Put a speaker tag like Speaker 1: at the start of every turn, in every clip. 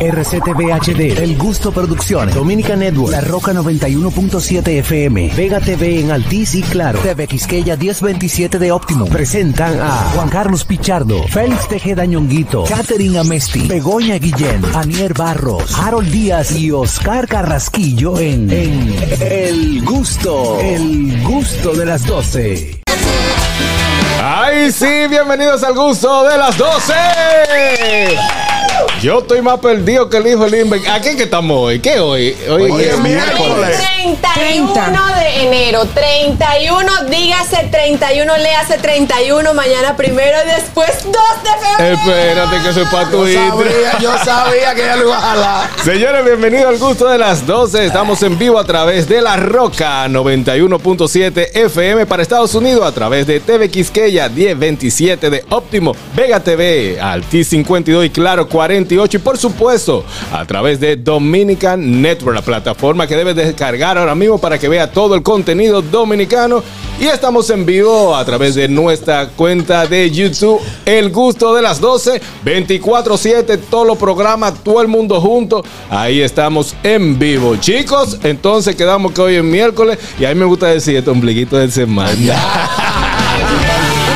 Speaker 1: RCTV HD, El Gusto Producciones, Dominica Network, La Roca 91.7 FM, Vega TV en Altiz y Claro, TV Quisqueya 1027 de Optimum. Presentan a Juan Carlos Pichardo, Félix Tejeda Ñonguito, Katherine Amesti, Begoña Guillén, Anier Barros, Harold Díaz y Oscar Carrasquillo en, en El Gusto, El Gusto de las 12.
Speaker 2: ¡Ay, sí! Bienvenidos al gusto de las 12. Yo estoy más perdido que el hijo de Lindbergh. ¿A qué que estamos hoy? ¿Qué hoy? Hoy,
Speaker 3: Hoy es miércoles.
Speaker 4: 31 de enero, 31, dígase 31, léase 31, mañana primero y después 2 de febrero.
Speaker 2: Espérate que soy para tu
Speaker 3: Yo
Speaker 2: intro.
Speaker 3: sabía, yo sabía que ella lo iba a jalar.
Speaker 2: Señores, bienvenidos al gusto de las 12. Estamos en vivo a través de La Roca 91.7 FM para Estados Unidos, a través de TV Quisqueya 1027 de Óptimo, Vega TV, Altis 52 y Claro 48. Y por supuesto, a través de Dominican Network, la plataforma que debes descargar ahora mismo para que vea todo el contenido dominicano. Y estamos en vivo a través de nuestra cuenta de YouTube, El Gusto de las 12, 24-7, todos los programas, todo el mundo junto. Ahí estamos en vivo, chicos. Entonces quedamos que hoy es miércoles y a mí me gusta decir este ombliguito de semana.
Speaker 5: Ah,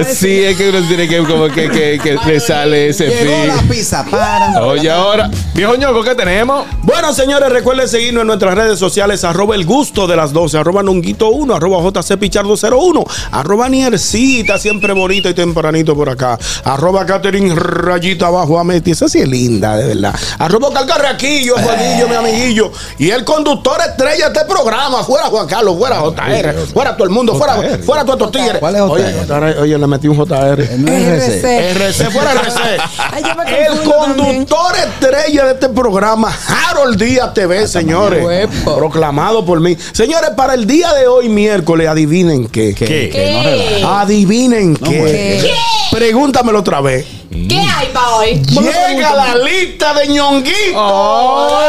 Speaker 2: Así es que uno tiene que, como que, que, que le sale ese
Speaker 6: Llegó la
Speaker 2: fin.
Speaker 6: pizza, para.
Speaker 2: Oye, ahora, viejo ñoco, ¿qué tenemos?
Speaker 7: Bueno, señores, recuerden seguirnos en nuestras redes sociales, arroba el gusto de las 12, arroba nonguito1, arroba jcpichardo01, arroba niercita, siempre bonita y tempranito por acá, arroba Catherine Rayita abajo a Meti, esa sí es linda, de verdad, arroba Calcarraquillo, Juanillo, mi amiguillo, y el conductor estrella de este programa, fuera Juan Carlos, fuera JR, fuera todo el mundo, fuera,
Speaker 2: JR.
Speaker 7: fuera todos estos tigres.
Speaker 6: ¿Cuál es JR?
Speaker 7: Oye, JR, oye, le metí un JR.
Speaker 6: No es RC.
Speaker 7: RC, fuera RC.
Speaker 4: Ay, yo me
Speaker 7: El
Speaker 4: confundo también.
Speaker 7: conductor estrella de este programa, Harold Díaz
Speaker 6: Ah,
Speaker 7: TV, señores.
Speaker 6: huevo.
Speaker 7: Proclamado por mí. Señores, para el día de hoy, miércoles, adivinen qué.
Speaker 6: ¿Qué?
Speaker 4: ¿Qué?
Speaker 7: Adivinen qué.
Speaker 4: ¿Qué?
Speaker 7: Pregúntamelo otra vez.
Speaker 4: ¿Qué hay para hoy?
Speaker 7: Llega la lista de ñonguito.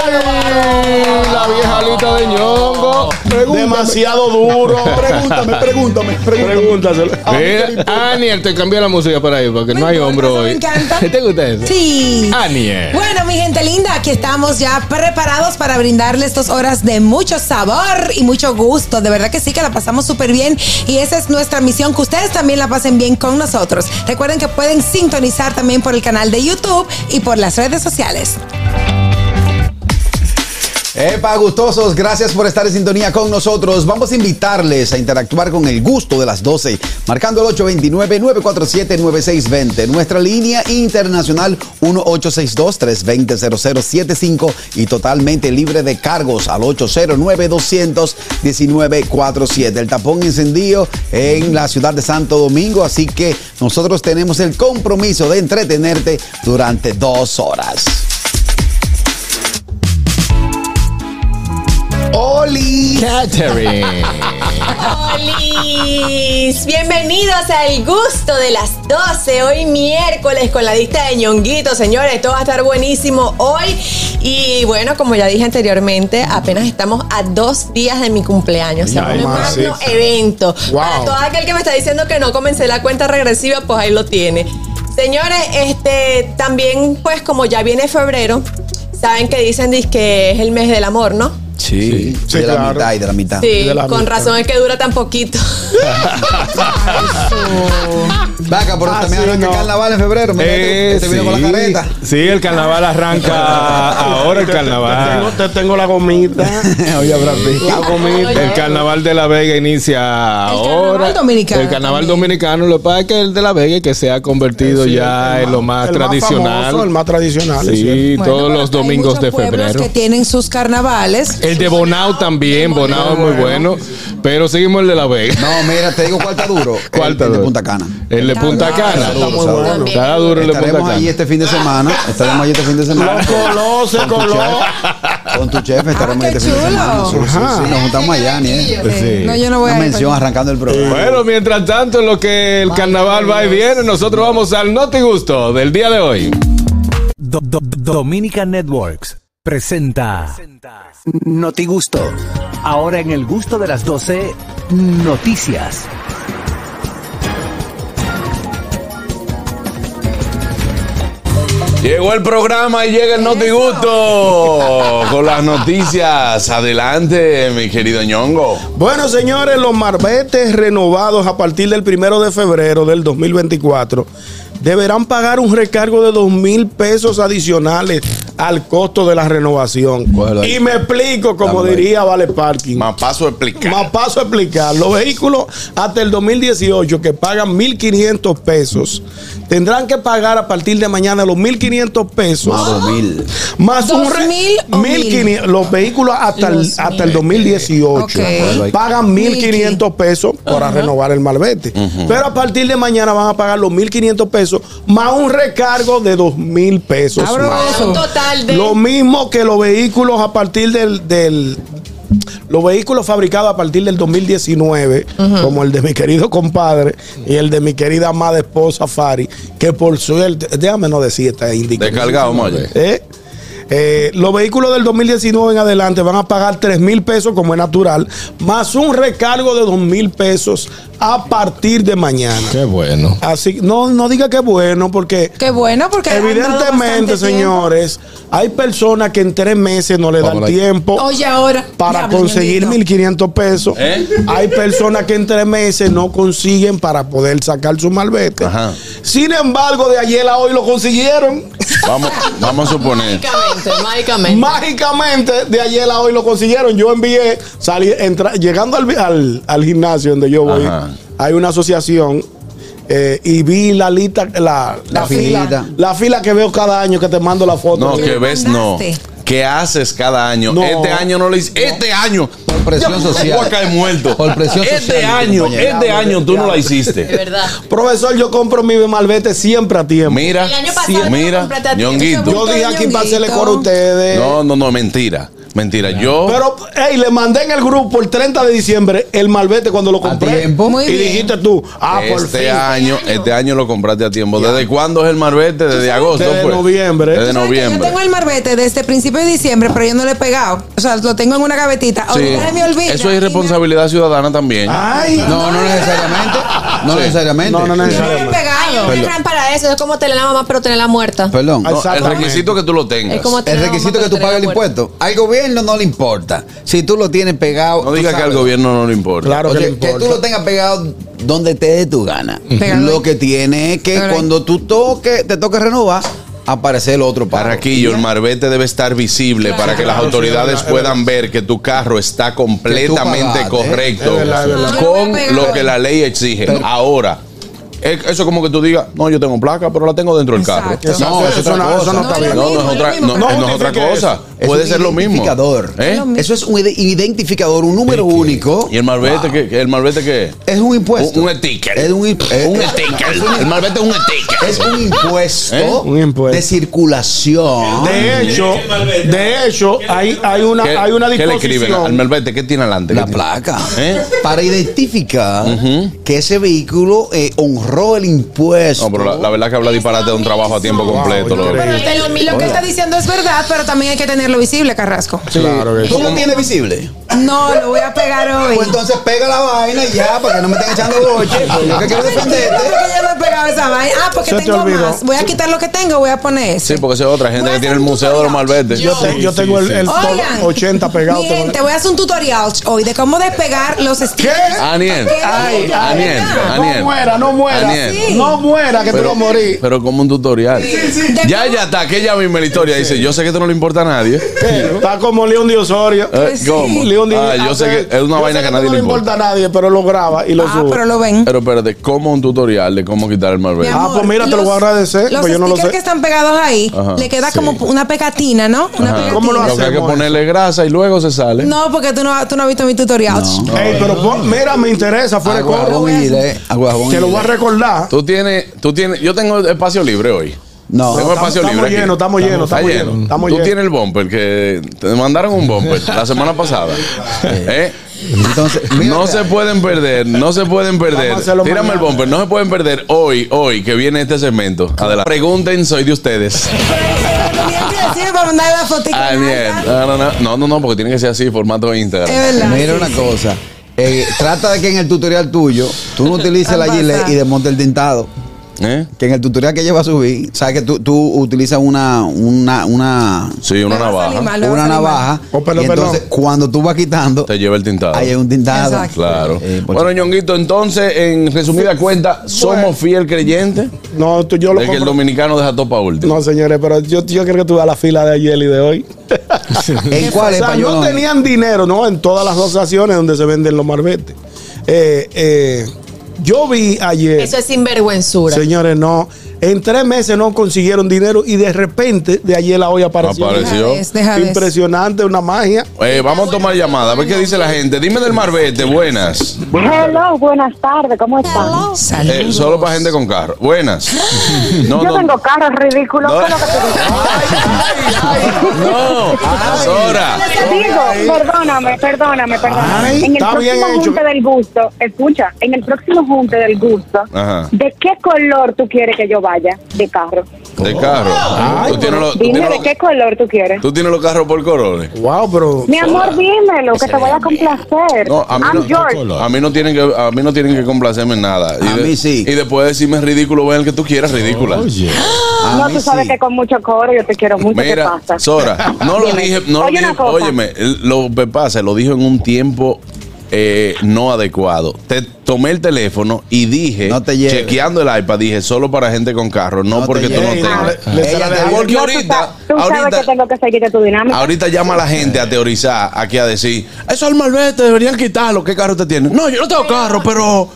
Speaker 2: La vieja lista de ñongo.
Speaker 7: Demasiado duro.
Speaker 6: Pregúntame, pregúntame,
Speaker 7: Pregúntaselo.
Speaker 2: Mira, Aniel, te cambié la música para ahí, porque no hay
Speaker 5: importa,
Speaker 2: hombro
Speaker 5: eso me
Speaker 2: hoy.
Speaker 5: encanta.
Speaker 2: ¿Te gusta eso?
Speaker 5: Sí.
Speaker 2: Aniel.
Speaker 5: Bueno, mi gente linda, aquí estamos ya preparados para brindarles dos horas de mucho sabor y mucho gusto. De verdad que sí, que la pasamos súper bien y esa es nuestra misión, que ustedes también la pasen bien con nosotros. Recuerden que pueden sintonizar también por el canal de YouTube y por las redes sociales.
Speaker 6: Epa, gustosos, gracias por estar en sintonía con nosotros. Vamos a invitarles a interactuar con el gusto de las 12, marcando el 829-947-9620. Nuestra línea internacional 1862-320-0075 y totalmente libre de cargos al 809-219-47. El tapón encendido en la ciudad de Santo Domingo, así que nosotros tenemos el compromiso de entretenerte durante dos horas. ¡Oli!
Speaker 2: Catherine.
Speaker 4: Olis, bienvenidos a El Gusto de las 12, hoy miércoles con la lista de ñonguito, señores, esto va a estar buenísimo hoy y bueno, como ya dije anteriormente, apenas estamos a dos días de mi cumpleaños, o sea,
Speaker 7: Ay,
Speaker 4: un magno
Speaker 7: mamacita.
Speaker 4: evento.
Speaker 7: Wow.
Speaker 4: Para todo aquel que me está diciendo que no comencé la cuenta regresiva, pues ahí lo tiene. Señores, este, también pues como ya viene febrero, saben que dicen dis- que es el mes del amor, ¿no?
Speaker 6: Sí,
Speaker 7: Sí,
Speaker 6: de la
Speaker 7: claro.
Speaker 6: mitad y de la mitad.
Speaker 4: Sí,
Speaker 7: de la
Speaker 4: con
Speaker 7: mitad.
Speaker 4: razón es que dura tan poquito.
Speaker 6: Vaca, pero
Speaker 7: Ah,
Speaker 6: también
Speaker 7: sí,
Speaker 6: arranca
Speaker 7: no.
Speaker 6: carnaval en febrero. Mira,
Speaker 2: Eh,
Speaker 6: este vino con la careta.
Speaker 2: sí, el carnaval arranca ahora el
Speaker 7: Te- te- Te tengo,
Speaker 2: carnaval.
Speaker 7: te tengo la gomita.
Speaker 6: Oye, Brad Pitt.
Speaker 7: La gomita.
Speaker 2: El carnaval de la Vega inicia
Speaker 5: El
Speaker 2: ahora.
Speaker 5: carnaval dominicano
Speaker 2: El carnaval
Speaker 5: también.
Speaker 2: dominicano, lo que pasa es que el de la Vega que se ha convertido
Speaker 7: Sí,
Speaker 2: ya
Speaker 7: el
Speaker 2: en lo más
Speaker 7: el
Speaker 2: tradicional.
Speaker 7: famoso, el más tradicional. es cierto.
Speaker 2: sí,
Speaker 5: Bueno,
Speaker 2: todos
Speaker 5: pero
Speaker 2: los
Speaker 5: hay
Speaker 2: domingos
Speaker 5: muchos
Speaker 2: de
Speaker 5: pueblos
Speaker 2: febrero.
Speaker 5: que tienen sus carnavales.
Speaker 2: El de Bonao también, Bonao es muy bueno, pero seguimos el de la Vega.
Speaker 6: No, mira, te digo cuál está duro.
Speaker 2: ¿Cuál
Speaker 6: El-
Speaker 2: está
Speaker 6: el de
Speaker 2: duro?
Speaker 6: Punta Cana.
Speaker 2: El de Punta
Speaker 5: Está
Speaker 2: Cana.
Speaker 6: duro, está
Speaker 2: Está duro,
Speaker 6: duro.
Speaker 2: Está duro el de Punta
Speaker 6: Estaremos
Speaker 2: Cana.
Speaker 6: ahí este fin de semana. Estaremos ahí este fin de semana.
Speaker 7: Coló, se coló.
Speaker 6: Con tu chef estaremos
Speaker 5: Ah,
Speaker 6: ahí este
Speaker 5: qué
Speaker 6: fin de semana.
Speaker 5: chulo.
Speaker 6: Sí, sí,
Speaker 7: Ajá.
Speaker 6: sí, nos juntamos allá, ni eh.
Speaker 2: Sí.
Speaker 5: No, yo no voy
Speaker 6: Una
Speaker 5: a ir
Speaker 6: mención arrancando el programa.
Speaker 2: Bueno, mientras tanto, en lo que el carnaval va y viene, nosotros vamos al Noti Gusto del día de hoy.
Speaker 1: Do- do- Dominica Networks presenta Noti Gusto. Ahora en el gusto de las 12, noticias.
Speaker 8: Llegó el programa y llega el Notigusto con las noticias. Adelante, mi querido ñongo.
Speaker 7: Bueno, señores, los marbetes renovados a partir del primero de febrero del 2024 deberán pagar un recargo de dos mil pesos adicionales al costo de la renovación.
Speaker 6: Bueno, ahí.
Speaker 7: y me explico, como
Speaker 6: Dámelo ahí.
Speaker 7: diría Vale Parking.
Speaker 8: Más paso a explicar.
Speaker 7: Más paso a explicar. Los vehículos hasta el 2018 que pagan 1.500 pesos tendrán que pagar a partir de mañana los 1.500 pesos.
Speaker 6: Más dos mil.
Speaker 7: Más un
Speaker 5: ¿Dos
Speaker 7: re-
Speaker 5: mil o
Speaker 7: 1.500 los vehículos hasta el,
Speaker 4: Los
Speaker 7: hasta el 2018
Speaker 5: Ok.
Speaker 7: pagan 1.500 pesos para renovar el malvete. Pero a partir de mañana van a pagar los 1.500 pesos más un recargo de 2.000 pesos.
Speaker 5: Abro
Speaker 7: más.
Speaker 5: eso.
Speaker 4: Un total de.
Speaker 7: Lo mismo que los vehículos a partir del, del- los vehículos fabricados a partir del 2019, como el de mi querido compadre y el de mi querida amada esposa Fari, que por suerte, déjame no decir esta indicación.
Speaker 8: Descargado, molle.
Speaker 7: ¿Eh? Eh, los vehículos del 2019 en adelante van a pagar 3 mil pesos como es natural, más un recargo de 2 mil pesos a partir de mañana.
Speaker 2: Qué bueno.
Speaker 7: Así, no, no diga que bueno, porque
Speaker 5: Qué bueno, porque. han dado bastante
Speaker 7: evidentemente,
Speaker 5: tiempo.
Speaker 7: señores, hay personas que en tres meses no le dan
Speaker 6: Vámonos ahí.
Speaker 7: tiempo
Speaker 5: Oye, ahora.
Speaker 7: para
Speaker 5: Diablo,
Speaker 7: conseguir
Speaker 5: bendito.
Speaker 7: 1.500 pesos.
Speaker 8: ¿Eh?
Speaker 7: Hay personas que en tres meses no consiguen para poder sacar su malvete.
Speaker 8: Ajá.
Speaker 7: Sin embargo, de ayer a hoy lo consiguieron.
Speaker 8: Vamos, vamos a suponer.
Speaker 4: Mágicamente, mágicamente.
Speaker 7: Mágicamente, de ayer a hoy lo consiguieron. Yo envié, salí, entra- llegando al, vi- al- al gimnasio donde yo voy,
Speaker 8: Ajá.
Speaker 7: hay una asociación. eh, y vi la lista, la,
Speaker 6: La
Speaker 7: fila,
Speaker 6: filita.
Speaker 7: la fila que veo cada año que te mando la foto.
Speaker 8: No,
Speaker 7: Yo-
Speaker 8: que ves, no.
Speaker 5: mandaste.
Speaker 8: ¿Qué haces cada año?
Speaker 7: No.
Speaker 8: Este año no le hice. Este año.
Speaker 6: Por presión
Speaker 8: Te voy a
Speaker 6: social.
Speaker 8: caer muerto.
Speaker 6: Por presión
Speaker 8: Este
Speaker 6: social,
Speaker 8: año,
Speaker 6: compañero.
Speaker 8: este año tú no la
Speaker 4: De
Speaker 8: hiciste.
Speaker 4: verdad.
Speaker 7: Profesor, yo compro mi malvete siempre a tiempo.
Speaker 8: Mira,
Speaker 4: El año pasado no
Speaker 8: mira,
Speaker 4: compraste a ti,
Speaker 8: ñonguito.
Speaker 4: eso
Speaker 7: yo dije aquí
Speaker 5: Ñonguito.
Speaker 7: para hacerle coro a ustedes.
Speaker 8: No, no, no, mentira. Mentira. Yo.
Speaker 7: Pero, hey, le mandé en el grupo el 30 de diciembre el malvete cuando lo
Speaker 6: A
Speaker 7: compré.
Speaker 6: tiempo.
Speaker 5: Muy
Speaker 7: y
Speaker 5: bien.
Speaker 7: dijiste tú, ah, por fin.
Speaker 8: este año, este año lo compraste a tiempo. ¿Desde cuándo es el marbete? Desde agosto.
Speaker 7: Desde
Speaker 8: pues.
Speaker 7: noviembre.
Speaker 8: Desde
Speaker 5: ¿Sabes que Yo
Speaker 8: noviembre.
Speaker 5: tengo el marbete desde principio de diciembre, pero yo no lo he pegado. O sea, lo tengo en una gavetita.
Speaker 8: Sí.
Speaker 5: Ahorita se me olvida.
Speaker 8: Eso es irresponsabilidad ciudadana también.
Speaker 7: Ay,
Speaker 6: No, no necesariamente. No
Speaker 8: Sí.
Speaker 6: necesariamente.
Speaker 7: No, no
Speaker 5: Y no- Yo no lo he
Speaker 7: necesariamente.
Speaker 4: Hay
Speaker 5: pegado.
Speaker 4: un refrán para eso. Es como tener la mamá, pero tener la muerta.
Speaker 6: Perdón.
Speaker 7: Ay,
Speaker 8: No, el
Speaker 7: Exactamente.
Speaker 8: requisito que tú lo tengas.
Speaker 4: Es como
Speaker 6: El
Speaker 4: tener la mamá,
Speaker 6: requisito
Speaker 4: pero
Speaker 6: que tú
Speaker 4: tener la
Speaker 6: pagues el
Speaker 4: muerta.
Speaker 6: impuesto. Al gobierno no le importa. Si tú lo tienes pegado.
Speaker 8: No
Speaker 6: tú
Speaker 8: digas que al
Speaker 6: sabes.
Speaker 8: gobierno no le importa.
Speaker 7: Claro que
Speaker 6: Oye,
Speaker 7: le
Speaker 6: que
Speaker 7: importa.
Speaker 6: tú lo tengas pegado donde te dé tu gana.
Speaker 5: Pégalo ahí.
Speaker 6: Lo que tiene es que
Speaker 5: Pégalo ahí.
Speaker 6: cuando tú toques, te toques renovar, aparece el otro para
Speaker 8: Carraquillo, el marbete debe estar visible para que las
Speaker 7: Claro, sí,
Speaker 8: autoridades
Speaker 7: es verdad,
Speaker 8: puedan ver que tu carro está completamente
Speaker 6: Que tú pagaste,
Speaker 8: correcto
Speaker 7: es verdad, es verdad.
Speaker 8: con
Speaker 5: Yo voy a pegar
Speaker 8: lo
Speaker 5: hoy.
Speaker 8: que la ley exige. Ahora, es- eso es como que tú digas, no, yo tengo placa, pero la tengo dentro del carro.
Speaker 5: Exacto.
Speaker 6: No,
Speaker 7: Exacto,
Speaker 6: es otra
Speaker 7: no- eso
Speaker 6: cosa.
Speaker 7: no está
Speaker 5: No,
Speaker 7: bien.
Speaker 5: lo
Speaker 8: No, no
Speaker 5: mismo,
Speaker 8: es otra,
Speaker 5: lo mismo,
Speaker 8: no-
Speaker 7: pero-
Speaker 8: no es
Speaker 7: No
Speaker 8: otra
Speaker 7: justifique
Speaker 8: cosa.
Speaker 6: Es
Speaker 8: Puede
Speaker 6: un
Speaker 8: ser lo mismo.
Speaker 6: identificador.
Speaker 8: ¿Eh?
Speaker 5: Es lo mismo.
Speaker 6: Eso es un ide- identificador, un número único.
Speaker 8: ¿Y el marbete qué? ¿El marbete qué?
Speaker 6: Es un impuesto.
Speaker 8: Un, un sticker.
Speaker 6: Es un, imp- es-
Speaker 8: Un
Speaker 6: es-
Speaker 8: sticker.
Speaker 6: no, es
Speaker 8: El
Speaker 6: un-
Speaker 8: marbete es un sticker.
Speaker 6: es un impuesto,
Speaker 8: ¿Eh?
Speaker 7: Un impuesto.
Speaker 6: de circulación.
Speaker 7: De hecho, de hecho, hay, hay una,
Speaker 8: ¿Qué-
Speaker 7: hay una
Speaker 8: ¿Qué le escriben al
Speaker 7: disposición.
Speaker 8: marbete? ¿Qué tiene adelante?
Speaker 6: la
Speaker 8: ¿Qué tiene?
Speaker 6: placa
Speaker 8: ¿Eh?
Speaker 6: para identificar que ese vehículo eh, honró el impuesto.
Speaker 8: No, pero la, la verdad que habla disparate de un trabajo a tiempo completo.
Speaker 7: Wow,
Speaker 8: loco.
Speaker 5: Pero te- lo, que está diciendo es verdad, pero también hay que tenerlo visible, Carrasco.
Speaker 6: Sí.
Speaker 7: Claro que
Speaker 6: ¿Tú lo tienes visible?
Speaker 5: No, lo voy a pegar hoy.
Speaker 6: Pues entonces pega la vaina y ya, para que no me estén echando boche. Pues yo que quiero
Speaker 5: ¿Por
Speaker 6: defenderte.
Speaker 5: qué yo no he pegado esa vaina? Ah, porque
Speaker 7: Se te
Speaker 5: tengo
Speaker 7: olvidó.
Speaker 5: más. Voy a quitar lo que tengo, voy a poner eso.
Speaker 8: Sí, porque esa es otra gente
Speaker 5: Voy a
Speaker 8: que tiene el
Speaker 5: hacer un
Speaker 8: museo de los
Speaker 5: tutorial.
Speaker 8: malverdes.
Speaker 7: Yo, te- yo tengo el, el
Speaker 5: Oigan,
Speaker 7: todo 80 pegado.
Speaker 5: mi gente, voy a hacer un tutorial hoy de cómo despegar los stickers.
Speaker 8: Aniel,
Speaker 5: Ay,
Speaker 8: Aniel,
Speaker 5: ay,
Speaker 8: Aniel.
Speaker 7: No muera, no muera.
Speaker 8: Aniel.
Speaker 7: No muera, que
Speaker 8: Pero-
Speaker 7: te vas a morir.
Speaker 8: Pero como un tutorial.
Speaker 5: De-
Speaker 8: Ya, ya está, que ella misma la historia dice, yo sé que esto no le importa a nadie.
Speaker 7: ¿Qué? Está como León de Osorio.
Speaker 8: Eh,
Speaker 5: pues sí.
Speaker 8: ¿Cómo?
Speaker 7: León de
Speaker 8: Ah, yo sé que es
Speaker 7: yo
Speaker 8: una
Speaker 7: sé
Speaker 8: vaina que a nadie
Speaker 7: no
Speaker 8: le importa.
Speaker 7: a nadie, pero lo graba y lo
Speaker 5: Ah,
Speaker 7: sube.
Speaker 5: pero lo ven.
Speaker 8: Pero espérate, como un tutorial de cómo quitar el
Speaker 5: Mi
Speaker 8: malvete.
Speaker 7: Ah, pues mira, te lo voy a agradecer,
Speaker 5: Los
Speaker 7: pues yo no lo
Speaker 5: stickers
Speaker 7: sé.
Speaker 5: que están pegados ahí,
Speaker 8: Ajá,
Speaker 5: le queda
Speaker 8: sí.
Speaker 5: como una pegatina, ¿no? Una
Speaker 8: Ajá.
Speaker 5: pegatina.
Speaker 7: ¿Cómo lo
Speaker 8: Lo que hay que
Speaker 7: hacemos
Speaker 8: ponerle grasa y luego se sale.
Speaker 5: No, porque tú no, tú no has visto mi tutorial.
Speaker 8: Ah,
Speaker 7: Ey, pero pon- mira, me interesa, fuera de
Speaker 6: Agua,
Speaker 7: coro.
Speaker 6: jabón y
Speaker 8: eh,
Speaker 6: gile, agua, jabón
Speaker 7: Te
Speaker 6: y
Speaker 7: lo voy a
Speaker 6: gile.
Speaker 7: recordar.
Speaker 8: Tú tienes, tú tienes, yo tengo espacio libre hoy.
Speaker 6: No.
Speaker 8: tengo
Speaker 6: No,
Speaker 7: estamos-
Speaker 8: espacio
Speaker 7: estamos
Speaker 8: libre. aquí.
Speaker 7: llenos, estamos llenos,
Speaker 8: Está
Speaker 7: estamos llenos, estamos
Speaker 8: Tú
Speaker 7: llenos.
Speaker 8: tienes el bumper que te mandaron un bumper la semana pasada. ¿Eh?
Speaker 6: Entonces, mira,
Speaker 8: No se pueden perder, no se pueden perder.
Speaker 7: Vamos a hacerlo
Speaker 8: Tírame el
Speaker 7: mañana.
Speaker 8: bumper, no se pueden perder hoy, hoy que viene este segmento. Adelante. Pregunten, soy de ustedes.
Speaker 5: Tenían que decirme para mandar la fotito.
Speaker 8: Ah, bien. No, no, no, no, no, no, porque tiene que ser así, formato de Instagram.
Speaker 5: Es verdad.
Speaker 6: mira
Speaker 5: sí,
Speaker 6: una
Speaker 5: sí.
Speaker 6: cosa. Eh, trata de que en el tutorial tuyo tú no utilices la
Speaker 5: Ambas,
Speaker 6: gilet
Speaker 5: ah.
Speaker 6: y desmonte el dentado.
Speaker 8: ¿Eh?
Speaker 6: Que en el tutorial que ella va a subir, sabes que tú, tú utilizas una, una, una,
Speaker 8: Sí, una
Speaker 5: Me va a salir
Speaker 8: navaja.
Speaker 5: mal. Luego
Speaker 6: una
Speaker 5: se anima.
Speaker 6: navaja.
Speaker 7: Oh, pero,
Speaker 6: y
Speaker 7: pero.
Speaker 6: entonces, cuando tú vas quitando,
Speaker 8: Te lleva el tintado.
Speaker 6: ahí hay un tintado.
Speaker 5: Exacto.
Speaker 8: Claro.
Speaker 6: Eh, por
Speaker 8: bueno, Ñonguito, entonces, en resumida cuenta, somos fiel creyente
Speaker 7: No, tú, yo lo
Speaker 8: de que el
Speaker 7: compro-
Speaker 8: dominicano deja todo para último.
Speaker 7: No, señores, pero yo, yo creo que tú a la fila de ayer y de hoy.
Speaker 6: ¿En cuál
Speaker 7: O
Speaker 6: es?
Speaker 7: sea,
Speaker 6: Pa' yo
Speaker 7: no
Speaker 6: no-
Speaker 7: tenían dinero, ¿no? En todas las dos estaciones donde se venden los marbetes. Eh, eh, yo vi ayer.
Speaker 4: Eso es sinvergüenzura.
Speaker 7: Señores, no. En tres meses no consiguieron dinero y de repente, de ayer a hoy apareció.
Speaker 8: Apareció.
Speaker 5: Deja de eso, deja de eso.
Speaker 7: Impresionante, una magia.
Speaker 8: Eh, vamos a tomar llamada, a ver qué dice la gente. Dime del Marbete, buenas.
Speaker 9: Hello, buenas tardes, ¿cómo están?
Speaker 8: Eh,
Speaker 5: Saludos.
Speaker 8: solo para gente con carro. Buenas. No,
Speaker 9: Yo
Speaker 8: no.
Speaker 9: tengo carros ridículos,
Speaker 8: No.
Speaker 9: ¿qué es lo que te digo?
Speaker 8: No, ahora.
Speaker 9: Te digo, perdóname, perdóname, perdóname.
Speaker 7: Ay,
Speaker 9: en el
Speaker 7: está bien
Speaker 9: próximo
Speaker 7: hecho.
Speaker 9: junte del gusto, escucha, en el próximo junte del gusto,
Speaker 8: Ajá.
Speaker 9: ¿de qué color tú quieres que yo vaya de carro?
Speaker 8: De carro.
Speaker 7: Ay,
Speaker 8: tú, tienes los, tú,
Speaker 9: Dime,
Speaker 8: tienes
Speaker 9: ¿de
Speaker 8: los,
Speaker 9: qué color tú quieres?
Speaker 8: tú tienes los carros por colores.
Speaker 7: Wow, pero.
Speaker 9: Mi amor, dímelo, que te voy a complacer.
Speaker 8: No, a mí,
Speaker 9: I'm George.
Speaker 8: no, a mí no tienen que a mí no tienen que complacerme en nada. Y
Speaker 6: A mí sí.
Speaker 8: Y después decirme ridículo, ven el que tú quieras, ridícula.
Speaker 6: A
Speaker 9: No,
Speaker 6: mí
Speaker 9: tú sabes
Speaker 6: sí.
Speaker 9: que con mucho coro yo te quiero mucho. ¿Qué
Speaker 8: Mira,
Speaker 9: pasa?
Speaker 8: Sora, no lo
Speaker 9: Dime.
Speaker 8: dije, no
Speaker 9: Oye,
Speaker 8: lo
Speaker 9: una
Speaker 8: dije,
Speaker 9: cosa.
Speaker 8: óyeme, lo que pasa, lo dijo en un tiempo eh, no adecuado. Te tomé el teléfono y dije,
Speaker 6: No te lleves.
Speaker 8: chequeando el iPad, dije, solo para gente con carro, no,
Speaker 6: No te
Speaker 8: porque tú no
Speaker 6: lleves. Ah,
Speaker 8: tengas.
Speaker 7: Le- le-
Speaker 6: Ella
Speaker 7: le-
Speaker 6: te-
Speaker 8: Porque
Speaker 9: No, tú sa-
Speaker 8: ahorita,
Speaker 9: tú sabes
Speaker 8: ahorita,
Speaker 9: que tengo que seguir de tu dinámica.
Speaker 8: ahorita llama a la gente a teorizar, aquí a decir, eso al malvete deberían quitarlo, ¿qué carro te tiene? No, yo no tengo carro, pero...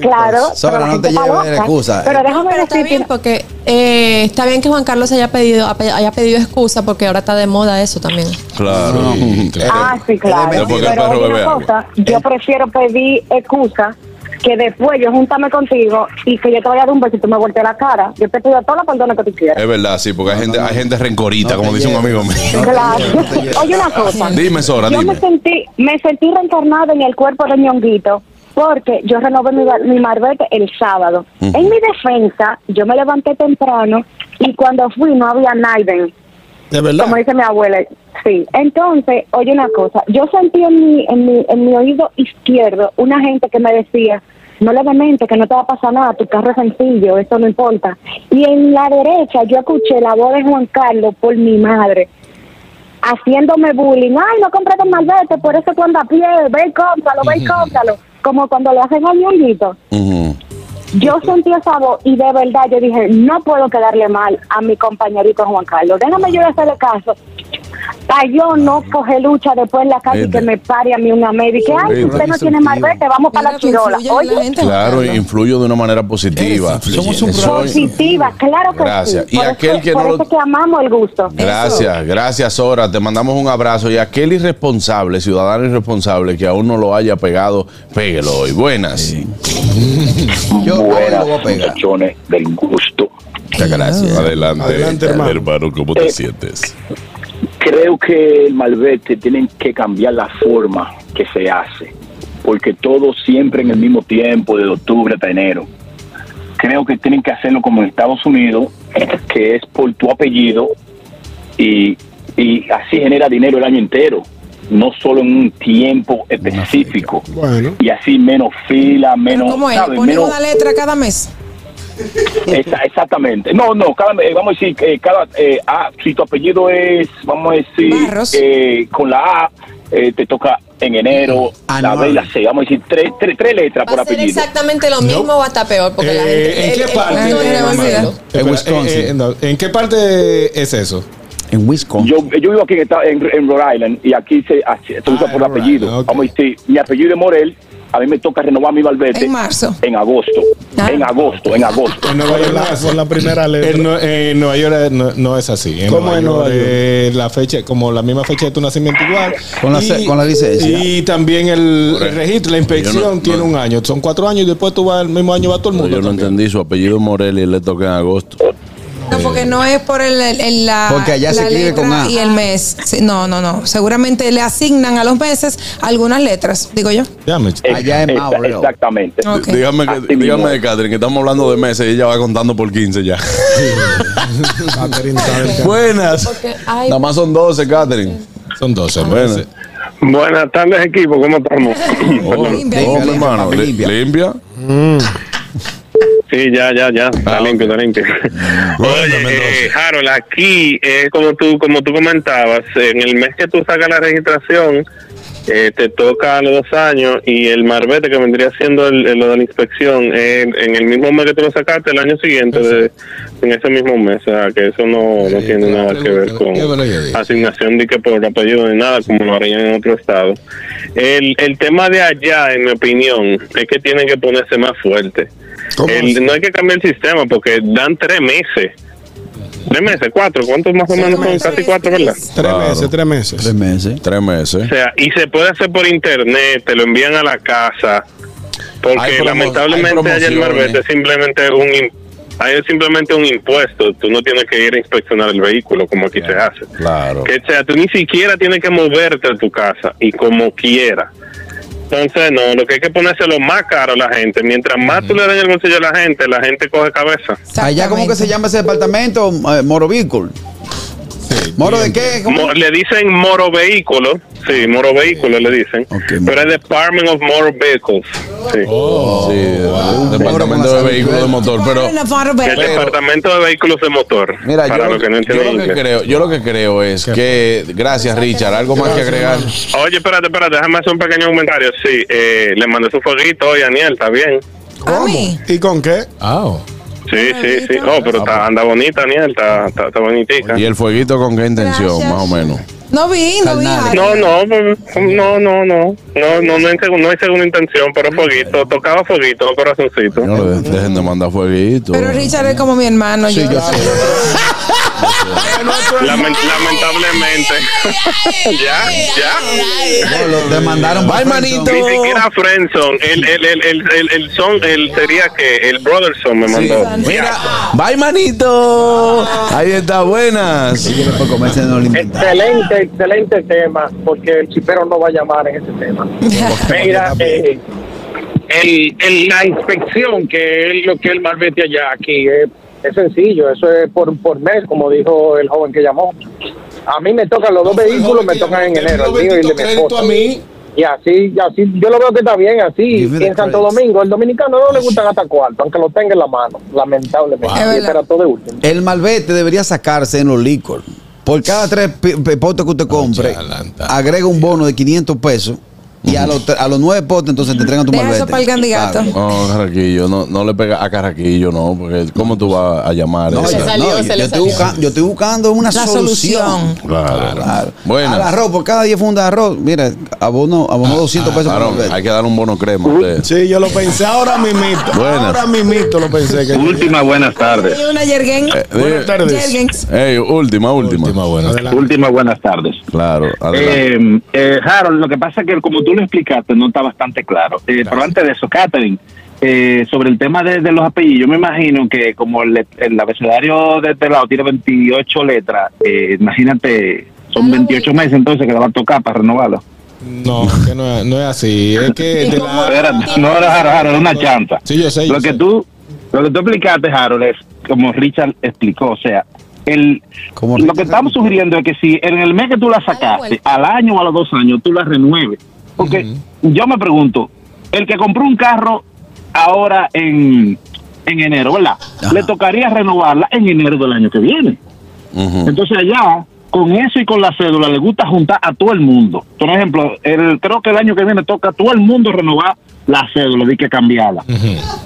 Speaker 9: claro.
Speaker 6: Sora,
Speaker 9: pero la
Speaker 6: no
Speaker 9: gente
Speaker 6: te lleves
Speaker 9: está
Speaker 6: de
Speaker 9: loca.
Speaker 6: excusa.
Speaker 9: Pero
Speaker 4: No,
Speaker 9: déjame
Speaker 4: pero está
Speaker 9: decirte.
Speaker 4: bien porque eh, está bien que Juan Carlos haya pedido ape- haya pedido excusa porque ahora está de moda eso también.
Speaker 8: Claro.
Speaker 6: Mm.
Speaker 9: Ah, sí, claro.
Speaker 6: Pero
Speaker 8: Este, porque el
Speaker 9: Pero
Speaker 8: perro
Speaker 9: oye
Speaker 8: bebe
Speaker 9: una
Speaker 8: agua.
Speaker 9: cosa,
Speaker 6: Eh.
Speaker 9: yo prefiero pedir excusa que después yo juntarme contigo y que yo te vaya a dar un beso y tú me voltees la cara. Yo te pido toda la perdona que tú quieras.
Speaker 8: Es verdad, sí, porque hay gente, hay gente rencorita,
Speaker 6: No
Speaker 8: como
Speaker 6: te
Speaker 8: dice un
Speaker 6: lleves.
Speaker 8: amigo mío.
Speaker 6: no te
Speaker 9: claro.
Speaker 6: lleves, no te lleves.
Speaker 9: Oye, una cosa.
Speaker 8: Dime, Sora,
Speaker 9: yo
Speaker 8: dime.
Speaker 9: me sentí, me sentí reencarnada en el cuerpo de ñonguito porque yo renové mi, bar- mi marbete el sábado. En mi defensa, yo me levanté temprano y cuando fui no había nadie.
Speaker 7: De verdad.
Speaker 9: Como dice mi abuela, sí. Entonces, oye una cosa, yo sentí en mi, en mi, en mi oído izquierdo una gente que me decía, no le mente, que no te va a pasar nada, tu carro es sencillo, eso no importa. Y en la derecha yo escuché la voz de Juan Carlos por mi madre, haciéndome bullying, ay, no compraste un malvete, por eso tú andas a pie, ve y cómpralo, ve y cómpralo. Como cuando le hacen al ñonguito.
Speaker 8: Ujú.
Speaker 9: Yo sentí esa voz y de verdad yo dije, no puedo quedarle mal a mi compañerito Juan Carlos. Déjame yo hacerle caso. Para yo no coger lucha después en la calle y
Speaker 8: Viste.
Speaker 9: que me pare a mí una médica. Que, ay,
Speaker 8: Viste.
Speaker 9: usted no tiene malvete, vamos para la
Speaker 5: Mira, tú
Speaker 9: chirola.
Speaker 5: influyes en la
Speaker 9: Oye,
Speaker 5: gente, Juan
Speaker 8: Claro,
Speaker 5: Carlos.
Speaker 8: influyo de una manera positiva.
Speaker 2: Somos un
Speaker 8: Soy-
Speaker 9: positiva, claro que
Speaker 8: Gracias.
Speaker 9: sí.
Speaker 8: Y
Speaker 9: por
Speaker 8: aquel
Speaker 9: eso,
Speaker 8: que
Speaker 9: por
Speaker 8: no lo-
Speaker 9: eso que amamos el gusto.
Speaker 8: Gracias, gracias, Sora. Te mandamos un abrazo. Y aquel irresponsable, ciudadano irresponsable, que aún no lo haya pegado, péguelo hoy. Buenas.
Speaker 6: Yo ahora
Speaker 10: Buenas,
Speaker 6: lo voy a pegar.
Speaker 10: muchachones del gusto.
Speaker 8: Muchas gracias. Adelante,
Speaker 7: Adelante, hermano.
Speaker 8: ¿Cómo
Speaker 2: Eh,
Speaker 8: te sientes?
Speaker 10: Eh, Creo que el malvete tienen que cambiar la forma que se hace, porque todo siempre en el mismo tiempo, de octubre hasta enero. Creo que tienen que hacerlo como en Estados Unidos, que es por tu apellido y, y así genera dinero el año entero, no solo en un tiempo específico.
Speaker 7: Bueno.
Speaker 10: Y así menos fila,
Speaker 5: Pero
Speaker 10: menos...
Speaker 5: ¿Cómo es?
Speaker 10: ¿sabes?
Speaker 5: Ponen
Speaker 10: Menos-
Speaker 5: una letra cada mes.
Speaker 10: Esa- exactamente. No, no, cada- eh, vamos a decir, que cada, eh, ah, si tu apellido es, vamos a decir,
Speaker 5: Barros.
Speaker 10: eh, con la A, eh, te toca en enero, la B y la C, vamos a decir tres, tres, tres letras por
Speaker 4: Va a ser
Speaker 10: apellido.
Speaker 4: exactamente lo mismo o hasta peor porque la gente
Speaker 2: Eh, ¿En
Speaker 4: el-
Speaker 2: qué
Speaker 4: el-
Speaker 2: parte?
Speaker 5: el- el-
Speaker 2: Juan
Speaker 5: el-
Speaker 2: Carlos?
Speaker 6: En
Speaker 2: Espera,
Speaker 6: Wisconsin.
Speaker 2: eh, eh, no, ¿En qué parte es eso?
Speaker 6: En Wisconsin.
Speaker 10: Yo, yo vivo aquí en, esta- en, en Rhode Island y aquí se, hace- se usa
Speaker 2: Ah,
Speaker 10: por
Speaker 2: Rhode
Speaker 10: apellido.
Speaker 2: Island, ok.
Speaker 10: Vamos a decir, mi apellido es Morel, a mí me toca renovar mi balbete
Speaker 5: En marzo.
Speaker 10: en agosto,
Speaker 5: Ah.
Speaker 10: en agosto, en agosto.
Speaker 2: En Nueva York no es
Speaker 7: Por
Speaker 2: así.
Speaker 7: la primera letra.
Speaker 2: En, Nue- eh, en Nueva York eh, no, no es así. En
Speaker 7: ¿Cómo
Speaker 2: Nueva
Speaker 7: en Nueva
Speaker 2: York,
Speaker 7: York?
Speaker 2: eh, la fecha, como la misma fecha de tu nacimiento igual.
Speaker 6: Con la ce- con la licencia.
Speaker 2: Y también el,
Speaker 8: Por
Speaker 2: el
Speaker 8: eso.
Speaker 2: registro, la inspección
Speaker 8: Yo no-
Speaker 2: tiene
Speaker 8: no-
Speaker 2: un año. Son cuatro años y después tú vas, el mismo año va todo el mundo.
Speaker 8: Yo no
Speaker 2: también.
Speaker 8: entendí su apellido es Morelli le toca en agosto.
Speaker 5: No, porque no es por el, el- el- la,
Speaker 6: Porque allá se
Speaker 5: la
Speaker 6: escribe
Speaker 5: letra
Speaker 6: con A.
Speaker 5: y el mes. Sí, no, no, no. Seguramente le asignan a los meses algunas letras, digo yo.
Speaker 2: Déjame,
Speaker 6: Allá en
Speaker 10: Ex-
Speaker 6: Maurel.
Speaker 10: Eh, Exactamente.
Speaker 5: Ok.
Speaker 8: Dígame,
Speaker 10: Así
Speaker 8: que,
Speaker 10: mismo
Speaker 8: dígame de
Speaker 10: es.
Speaker 8: Catherine, que estamos hablando de meses y ella va contando por 15 ya.
Speaker 7: Catherine sabe que-
Speaker 8: Buenas.
Speaker 4: Porque, ay,
Speaker 8: Nada más son 12, Catherine.
Speaker 2: son 12
Speaker 8: Bueno.
Speaker 2: meses.
Speaker 11: Buenas tardes, equipo. ¿Cómo estamos?
Speaker 8: Oh,
Speaker 5: Limpia,
Speaker 8: oh,
Speaker 5: limpia. Mm.
Speaker 8: mi hermano, li-
Speaker 6: Limpia.
Speaker 8: limpia.
Speaker 11: Sí, ya, ya, ya. Está
Speaker 5: Ah,
Speaker 11: limpio, está limpio. Oye, eh, Harold, aquí es como tú, como tú comentabas, en el mes que tú sacas la registración, eh, te toca a los dos años y el marbete que vendría siendo el- el- lo de la inspección eh, en el mismo mes que tú lo sacaste, el año siguiente, de- en ese mismo mes. O sea, que eso no, no tiene nada que ver con asignación de que por apellido ni nada, como lo harían en otro estado. El, el tema de allá, en mi opinión, es que tienen que ponerse más fuerte. El- no hay que cambiar el sistema porque dan tres meses. Tres meses, cuatro, ¿cuántos más o menos son? Casi cuatro, ¿verdad?
Speaker 7: Tres meses, tres meses.
Speaker 6: Tres meses.
Speaker 8: Tres meses.
Speaker 11: O sea, y se puede hacer por internet, te lo envían a la casa.
Speaker 8: Hay
Speaker 11: Porque
Speaker 8: promo- hay
Speaker 11: lamentablemente allá el
Speaker 8: promociones.
Speaker 11: marbete es simplemente un im- ahí es simplemente un impuesto, tú no tienes que ir a inspeccionar el vehículo como aquí se hace.
Speaker 8: Claro.
Speaker 11: Que, o sea, tú ni siquiera tienes que moverte a tu casa y como quiera. Entonces, no, lo que hay que ponerse lo más caro a la gente. Mientras más tú le den el bolsillo a la gente, la gente coge cabeza.
Speaker 6: Allá, ¿cómo que se llama ese departamento? Eh, Moro Vehículo. ¿Moro de qué? ¿Cómo?
Speaker 11: Mo- le dicen Moro Vehículo. Sí, Moro Vehículo le dicen. Pero es Department of Motor Vehicles. Sí.
Speaker 8: Sí, el departamento de vehículos de motor. Pero
Speaker 11: El Departamento de Vehículos de Motor.
Speaker 8: mira, yo
Speaker 11: para
Speaker 8: lo
Speaker 11: los que
Speaker 8: que,
Speaker 11: no
Speaker 8: yo
Speaker 11: entienden
Speaker 8: lo que
Speaker 11: inglés.
Speaker 8: creo, yo lo que creo es que, gracias Richard, algo más que agregar.
Speaker 11: Oye, espérate, espérate, déjame hacer un pequeño comentario. Sí, eh, le mandé su fueguito hoy a Aniel, está bien.
Speaker 7: ¿Cómo? ¿Y con qué?
Speaker 6: Ah, oh.
Speaker 11: Sí, sí, sí. Oh, pero está, anda bonita, Aniel, está, está, está bonitica.
Speaker 8: ¿Y el fueguito con qué intención, más o menos?
Speaker 5: No vi, no vi.
Speaker 11: No, no, no, no, no. No, no, no hay, seg- no hay segunda intención, pero fueguito. Tocaba fueguito, no corazoncito.
Speaker 8: Señores, de- dejen de mandar fueguito.
Speaker 5: Pero Richard es como mi hermano. yo.
Speaker 11: Lamen- lamentablemente. ya, ya.
Speaker 6: demandaron
Speaker 11: Bye, manito. Ni siquiera Friendson. El, el, el, el, el, el son, el sería que el Brotherson me mandó.
Speaker 8: Mira, bye manito. Ahí está, buenas.
Speaker 12: Excelente, excelente tema, porque el chipero no va a llamar en ese tema. Mira, eh, el, el- la inspección, que es lo que el malvete allá aquí, eh, es sencillo, eso es por, por mes, como dijo el joven que llamó. A mí me tocan los dos vehículos, me tocan en enero, el mío y el de mi esposa. Y así, y así, yo lo veo que está bien, así.
Speaker 13: Give me
Speaker 12: Y
Speaker 13: the
Speaker 12: en Santo
Speaker 13: credits.
Speaker 12: Domingo, el dominicano no le gustan hasta cuarto, aunque lo tenga en la mano, lamentablemente.
Speaker 6: Wow.
Speaker 12: Y
Speaker 6: Es
Speaker 12: espera todo de último.
Speaker 6: El malvete debería sacarse en los licor. Por cada tres pi- pi- potes que usted compre, agrega un bono de 500 pesos y a los, tre- a los nueve potes entonces te entregan tu
Speaker 5: Deja
Speaker 6: malvete.
Speaker 5: eso pa'l candidato.
Speaker 8: No, Carraquillo, no, no le pega a Carraquillo, no, porque ¿cómo tú vas a llamar?
Speaker 6: No,
Speaker 8: eso?
Speaker 6: yo- no, yo, yo estoy busca- yo estoy buscando una
Speaker 5: La
Speaker 6: solución.
Speaker 5: solución.
Speaker 8: Claro. claro.
Speaker 6: Al
Speaker 8: Buenas.
Speaker 6: arroz, por cada 10 fundas de arroz, mira, abono, abono 200 pesos por
Speaker 8: Aaron,
Speaker 6: malvete.
Speaker 8: hay que dar un bono crema. a usted.
Speaker 7: Sí, yo lo pensé ahora mismito.
Speaker 8: Buenas.
Speaker 7: Ahora mismito lo pensé. Que
Speaker 8: Última, buenas tardes.
Speaker 5: Y una Jergen.
Speaker 6: Eh,
Speaker 8: Buenas
Speaker 5: Jergens.
Speaker 8: Eh, Ey, última, última. Última, buenas.
Speaker 13: Última, buenas tardes.
Speaker 8: Claro, adelante.
Speaker 13: Eh, eh, Harold, lo que pasa es que como tú lo explicaste, no está bastante claro. Eh, pero antes de eso, Catherine, eh, sobre el tema de, de los apellidos, yo me imagino que como el, el abecedario de este lado tiene 28 letras, eh, imagínate, son 28 meses entonces que le va a tocar para renovarlo.
Speaker 2: No, que no, es- no es así. Es que de la-
Speaker 13: Espérate, no era Harold, Harold, era una chanta.
Speaker 2: Sí, yo sé. yo
Speaker 13: Lo que
Speaker 2: sé.
Speaker 13: tú, lo que tú explicaste, Harold, es como Richard explicó, o sea, el, lo que estamos sugiriendo es que si en el mes que tú la sacaste, al año o a los dos años, tú la renueves. Porque yo me pregunto, el que compró un carro ahora en, en enero, ¿verdad? Le tocaría renovarla en enero del año que viene.
Speaker 6: Mm.
Speaker 13: Entonces allá, con eso y con la cédula, le gusta juntar a todo el mundo. Por ejemplo, el, creo que el año que viene toca a todo el mundo renovar la cédula, hay que cambiarla.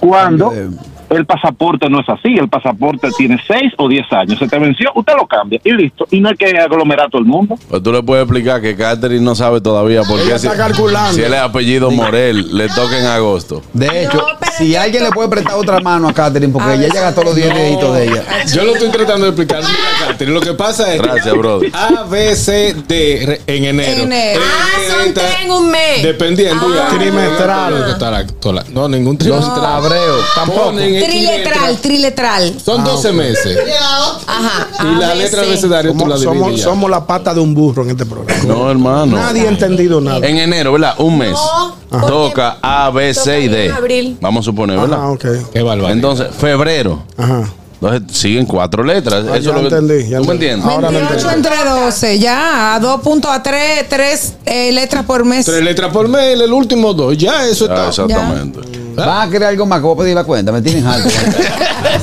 Speaker 13: Cuando
Speaker 6: Eh.
Speaker 13: el pasaporte no es así, el pasaporte tiene 6 o 10 años, se te venció, usted lo cambia y listo. Y no hay que aglomerar a todo el mundo.
Speaker 8: Pues tú le puedes explicar que Catherine no sabe todavía por qué
Speaker 7: Ella
Speaker 8: si,
Speaker 7: está calculando.
Speaker 8: si él es apellido Morel, le toca en agosto.
Speaker 6: De hecho, si alguien le puede prestar otra mano a Catherine, porque ella ya gastó los 10 deditos de ella.
Speaker 2: Yo lo estoy tratando de explicar. Mira, Catherine, lo que pasa es.
Speaker 8: Gracias, brother.
Speaker 2: A, B, C, D re- en enero. Eh,
Speaker 4: Enero. Ah, son tres en un mes.
Speaker 2: Dependiendo.
Speaker 4: Ah.
Speaker 2: ya. Creo que está la- toda la- No, ningún trimestral.
Speaker 6: Los abreos,
Speaker 2: tampoco.
Speaker 5: Triletral, triletral.
Speaker 6: Ah,
Speaker 2: Son 12 meses.
Speaker 5: Ajá.
Speaker 2: Y
Speaker 4: Ah,
Speaker 2: la letra del abecedario tú la
Speaker 7: Somos, somos,
Speaker 2: divides. ya.
Speaker 7: somos la pata de un burro en este programa.
Speaker 8: No, hermano.
Speaker 7: Nadie ha entendido nada.
Speaker 8: En enero, ¿verdad? Un mes.
Speaker 4: No,
Speaker 8: Ajá. Toca A, B, C y
Speaker 4: en
Speaker 8: D.
Speaker 4: abril.
Speaker 8: Vamos a suponer, ¿verdad?
Speaker 7: Ah, ok.
Speaker 2: Qué bárbaro.
Speaker 8: Entonces, febrero.
Speaker 7: Ajá.
Speaker 8: Entonces siguen cuatro letras.
Speaker 7: Ah,
Speaker 8: Eso
Speaker 7: ya
Speaker 8: es lo que-
Speaker 7: entendí, ya
Speaker 8: ¿Tú me
Speaker 7: entendí.
Speaker 8: entiendes?
Speaker 7: Ahora me entendí.
Speaker 5: 8 entre 12, ya, a 2.3, 3 letras por mes.
Speaker 2: Tres letras por mail, el último dos. Ya, eso está.
Speaker 8: Exactamente.
Speaker 6: ¿Vas a querer algo más que voy a pedir la cuenta? ¿Me tienen algo?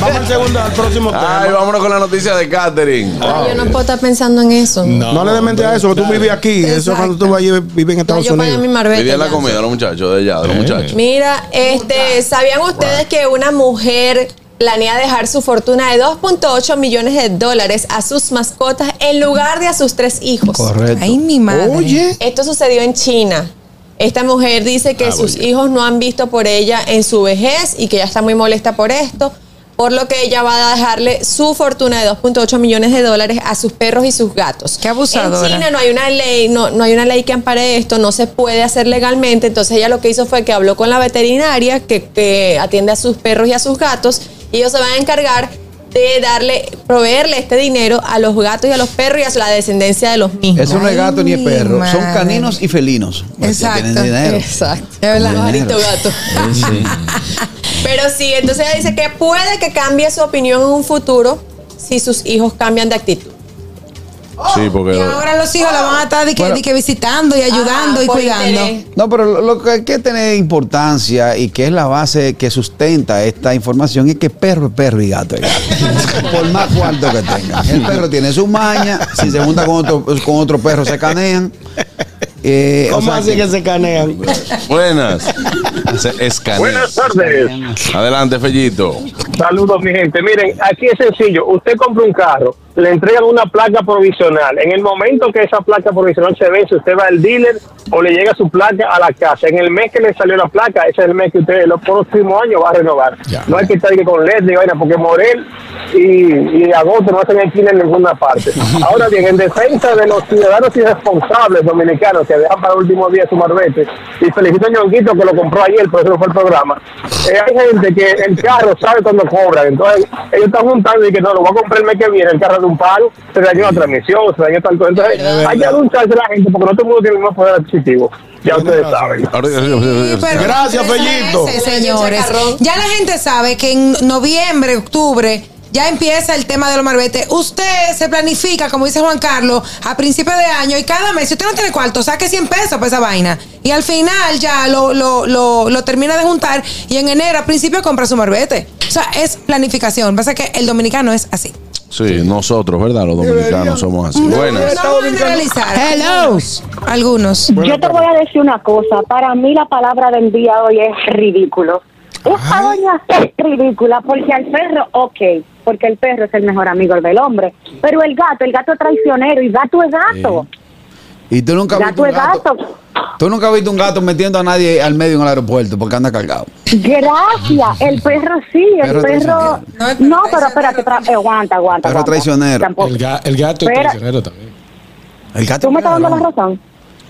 Speaker 7: Vamos al segundo, al próximo tema.
Speaker 8: Ay, vámonos con la noticia de Catherine.
Speaker 4: Yo no puedo estar pensando en eso.
Speaker 7: No, le des mente a eso, que tú vives aquí. Eso es cuando tú vas a vivir en Estados
Speaker 4: yo pagué mi
Speaker 7: Unidos.
Speaker 4: marbete
Speaker 8: Pidían la
Speaker 4: ya.
Speaker 8: comida a los muchachos de allá,
Speaker 2: Eh.
Speaker 8: a los muchachos.
Speaker 4: Mira, este, ¿sabían ustedes que una mujer planea dejar su fortuna de 2.8 millones de dólares a sus mascotas en lugar de a sus tres hijos?
Speaker 6: Correcto.
Speaker 5: Ay, mi madre.
Speaker 7: Oye.
Speaker 4: Esto sucedió en China. Esta mujer dice que
Speaker 8: Ah,
Speaker 4: sus
Speaker 8: bueno.
Speaker 4: hijos no han visto por ella en su vejez y que ella está muy molesta por esto, por lo que ella va a dejarle su fortuna de 2.8 millones de dólares a sus perros y sus gatos.
Speaker 5: Qué abusadora.
Speaker 4: En China no hay una ley, no, no hay una ley que ampare esto, no se puede hacer legalmente. Entonces ella lo que hizo fue que habló con la veterinaria que, que atiende a sus perros y a sus gatos y ellos se van a encargar de darle, proveerle este dinero a los gatos y a los perros y a la descendencia de los mismos.
Speaker 6: Eso no es gato ni es
Speaker 5: Ay,
Speaker 6: perro.
Speaker 5: mi
Speaker 6: Son
Speaker 5: madre.
Speaker 6: caninos y felinos. Pues, que
Speaker 5: Exacto,
Speaker 6: Tienen dinero.
Speaker 4: Exacto.
Speaker 5: Es verdad.
Speaker 6: Dinero.
Speaker 4: Pajarito gato.
Speaker 6: Sí, sí.
Speaker 4: Pero sí, entonces ella dice que puede que cambie su opinión en un futuro si sus hijos cambian de actitud.
Speaker 8: Sí, porque.
Speaker 5: Oh, Y ahora los hijos la van a estar de que,
Speaker 6: Bueno.
Speaker 5: de que visitando y ayudando
Speaker 4: Ah,
Speaker 5: y
Speaker 4: por
Speaker 5: cuidando.
Speaker 4: interés.
Speaker 6: No, pero lo- lo que hay que tener importancia y que es la base que sustenta esta información es que perro es perro y gato es gato. Por más cuarto que tengan. El perro tiene su maña, si se junta con otro, con otro perro se canean. Eh, o
Speaker 7: ¿Cómo
Speaker 6: sea
Speaker 7: así que se canean?
Speaker 8: Buenas. Se escanea.
Speaker 12: Buenas tardes.
Speaker 8: Adelante, Fellito.
Speaker 12: Saludos, mi gente. Miren, aquí es sencillo. Usted compra un carro, le entregan una placa provisional. En el momento que esa placa provisional se vence, usted va al dealer o le llega su placa a la casa. En el mes que le salió la placa, ese es el mes que usted los próximos años va a renovar. No hay que estar que con LED ni vaina, porque Morel y, y Agosto no hacen alquiler en ninguna parte. Ahora bien, en defensa de los ciudadanos irresponsables dominicanos que dejan para el último día su marbete, y felicito a Ñonguito que lo compró ayer, por eso no fue el programa. Eh, hay gente que el carro sabe cuándo cobran, entonces ellos están juntando y que no, lo voy a comprar el mes que viene, el carro de un palo, se dañó la transmisión, se dañó tal cosa. Entonces hay que dar un chance a la gente porque no todo el mundo tiene el mismo poder adquisitivo. Ya ustedes saben.
Speaker 8: Ahora-
Speaker 5: Sí, pero
Speaker 7: Gracias,
Speaker 5: tres
Speaker 7: Fellito.
Speaker 5: meses, señores. Ya la gente sabe que en noviembre, octubre, ya empieza el tema de los marbetes. Usted se planifica, como dice Juan Carlos, a principio de año y cada mes, si usted no tiene cuarto, saque 100 pesos para esa vaina. Y al final ya lo, lo, lo, lo termina de juntar y en enero, a principio, compra su marbete. O sea, es planificación. Pasa que el dominicano es así.
Speaker 8: Sí, nosotros, ¿verdad? Los dominicanos somos así. Buenas.
Speaker 5: No vamos a generalizar. Algunos. Algunos.
Speaker 9: Yo te voy a decir una cosa. Para mí la palabra del día hoy es ridículo. Esta doña es ridícula porque al perro, ok, porque el perro es el mejor amigo del hombre. Pero el gato, el gato es traicionero y gato es gato.
Speaker 6: Y tú nunca has visto
Speaker 9: Gato
Speaker 6: un
Speaker 9: es
Speaker 6: gato.
Speaker 9: gato.
Speaker 6: Tú nunca has visto un gato metiendo a nadie al medio en el aeropuerto porque anda cargado.
Speaker 9: Gracias. El perro sí, el
Speaker 6: Perro
Speaker 9: perro.
Speaker 6: traicionero.
Speaker 5: No, el perro
Speaker 9: No, pero espérate, tra- eh, aguanta, aguanta.
Speaker 6: Perro
Speaker 9: aguanta.
Speaker 6: traicionero.
Speaker 9: Tampoco.
Speaker 2: El, ga- el gato es
Speaker 9: Espera.
Speaker 2: traicionero también.
Speaker 6: El gato.
Speaker 9: ¿Tú me estás dando la razón?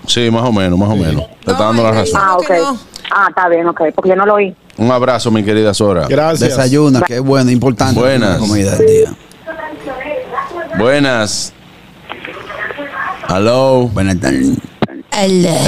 Speaker 8: Sí, más o menos, más o menos. Te está dando la razón.
Speaker 9: Ah, ok.
Speaker 5: que no.
Speaker 9: Ah, está bien, ok, porque yo no lo oí.
Speaker 8: Un abrazo, mi querida Sora.
Speaker 7: Gracias.
Speaker 6: Desayuna, que es bueno, importante.
Speaker 8: Buenas.
Speaker 6: La comida del día.
Speaker 8: Buenas. Aló.
Speaker 6: Buenas tardes.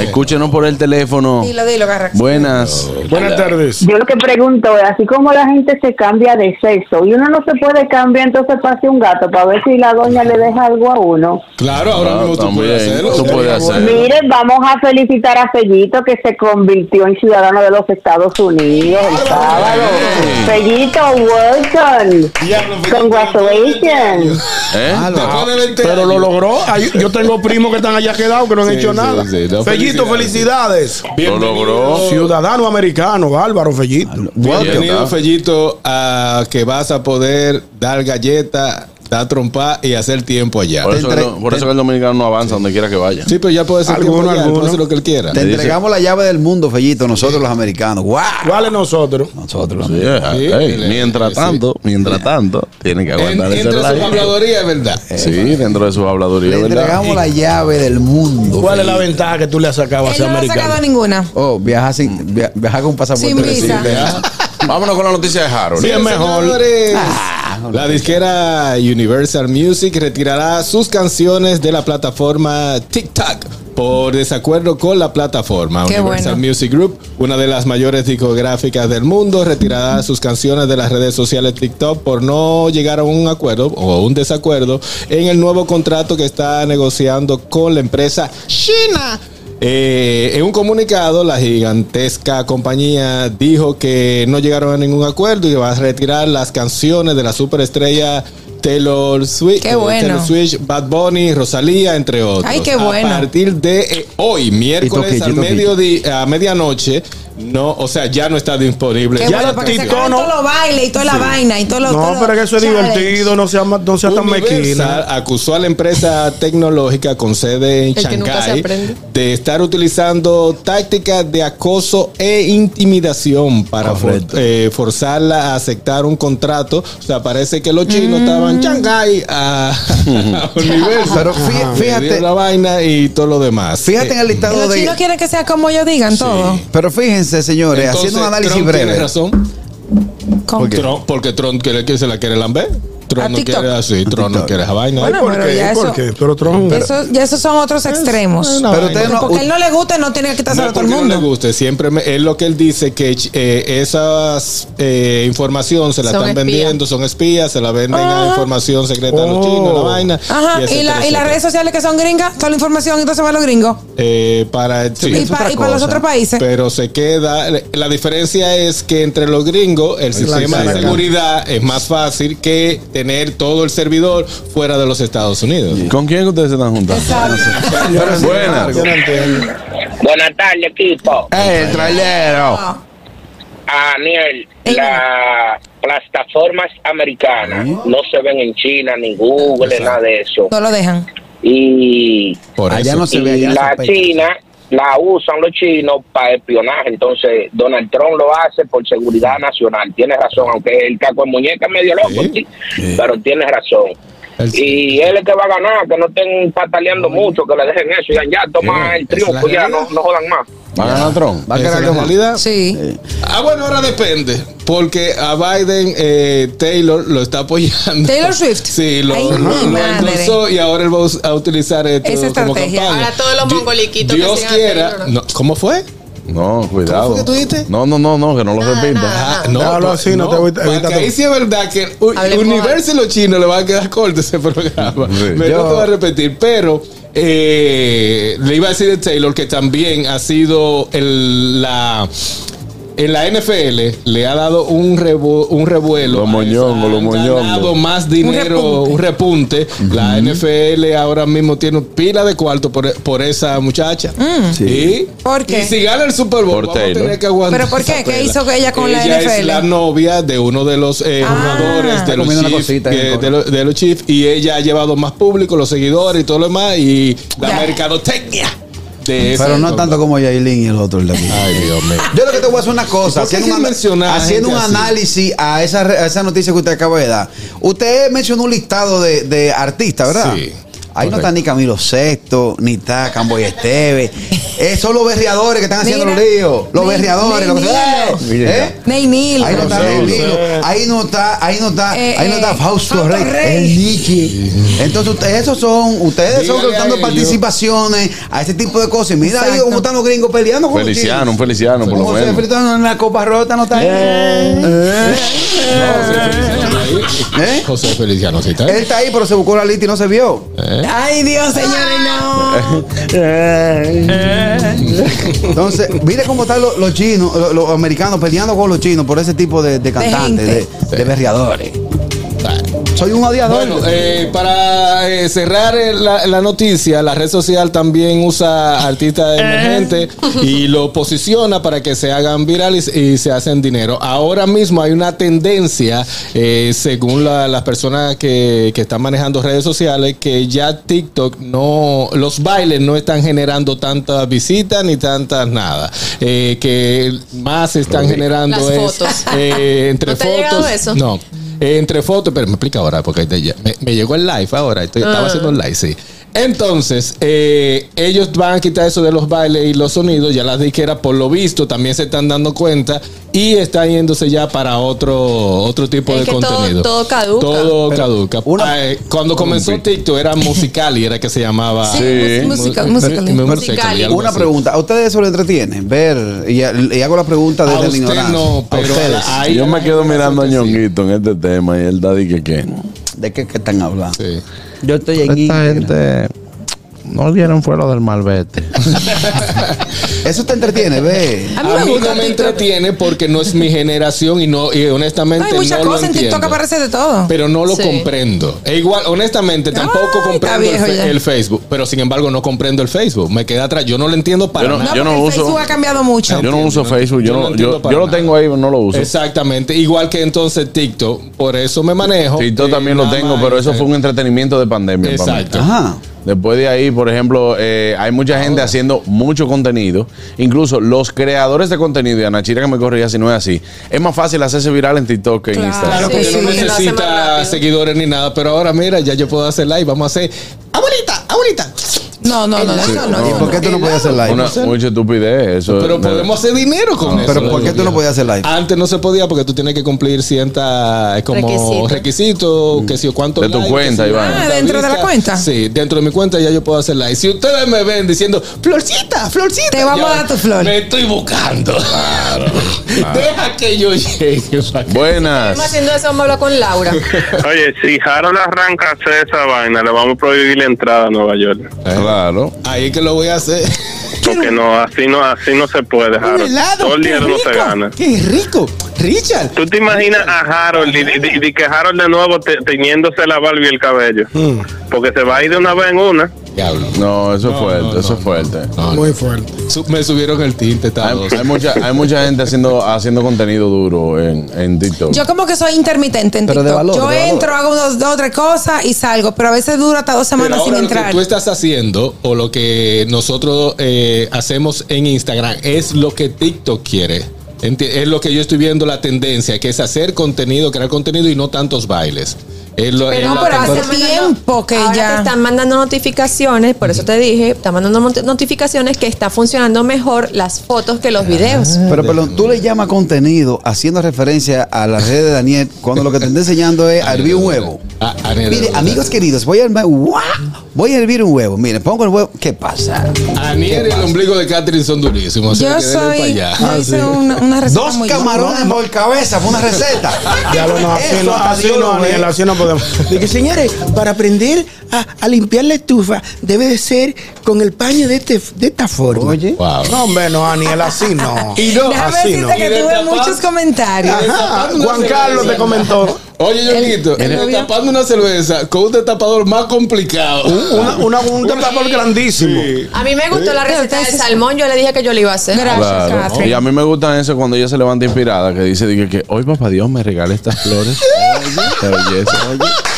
Speaker 8: Escúchenos por el teléfono.
Speaker 5: Dilo, dilo, garra.
Speaker 8: Buenas.
Speaker 7: Buenas
Speaker 8: pues.
Speaker 7: tardes.
Speaker 9: Yo lo que pregunto es, así como la gente se cambia de sexo y uno no se puede cambiar, entonces pase un gato para ver si la doña le deja algo a uno.
Speaker 2: Claro, ahora
Speaker 8: Ah,
Speaker 2: mismo tú
Speaker 8: también,
Speaker 2: puedes hacerlo.
Speaker 8: tú puedes
Speaker 2: Sería bueno.
Speaker 8: hacerlo.
Speaker 9: Miren, vamos a felicitar a Fellito que se convirtió en ciudadano de los Estados Unidos el sábado.
Speaker 8: Bien.
Speaker 9: Fellito, welcome.
Speaker 2: Diablo, Fellito,
Speaker 9: Congratulations.
Speaker 8: ¿Eh?
Speaker 6: Aló.
Speaker 2: Después de 20
Speaker 7: Pero lo
Speaker 2: años.
Speaker 7: logró. Ay, Yo tengo primos que están allá quedados que no han
Speaker 2: Sí,
Speaker 7: hecho
Speaker 2: sí,
Speaker 7: nada.
Speaker 2: sí, no,
Speaker 7: Fellito, felicidades.
Speaker 8: Lo logró.
Speaker 7: Ciudadano americano, Bárbaro Fellito.
Speaker 2: Bienvenido,
Speaker 8: ¿verdad?
Speaker 2: Fellito, a que vas a poder dar galleta, dar trompa y hacer tiempo allá.
Speaker 8: Por eso, que
Speaker 6: Te
Speaker 8: el-
Speaker 6: entre-
Speaker 8: por eso que el dominicano no avanza donde quiera que vaya.
Speaker 2: Sí, pero ya puede hacer
Speaker 7: Alguno,
Speaker 2: tiempo allá, él
Speaker 7: alguno.
Speaker 2: puede hacer lo que él quiera.
Speaker 6: Te
Speaker 8: dice-
Speaker 6: entregamos la llave del mundo, Fellito, nosotros los americanos. ¡Guau!
Speaker 7: Vale nosotros.
Speaker 6: Nosotros los
Speaker 8: Sí, hey,
Speaker 2: sí,
Speaker 8: mientras
Speaker 2: sí.
Speaker 8: tanto, mientras tanto, tiene que
Speaker 2: En-
Speaker 8: aguantar ese
Speaker 2: entre su
Speaker 8: like.
Speaker 2: habladoría, es verdad.
Speaker 8: Sí, dentro de su habladuría,
Speaker 6: Le
Speaker 8: ¿verdad?
Speaker 6: entregamos la llave del mundo.
Speaker 7: ¿Cuál es la
Speaker 6: Fellito.
Speaker 7: ventaja que tú le has sacado a
Speaker 5: Él
Speaker 7: ese
Speaker 5: no le ha sacado
Speaker 7: americano?
Speaker 5: ninguna.
Speaker 6: Oh, viaja sin via- viaja con pasaporte.
Speaker 5: Sin visa.
Speaker 6: reciente.
Speaker 8: Vámonos con la noticia de Harold.
Speaker 2: Sí,
Speaker 7: es mejor.
Speaker 2: señores. La disquera Universal Music retirará sus canciones de la plataforma TikTok por desacuerdo con la plataforma.
Speaker 4: Qué
Speaker 2: Universal
Speaker 4: bueno.
Speaker 2: Music Group, una de las mayores discográficas del mundo, retirada de sus canciones de las redes sociales TikTok por no llegar a un acuerdo o un desacuerdo en el nuevo contrato que está negociando con la empresa China. Eh, en un comunicado, la gigantesca compañía dijo que no llegaron a ningún acuerdo y que va a retirar las canciones de la superestrella Taylor Swift,
Speaker 4: Qué bueno.
Speaker 2: Taylor Swift, Bad Bunny, Rosalía, entre otros.
Speaker 4: Ay, qué
Speaker 2: A
Speaker 4: bueno.
Speaker 2: partir de eh, hoy, miércoles
Speaker 6: toquillo,
Speaker 2: a,
Speaker 6: toquillo.
Speaker 2: mediodía, a medianoche, no, o sea, ya no está disponible.
Speaker 5: Qué
Speaker 2: ya
Speaker 5: bueno,
Speaker 2: la
Speaker 5: para que se
Speaker 2: TikTok
Speaker 5: acaben
Speaker 2: no-
Speaker 5: todos los bailes y toda la
Speaker 2: Sí.
Speaker 5: vaina y todo lo todo
Speaker 7: No,
Speaker 5: lo-
Speaker 7: pero que eso es
Speaker 5: challenge.
Speaker 7: divertido, no sea, más- no sea tan
Speaker 2: Universal
Speaker 7: mequina.
Speaker 2: acusó a la empresa tecnológica con sede en
Speaker 7: El que nunca se
Speaker 2: Shanghái
Speaker 7: aprende.
Speaker 2: de estar utilizando tácticas de acoso e intimidación para for- eh, forzarla a aceptar un contrato. O sea, parece que los
Speaker 7: Mm.
Speaker 2: chinos estaban en Shanghái a, a Universal.
Speaker 6: Pero fí-
Speaker 2: Ajá.
Speaker 6: fíjate-
Speaker 2: Le dio la vaina y todo lo demás. Eh,
Speaker 6: Fíjate en el listado
Speaker 5: Los
Speaker 6: de-
Speaker 5: chinos quieren que sea como ellos digan todo.
Speaker 6: Pero fíjense, señores,
Speaker 2: Entonces,
Speaker 6: haciendo un análisis
Speaker 2: Trump
Speaker 6: breve.
Speaker 2: Tiene razón.
Speaker 5: ¿Cómo?
Speaker 2: Trump- porque Trump quiere que se la quiere lamber. Trump
Speaker 5: A
Speaker 2: no
Speaker 5: TikTok.
Speaker 2: quiere así, Trump no quiere esa vaina.
Speaker 5: Bueno, pero ya eso-
Speaker 2: Pero Trump.
Speaker 5: Eso- ya esos son otros extremos.
Speaker 2: una Pero vaina. usted no-
Speaker 5: porque a él no le gusta, no tiene que
Speaker 2: No
Speaker 5: quitárselo a
Speaker 2: es
Speaker 5: todo el
Speaker 2: porque no
Speaker 5: mundo.
Speaker 2: le guste, siempre me- es lo que él dice que eh, esas eh, información se la
Speaker 5: Son
Speaker 2: están
Speaker 5: espías.
Speaker 2: vendiendo, son espías, se la venden a
Speaker 5: Ajá.
Speaker 2: información secreta a
Speaker 5: Oh.
Speaker 2: los chinos, la vaina.
Speaker 5: Ajá, y,
Speaker 2: etcétera,
Speaker 5: la- y las
Speaker 2: etcétera.
Speaker 5: redes sociales que son gringas, toda la información, entonces va a los gringos.
Speaker 2: Eh, para sí.
Speaker 5: Y pa- y para los otros países.
Speaker 2: Pero se queda. La diferencia es que entre los gringos el sistema de
Speaker 7: cara.
Speaker 2: seguridad es más fácil que tener todo el servidor fuera de los Estados Unidos.
Speaker 8: ¿Con quién ustedes se están juntando? Buenas.
Speaker 14: Buenas tardes, equipo. el
Speaker 5: Ah.
Speaker 14: trailero. Aniel, las plataformas americanas no se ven en China, ni Google, nada de eso.
Speaker 5: No lo dejan.
Speaker 14: Y,
Speaker 5: Por Allá eso. no se ve,
Speaker 14: y
Speaker 5: allá
Speaker 14: la
Speaker 5: sospecha.
Speaker 14: China la usan los chinos para espionaje. Entonces, Donald Trump lo hace por seguridad nacional. Tiene razón, aunque el caco de muñeca es medio loco, sí, pero tiene razón. Y él es que va a ganar, que no estén pataleando mucho, que le dejen eso y ya toma el triunfo, ya no, no jodan más.
Speaker 8: ¿Va a ganar Trump?
Speaker 2: ¿Va a ganar
Speaker 8: Trump?
Speaker 5: Sí.
Speaker 2: Ah, bueno, ahora depende. Porque a Biden, eh, Taylor lo está apoyando.
Speaker 5: Taylor Swift.
Speaker 2: Sí, lo,
Speaker 5: Ay,
Speaker 2: lo-
Speaker 5: mi
Speaker 2: lo
Speaker 5: madre.
Speaker 2: endosó y ahora él va a us- a utilizar esto
Speaker 5: Esa
Speaker 2: como
Speaker 5: estrategia.
Speaker 2: campaña.
Speaker 5: Ahora todos los
Speaker 2: Di-
Speaker 5: mongoliquitos que
Speaker 2: Dios
Speaker 5: sigan a
Speaker 2: quiera.
Speaker 5: Taylor,
Speaker 2: No, ¿Cómo fue?
Speaker 8: No, cuidado.
Speaker 2: ¿Cómo fue que tú dijiste?
Speaker 8: No, no, no, no, que no lo repita.
Speaker 2: Ah, no, pues, no, porque ahí sí es verdad que el u-
Speaker 8: Hablemos
Speaker 2: Universo y los chinos le van a quedar corto ese programa. Me
Speaker 8: Yo-
Speaker 2: lo voy a repetir, pero eh, le iba a decir a Taylor que también ha sido el, la. En la NFL le ha dado un, revu- un revuelo. Lo moñongo, lo
Speaker 8: moñongo.
Speaker 2: más dinero, un repunte. La NFL ahora mismo tiene pila de cuarto por, por esa muchacha.
Speaker 8: Sí.
Speaker 2: Y-
Speaker 5: ¿Por qué?
Speaker 2: Y si gana el Super
Speaker 8: Por
Speaker 2: Bowl, vamos a tener
Speaker 8: Taylor.
Speaker 2: que aguantar
Speaker 5: ¿Pero por qué?
Speaker 2: esa
Speaker 5: ¿Qué
Speaker 2: pela.
Speaker 5: hizo ella con la
Speaker 2: Ella es
Speaker 5: NFL?
Speaker 2: la novia de uno de los eh,
Speaker 5: Ah.
Speaker 2: jugadores de los,
Speaker 6: Comiendo una
Speaker 2: Chiefs,
Speaker 6: cosita ahí en
Speaker 2: eh,
Speaker 6: el
Speaker 2: de, lo- de los Chiefs y ella ha llevado más público, los seguidores y todo lo demás y la mercadotecnia de ese-
Speaker 6: Pero no tanto como Yailin y el otro. El de aquí.
Speaker 2: Ay, Dios mío.
Speaker 6: Yo lo que te voy a hacer una cosa,
Speaker 2: ¿Por qué
Speaker 6: haciendo,
Speaker 2: hay que
Speaker 6: una-
Speaker 2: mencionar a
Speaker 6: haciendo un
Speaker 2: gente así?
Speaker 6: análisis a esa, re- a esa noticia que usted acaba de dar. Usted mencionó un listado de, de artistas, ¿verdad?
Speaker 2: Sí,
Speaker 6: Ahí no
Speaker 2: correcto.
Speaker 6: está ni Camilo Sexto, ni está Camboy Esteves. Esos son los berreadores que están haciendo
Speaker 5: Mira.
Speaker 6: los líos. Los
Speaker 5: Ni-
Speaker 6: berreadores.
Speaker 5: ni-
Speaker 6: los-
Speaker 5: ni-
Speaker 6: ¡Eh! ¿Eh?
Speaker 5: Ney Nilo.
Speaker 6: Ahí no está
Speaker 5: Sí.
Speaker 6: Leonino, ahí no está, ahí no está,
Speaker 5: Eh,
Speaker 6: ahí no está
Speaker 5: eh,
Speaker 6: Fausto
Speaker 5: Fausto
Speaker 6: Rey,
Speaker 5: Rey.
Speaker 6: el Nicky. Entonces ustedes esos son, ustedes
Speaker 2: Dígale
Speaker 6: son que están
Speaker 2: a
Speaker 6: dando
Speaker 2: ellos.
Speaker 6: participaciones a este tipo de cosas. Y Mira ahí
Speaker 5: Exacto.
Speaker 6: cómo están los gringos peleando con
Speaker 8: Feliciano,
Speaker 6: los
Speaker 8: un
Speaker 6: chinos.
Speaker 8: Feliciano, por lo
Speaker 6: José
Speaker 8: menos.
Speaker 6: Feliciano en la copa rota no está ahí. Eh.
Speaker 2: ¿Eh? José Feliciano, ¿sí está?
Speaker 6: Él está ahí, pero se buscó la lista y no se vio. Ah.
Speaker 2: ¿Eh?
Speaker 5: Ay, Dios, señores, no.
Speaker 2: Eh.
Speaker 6: Eh. Entonces, mire cómo están los, los chinos, los, los americanos peleando con los chinos por ese tipo de, de cantantes, de, de berreadores. Soy un odiador.
Speaker 2: Bueno, eh, para eh, cerrar eh, la, la noticia, la red social también usa
Speaker 4: Eh.
Speaker 2: artistas emergentes y lo posiciona para que se hagan virales y se hacen dinero. Ahora mismo hay una tendencia, eh, según la- las personas que, que están manejando redes sociales, que ya TikTok no, los bailes no están generando tantas visitas ni tantas nada. Eh, que más están generando
Speaker 4: Las
Speaker 2: es,
Speaker 4: fotos.
Speaker 2: eh, entre
Speaker 4: ¿No te ha
Speaker 2: fotos.
Speaker 4: llegado eso?
Speaker 2: No. Eh, entre fotos, pero me explica ahora, porque te- ya- me, me llegó el live ahora, estoy- estaba
Speaker 4: Ah.
Speaker 2: haciendo un live, sí. Entonces, eh, ellos van a quitar eso de los bailes y los sonidos, ya las disqueras por lo visto también se están dando cuenta y está yéndose ya para otro, otro tipo
Speaker 4: Es
Speaker 2: de
Speaker 4: que todo-
Speaker 2: contenido.
Speaker 4: todo caduca.
Speaker 2: Todo
Speaker 4: Pero
Speaker 2: caduca. Ay, cuando comenzó TikTok era musical y era que se llamaba.
Speaker 4: Sí, Sí. mus- musical-
Speaker 2: Mu-
Speaker 4: musical.
Speaker 2: mu- musical.ly, algo
Speaker 6: Una
Speaker 2: así.
Speaker 6: pregunta, ¿a ustedes eso lo entretienen? Ver, y, y hago la pregunta desde
Speaker 2: A
Speaker 6: la
Speaker 2: usted
Speaker 6: ignorancia.
Speaker 2: no, pero a la- ahí-
Speaker 8: Yo me quedo mirando a Ñonguito en este tema y él da de que qué.
Speaker 6: ¿De qué, qué están hablando?
Speaker 15: Yo
Speaker 6: en
Speaker 15: estoy Esta
Speaker 6: Instagram.
Speaker 15: gente no dieron fuera del malvete.
Speaker 6: Eso te entretiene, ve.
Speaker 2: A mí, no me entretiene porque no es mi generación y no y honestamente
Speaker 5: Hay muchas
Speaker 2: no lo
Speaker 5: cosas en
Speaker 2: entiendo.
Speaker 5: TikTok aparece de todo.
Speaker 2: Pero no lo
Speaker 5: Sí.
Speaker 2: comprendo. E igual, honestamente, tampoco comprendo el,
Speaker 5: viejo
Speaker 2: fe-
Speaker 5: ya.
Speaker 2: el Facebook. Pero sin embargo, no comprendo el Facebook. Me queda atrás. Yo no lo entiendo para
Speaker 8: Yo no-
Speaker 2: nada.
Speaker 8: yo no No, porque el uso-
Speaker 5: Facebook ha cambiado mucho.
Speaker 8: Yo no uso Facebook, yo,
Speaker 2: Yo no
Speaker 8: no-
Speaker 2: entiendo
Speaker 8: yo-
Speaker 2: para
Speaker 8: yo lo
Speaker 2: nada.
Speaker 8: tengo ahí, pero no lo uso.
Speaker 2: Exactamente. Igual que entonces TikTok. Por eso me manejo. Eh,
Speaker 8: TikTok también lo tengo, pero eso fue un entretenimiento de pandemia. para mí.
Speaker 2: Exacto.
Speaker 8: Después de ahí, por ejemplo, eh, hay mucha gente haciendo mucho contenido. Incluso los creadores de contenido, y Ana Chira que me corrija si no es así, es más fácil hacerse viral en TikTok que en Instagram.
Speaker 2: Claro, porque no necesita seguidores ni nada. Pero ahora, mira, ya yo puedo hacer live. Vamos a hacer. ¡Abuelita! ¡Abuelita!
Speaker 5: No, no, no.
Speaker 8: Sí,
Speaker 5: eso
Speaker 8: no.
Speaker 5: no.
Speaker 6: ¿Y por qué tú no podías hacer live?
Speaker 8: Una mucha estupidez. Eso
Speaker 2: Pero podemos hacer dinero con eso.
Speaker 6: Pero ¿por qué tú no podías hacer live?
Speaker 2: Antes no se podía porque tú tienes que cumplir ciertas como
Speaker 6: Requisitos.
Speaker 2: requisitos, que si o cuánto
Speaker 8: De tu cuenta, Iván. Ah,
Speaker 5: ¿dentro de la cuenta?
Speaker 2: Sí, dentro de mi cuenta ya yo puedo hacer live. Si ustedes me ven diciendo, "Florcita, Florcita",
Speaker 5: Te vamos
Speaker 2: ya
Speaker 5: a dar tu flor.
Speaker 2: Me estoy buscando. Deja que yo llegue.
Speaker 8: Buenas.
Speaker 4: Estamos haciendo eso, vamos a hablar con Laura.
Speaker 11: Oye, si Harold arranca a hacer esa vaina, le vamos a prohibir la entrada a Nueva York.
Speaker 8: Claro.
Speaker 2: Ahí es que lo voy a hacer.
Speaker 11: Porque no, así no, así no se puede, Harold.
Speaker 2: helado,
Speaker 11: Todo el
Speaker 2: qué
Speaker 11: dinero no se
Speaker 2: rico.
Speaker 11: gana.
Speaker 2: Qué rico. Richard.
Speaker 11: ¿Tú te imaginas a Harold y, y- y- y que Harold de nuevo te- teñiéndose la barba y el cabello?
Speaker 2: Mm.
Speaker 11: Porque se va a ir de una vez en una.
Speaker 2: Diablo.
Speaker 8: No, eso es fuerte, eso es fuerte.
Speaker 7: Muy fuerte.
Speaker 2: Su- me subieron el tinte, está
Speaker 8: Hay,
Speaker 2: doce.
Speaker 8: hay mucha, hay mucha gente haciendo, haciendo contenido duro en, en TikTok.
Speaker 5: Yo como que soy intermitente en
Speaker 8: Pero de
Speaker 5: TikTok.
Speaker 8: valor,
Speaker 5: Yo
Speaker 8: de valor.
Speaker 5: entro, hago dos, dos, tres cosas y salgo, pero a veces dura hasta dos
Speaker 2: Pero
Speaker 5: semanas sin
Speaker 2: ahora lo que
Speaker 5: entrar.
Speaker 2: tú estás haciendo o lo que nosotros eh, hacemos en Instagram es lo que TikTok quiere. Enti- Es lo que yo estoy viendo la tendencia, que es hacer contenido, crear contenido y no tantos bailes. Es lo- es
Speaker 4: no,
Speaker 2: la
Speaker 4: pero hace
Speaker 2: tendencia.
Speaker 4: tiempo que ya. Te están mandando notificaciones, por eso te dije, están mandando mont- notificaciones que está funcionando mejor las fotos que los videos.
Speaker 6: Pero, perdón, tú le llamas contenido haciendo referencia a la red de Daniel cuando lo que te está enseñando es a hervir un huevo.
Speaker 2: Ah, ah,
Speaker 6: Mire,
Speaker 2: ah,
Speaker 6: amigos queridos, voy a, hervir- ¡guau! voy a hervir un huevo. Mire, pongo el huevo. ¿Qué pasa?
Speaker 2: Aniel y Ah, el ombligo de Catherine son durísimos.
Speaker 5: Yo
Speaker 2: así que denle
Speaker 5: soy-
Speaker 2: pa' allá. Ah,
Speaker 5: yo hice una- una receta
Speaker 6: Dos
Speaker 5: muy-
Speaker 6: camarones por cabeza, fue una receta.
Speaker 7: Ya lo
Speaker 6: Eso
Speaker 7: no,
Speaker 6: eh.
Speaker 7: así no,
Speaker 6: hasta
Speaker 7: así
Speaker 6: Dios
Speaker 7: no,
Speaker 6: lo ve.
Speaker 7: Daniel, así no podemos.
Speaker 16: De que, señores, para aprender a, a limpiar la estufa debe de ser con el paño de, este, de esta forma. Oye.
Speaker 7: No, hombre, no, Daniel, así no.
Speaker 16: Y
Speaker 5: no, Déjame
Speaker 7: así
Speaker 5: decirte
Speaker 7: no.
Speaker 5: que tuve muchos comentarios.
Speaker 7: Ajá, Juan Carlos te comentó.
Speaker 2: Oye, yo quito, tapando una cerveza con un destapador más complicado.
Speaker 7: Una, una, un tapador grandísimo.
Speaker 4: A mí me gustó la
Speaker 5: Pero
Speaker 4: receta del
Speaker 5: entonces-
Speaker 4: salmón, yo le dije que yo le iba a hacer.
Speaker 8: Claro. Y a mí me gusta eso cuando ella se levanta inspirada, que dice dije, que hoy papá Dios me regala estas flores. Qué belleza.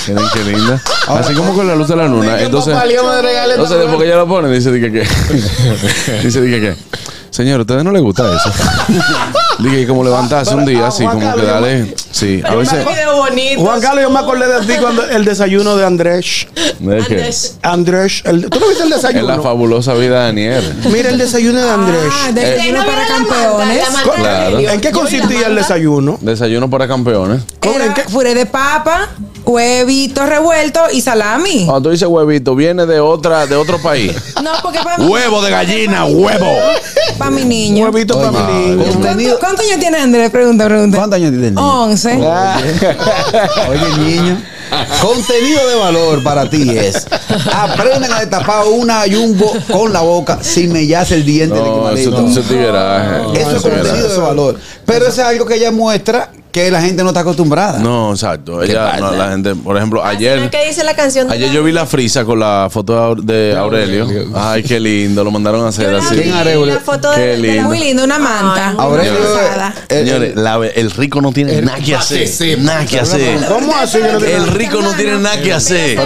Speaker 8: Miren qué linda. Así como con la luz de la luna. Entonces,
Speaker 3: papá Dios me regala estas
Speaker 8: entonces después que ella lo pone, dice dije que dice dije que señor, a ustedes no les gusta eso. Dije que como levantarse un día así, como que dale, sí, a veces
Speaker 7: Juan Carlos, yo me acordé de ti cuando el desayuno de Andrés.
Speaker 8: ¿De qué?
Speaker 7: Andrés. Andrés. el- ¿Tú no viste el
Speaker 8: es la
Speaker 7: desayuno?
Speaker 8: fabulosa vida de Daniel.
Speaker 7: Mira el desayuno de Andrés.
Speaker 8: del Eh,
Speaker 5: desayuno Ah, para campeones.
Speaker 8: Claro.
Speaker 7: ¿En qué consistía el desayuno?
Speaker 8: Desayuno para campeones.
Speaker 5: Era puré de papa, huevito revuelto y salami.
Speaker 8: Cuando tú dices huevito, viene de otra, de otro país.
Speaker 5: No, porque para mí.
Speaker 8: Huevo de gallina, huevo.
Speaker 5: Para mi niño.
Speaker 7: Huevito para mi niño.
Speaker 5: ¿Cuánto, cuánto años tiene Andrés? Pregunta, pregunta.
Speaker 6: ¿Cuántos años tiene el niño?
Speaker 5: Once.
Speaker 6: Oye, niño. Contenido de valor para ti es aprendan a destapar una jumbo con la boca sin mellarse el diente de
Speaker 8: No, eh,
Speaker 6: que
Speaker 8: eso, eso es tigueraje.
Speaker 6: Eso es
Speaker 8: Eso es
Speaker 6: contenido de
Speaker 8: tigueraje.
Speaker 6: valor. Pero eso es algo que ella muestra que la gente no está acostumbrada.
Speaker 8: No, exacto. Ella, no, la gente, por ejemplo, ayer.
Speaker 4: ¿Qué dice la canción?
Speaker 8: Ayer yo vi la frisa con la foto de Aure- de Aurelio. Ay, qué lindo, lo mandaron a hacer así.
Speaker 4: vi, la foto de-
Speaker 8: Qué
Speaker 4: de la-
Speaker 8: lindo.
Speaker 5: Muy lindo, una manta.
Speaker 8: Aurelio,
Speaker 5: Cruzada.
Speaker 8: Señores, la- el rico no tiene nada que hacer. Nada que hacer.
Speaker 7: ¿Cómo así? que no tiene
Speaker 8: El
Speaker 7: nada?
Speaker 8: rico no tiene nada que hacer.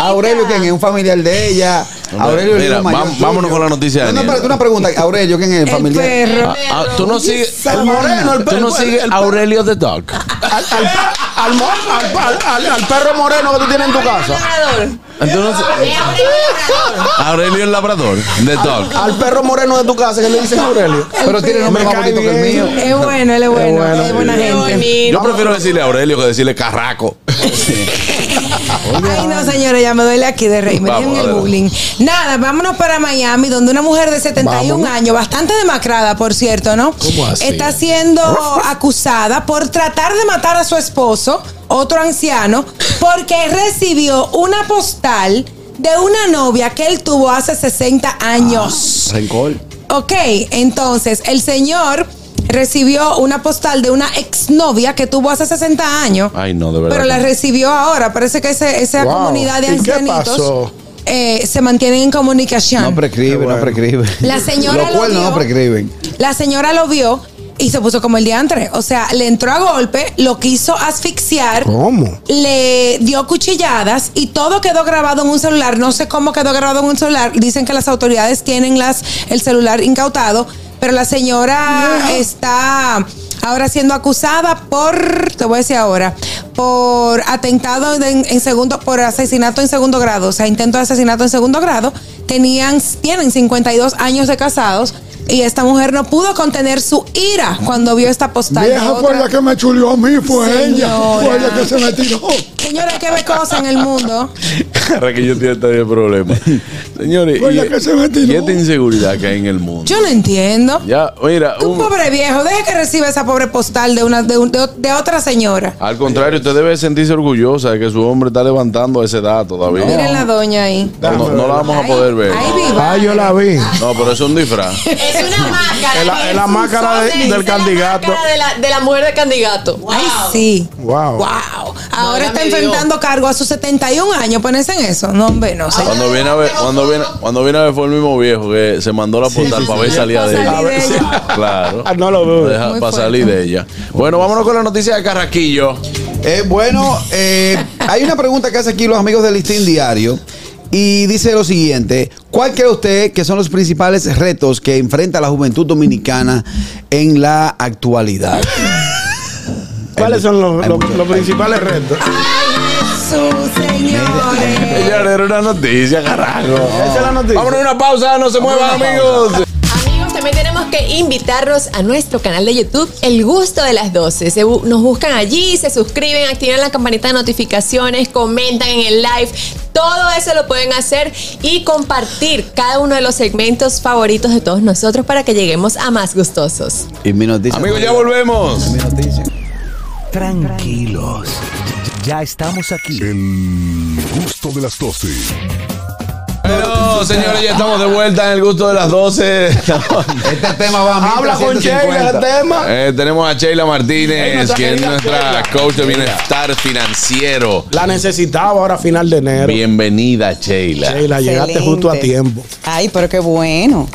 Speaker 6: Aurelio, ¿quién es un familiar de ella? Aurelio es el
Speaker 8: Mira,
Speaker 6: hijo mayor
Speaker 8: vam-
Speaker 6: tuyo.
Speaker 8: vámonos con la noticia
Speaker 6: No,
Speaker 8: de
Speaker 6: no,
Speaker 8: Daniel.
Speaker 6: pero una pregunta. Aurelio, ¿quién es el familiar?
Speaker 8: Ah, ah, tú no sigues.
Speaker 7: El moreno, el
Speaker 8: Tú no
Speaker 7: perro,
Speaker 8: sigues Aurelio the Dog.
Speaker 7: Al, al- al, mo- al- al- al- al perro moreno que tú tienes en tu casa.
Speaker 8: Entonces, Aurelio el labrador, the dog.
Speaker 7: Al perro moreno de tu casa que le dices Aurelio.
Speaker 6: Pero tiene nombre más bonito que el mío.
Speaker 5: Es bueno, él es bueno. Es buena gente.
Speaker 8: Yo prefiero decirle a Aurelio que decirle carraco.
Speaker 5: Ay, no, señores, ya me duele aquí de reírme.
Speaker 8: Vamos,
Speaker 5: Déjenme el
Speaker 8: adelante.
Speaker 5: bullying. Nada, vámonos para Miami, donde una mujer de 71 años, bastante demacrada, por cierto, ¿no?
Speaker 17: ¿Cómo así?
Speaker 5: Está siendo acusada por tratar de matar a su esposo, otro anciano, porque recibió una postal de una novia que él tuvo hace 60 años.
Speaker 6: Rencor.
Speaker 5: Ok, entonces el señor recibió una postal de una exnovia que tuvo hace 60 años.
Speaker 8: Ay, no, de verdad.
Speaker 5: Pero la
Speaker 8: que-
Speaker 5: recibió ahora. Parece que ese- esa
Speaker 8: Wow.
Speaker 5: comunidad de
Speaker 8: ¿Y qué
Speaker 5: ancianitos
Speaker 8: pasó?
Speaker 5: eh, se mantienen en comunicación.
Speaker 6: No prescribe, no prescribe.
Speaker 5: La señora
Speaker 6: Los cuernos
Speaker 5: lo vio.
Speaker 6: no prescriben.
Speaker 5: La señora lo vio y se puso como el diantre. O sea, le entró a golpe, lo quiso asfixiar.
Speaker 8: Oh.
Speaker 7: ¿Cómo?
Speaker 5: Le dio cuchilladas y todo quedó grabado en un celular. No sé cómo quedó grabado en un celular. Dicen que las autoridades tienen las, el celular incautado, pero la señora está ahora siendo acusada por, te voy a decir ahora, por atentado de- en, segundo, por asesinato en segundo grado, o sea, intento de asesinato en segundo grado. Tenían, tienen 52 años de casados y esta mujer no pudo contener su ira cuando vio esta postal. de
Speaker 17: Vieja
Speaker 5: otra-
Speaker 17: fue la que me chuleó a mí, fue ella. Fue
Speaker 5: Señora.
Speaker 17: ella que se me tiró.
Speaker 5: Señora, que ve cosas en el mundo.
Speaker 8: Para que yo tiene también problema. Señores,
Speaker 5: Fue
Speaker 8: y, e-
Speaker 5: la que se me tiró.
Speaker 8: y esta inseguridad que hay en el mundo.
Speaker 5: Yo no entiendo.
Speaker 8: Ya, mira,
Speaker 5: Un
Speaker 8: un-
Speaker 5: pobre viejo, deje que reciba esa pobre postal de una de, un- de o- de otra señora.
Speaker 8: al contrario, usted debe sentirse orgullosa de que su hombre está levantando a esa edad todavía.
Speaker 5: Miren la doña ahí.
Speaker 8: No, no- no la vamos a poder ver.
Speaker 7: Ah,
Speaker 5: viva.
Speaker 8: yo la vi. No, pero es un disfraz.
Speaker 4: Es una máscara.
Speaker 7: Es la- es la máscara de- del candidato.
Speaker 4: máscara de la, de la mujer del candidato.
Speaker 5: Ay, sí.
Speaker 7: Wow.
Speaker 5: Wow. Ahora está
Speaker 4: me dio.
Speaker 5: enfrentando cargo a sus 71 años. Ponerse en eso. No, hombre, no. señor.
Speaker 8: Cuando viene a ver, cuando viene, cuando viene a ver fue el mismo viejo que se mandó la postal para ver salida de ella.
Speaker 5: Para salir de ella.
Speaker 8: Claro.
Speaker 7: Ah, No lo veo.
Speaker 8: Deja-
Speaker 6: Muy
Speaker 8: para
Speaker 6: fuerte.
Speaker 8: salir de ella. Bueno, vámonos con la noticia de Carraquillo.
Speaker 6: Eh, bueno, eh, hay una pregunta que hace aquí los amigos del Listín Diario. Y dice lo siguiente, ¿cuál cree usted que son los principales retos que enfrenta la juventud dominicana en la actualidad?
Speaker 7: ¿Cuáles son los, los- los principales retos?
Speaker 5: Jesús, señores.
Speaker 8: Señores, era una noticia, carajo.
Speaker 7: Esa es la noticia.
Speaker 8: Vámonos a una pausa, no se muevan, amigos.
Speaker 4: Amigos, también tenemos que invitarlos a nuestro canal de YouTube, El Gusto de las 12. Se bu- nos buscan allí, se suscriben, activan la campanita de notificaciones, comentan en el live. Todo eso lo pueden hacer y compartir cada uno de los segmentos favoritos de todos nosotros para que lleguemos a más gustosos.
Speaker 6: Y mi noticia.
Speaker 8: Amigos, ya volvemos.
Speaker 1: Tranquilos. Ya estamos aquí. El gusto de las 12.
Speaker 8: Bueno, Oh, señores, ya estamos de vuelta en el gusto de las 12.
Speaker 6: este tema va a
Speaker 7: Habla con Sheila el tema.
Speaker 8: Eh, tenemos a Sheila
Speaker 7: Ey,
Speaker 8: Martínez,
Speaker 7: nuestra
Speaker 8: que es
Speaker 7: querida
Speaker 8: nuestra
Speaker 7: Sheila.
Speaker 8: coach de bienestar financiero.
Speaker 7: La necesitaba ahora a final de enero.
Speaker 8: Bienvenida, Sheila.
Speaker 7: Sheila, llegaste
Speaker 18: Excelente.
Speaker 7: justo a tiempo.
Speaker 18: Ay, pero qué bueno.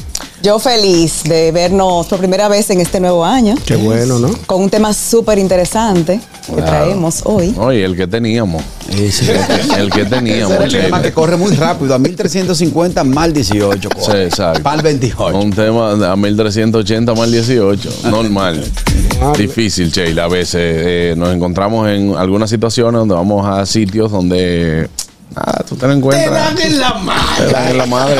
Speaker 18: Yo feliz de vernos por primera vez en este nuevo año.
Speaker 7: Qué bueno, ¿no?
Speaker 18: Con un tema súper interesante que
Speaker 8: Claro.
Speaker 18: traemos hoy.
Speaker 8: Oye, el que teníamos. El, que, el que teníamos.
Speaker 6: Ese es el tema que
Speaker 8: Sheila.
Speaker 6: corre muy rápido, a 1350 mal 18.
Speaker 8: Sí, exacto.
Speaker 6: Pal 28.
Speaker 8: Un tema a 1380 más 18. Normal. Difícil, Sheila. A veces eh, nos encontramos en algunas situaciones donde vamos a sitios donde. Nada, tú te lo encuentras.
Speaker 7: en la mano.
Speaker 8: Te dan en la madre.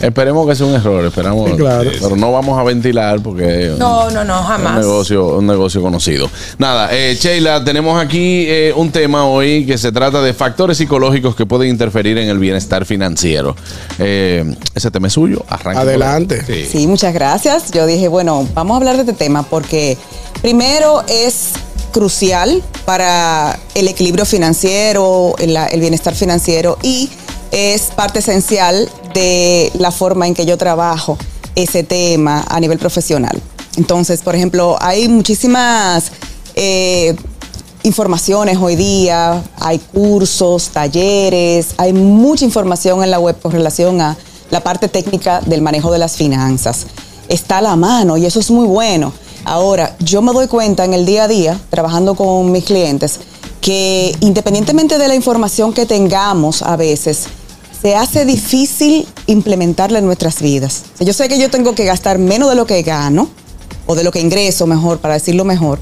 Speaker 8: Esperemos que sea un error, esperamos. Pero no vamos a ventilar porque.
Speaker 5: No, no, no,
Speaker 8: Un
Speaker 5: jamás.
Speaker 8: negocio, un negocio conocido. Nada, eh, Sheila, tenemos aquí eh, un tema hoy que se trata de factores psicológicos que pueden interferir en el bienestar financiero. Eh, ese tema es suyo. Arranca.
Speaker 7: Adelante.
Speaker 8: Sí.
Speaker 18: Sí, muchas gracias. Yo dije, bueno, vamos a hablar de este tema porque primero es crucial para el equilibrio financiero, el, el bienestar financiero y es parte esencial de la forma en que yo trabajo ese tema a nivel profesional. Entonces, por ejemplo, hay muchísimas... eh, informaciones hoy día, hay cursos, talleres, hay mucha información en la web con relación a la parte técnica del manejo de las finanzas. Está a la mano y eso es muy bueno. Ahora, yo me doy cuenta en el día a día, trabajando con mis clientes, que independientemente de la información que tengamos a veces, se hace difícil implementarla en nuestras vidas. O sea, Yo sé que yo tengo que gastar menos de lo que gano, o de lo que ingreso mejor, para decirlo mejor,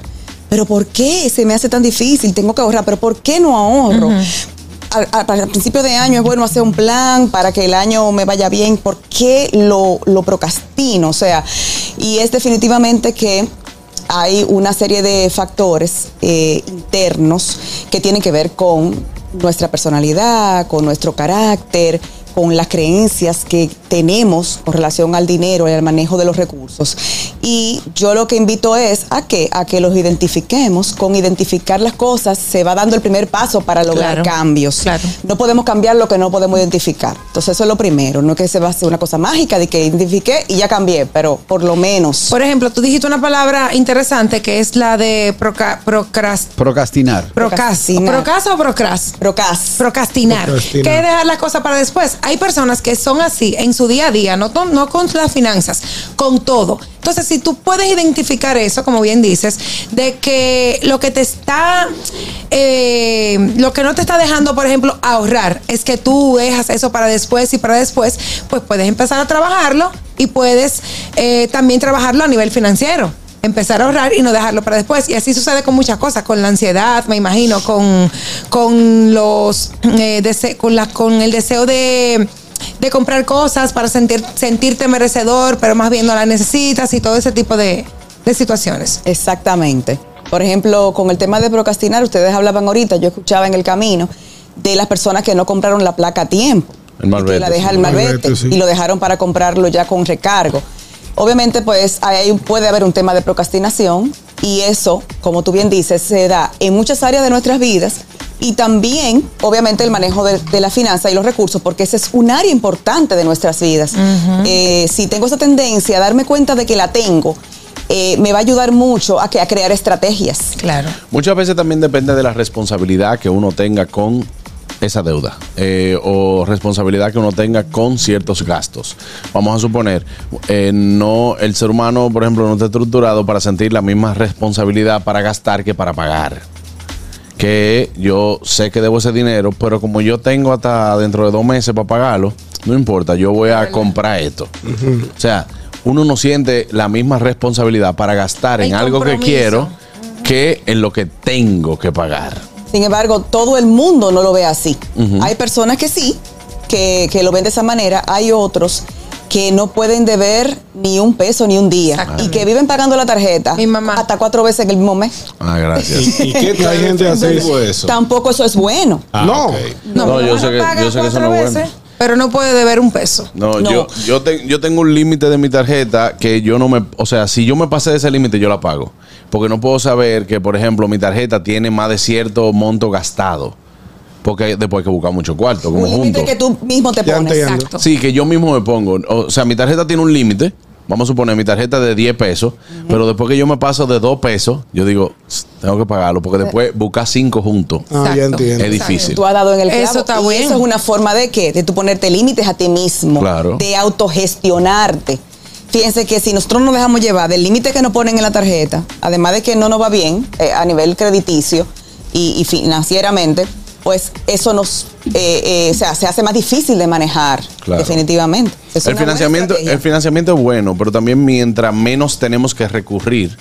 Speaker 18: pero ¿por qué se me hace tan difícil? Tengo que ahorrar, pero ¿por qué no ahorro? Al- al- para el principio de año es bueno hacer un plan para que el año me vaya bien. ¿Por qué lo, lo procrastino? O sea, y es definitivamente que hay una serie de factores eh, internos que tienen que ver con nuestra personalidad, con nuestro carácter, con las creencias que tenemos con relación al dinero y al manejo de los recursos. Y yo lo que invito es a que a que los identifiquemos. Con identificar las cosas se va dando el primer paso para lograr
Speaker 4: Claro,
Speaker 18: cambios. No podemos cambiar lo que no podemos identificar. Entonces eso es lo primero. No es que se va a hacer una cosa mágica de que identifiqué y ya cambié, pero por lo menos.
Speaker 5: Por ejemplo, tú dijiste una palabra interesante que es la de proca- procras-
Speaker 6: Procrastinar.
Speaker 5: procas- ¿Procas o procras?
Speaker 18: Procas.
Speaker 5: Procrastinar.
Speaker 6: Procrastinar.
Speaker 5: Que es dejar las cosas para después. Hay personas que son así en su día a día, no, to- no con las finanzas, con todo. Entonces, si tú puedes identificar eso, como bien dices, de que lo que te está, eh, lo que no te está dejando, por ejemplo, ahorrar, es que tú dejas eso para después y para después, pues puedes empezar a trabajarlo y puedes eh, también trabajarlo a nivel financiero empezar a ahorrar y no dejarlo para después. Y así sucede con muchas cosas, con la ansiedad, me imagino, con, con los eh, dese- con la, con el deseo de de comprar cosas para sentir, sentirte merecedor, pero más bien no la necesitas y todo ese tipo de, de situaciones.
Speaker 18: Exactamente. Por ejemplo, con el tema de procrastinar, ustedes hablaban ahorita, yo escuchaba en el camino de las personas que no compraron la placa a tiempo.
Speaker 8: El malvete.
Speaker 18: que la deja el malvete, y lo dejaron para comprarlo ya con recargo. Obviamente, pues ahí puede haber un tema de procrastinación y eso, como tú bien dices, se da en muchas áreas de nuestras vidas y también, obviamente, el manejo de, de la finanza y los recursos, porque ese es un área importante de nuestras vidas.
Speaker 5: Ujú.
Speaker 18: Eh, si tengo esa tendencia a darme cuenta de que la tengo, eh, me va a ayudar mucho a, que, a crear estrategias.
Speaker 5: Claro.
Speaker 8: Muchas veces también depende de la responsabilidad que uno tenga con esa deuda eh, o responsabilidad que uno tenga con ciertos gastos. Vamos a suponer, eh, no el ser humano, por ejemplo, no está estructurado para sentir la misma responsabilidad para gastar que para pagar. Que yo sé que debo ese dinero, pero como yo tengo hasta dentro de dos meses para pagarlo, no importa, yo voy a comprar esto. O sea, uno no siente la misma responsabilidad para gastar en
Speaker 18: El
Speaker 8: algo que
Speaker 18: compromiso.
Speaker 8: quiero que en lo que tengo que pagar.
Speaker 18: Sin embargo, todo el mundo no lo ve así.
Speaker 8: Ujú.
Speaker 18: Hay personas que sí, que, que lo ven de esa manera. Hay otros que no pueden deber ni un peso ni un día y que viven pagando la tarjeta hasta cuatro veces en el mismo mes.
Speaker 8: Ah, gracias.
Speaker 7: ¿Y, y qué tal hay
Speaker 8: este
Speaker 7: gente así? Eso. Ah,
Speaker 18: Tampoco eso es bueno.
Speaker 7: no.
Speaker 8: No, yo sé que, yo sé que eso no es bueno.
Speaker 5: Pero no puede deber un peso.
Speaker 8: No, Yo, yo, te- yo tengo un límite de mi tarjeta que yo no me. O sea, si yo me pasé de ese límite, yo la pago. Porque no puedo saber que, por ejemplo, mi tarjeta tiene más de cierto monto gastado. Porque después hay que buscar mucho cuarto, como
Speaker 18: Un límite
Speaker 8: juntos.
Speaker 18: que tú mismo te pones. Exacto.
Speaker 8: Sí, que yo mismo me pongo. O sea, mi tarjeta tiene un límite. Vamos a suponer mi tarjeta de 10 pesos. Pero después que yo me paso de 2 pesos, yo digo, "Ss, tengo que pagarlo.
Speaker 18: Eh.
Speaker 8: Porque después buscar 5 juntos
Speaker 7: Ah, ya entiendo.
Speaker 8: es difícil.
Speaker 18: Tú has dado en el clavo.
Speaker 5: Eso está
Speaker 18: y
Speaker 5: bueno.
Speaker 18: Eso es una forma de qué? De tú ponerte límites a ti mismo.
Speaker 8: Claro.
Speaker 18: De autogestionarte. Fíjense que si nosotros nos dejamos llevar del límite que nos ponen en la tarjeta, además de que no nos va bien eh, a nivel crediticio y, y financieramente, pues eso nos, eh, eh, o sea, se hace más difícil de manejar,
Speaker 8: Claro.
Speaker 18: definitivamente. Es una
Speaker 8: El
Speaker 18: buena
Speaker 8: financiamiento,
Speaker 18: estrategia.
Speaker 8: el financiamiento es bueno, pero también mientras menos tenemos que recurrir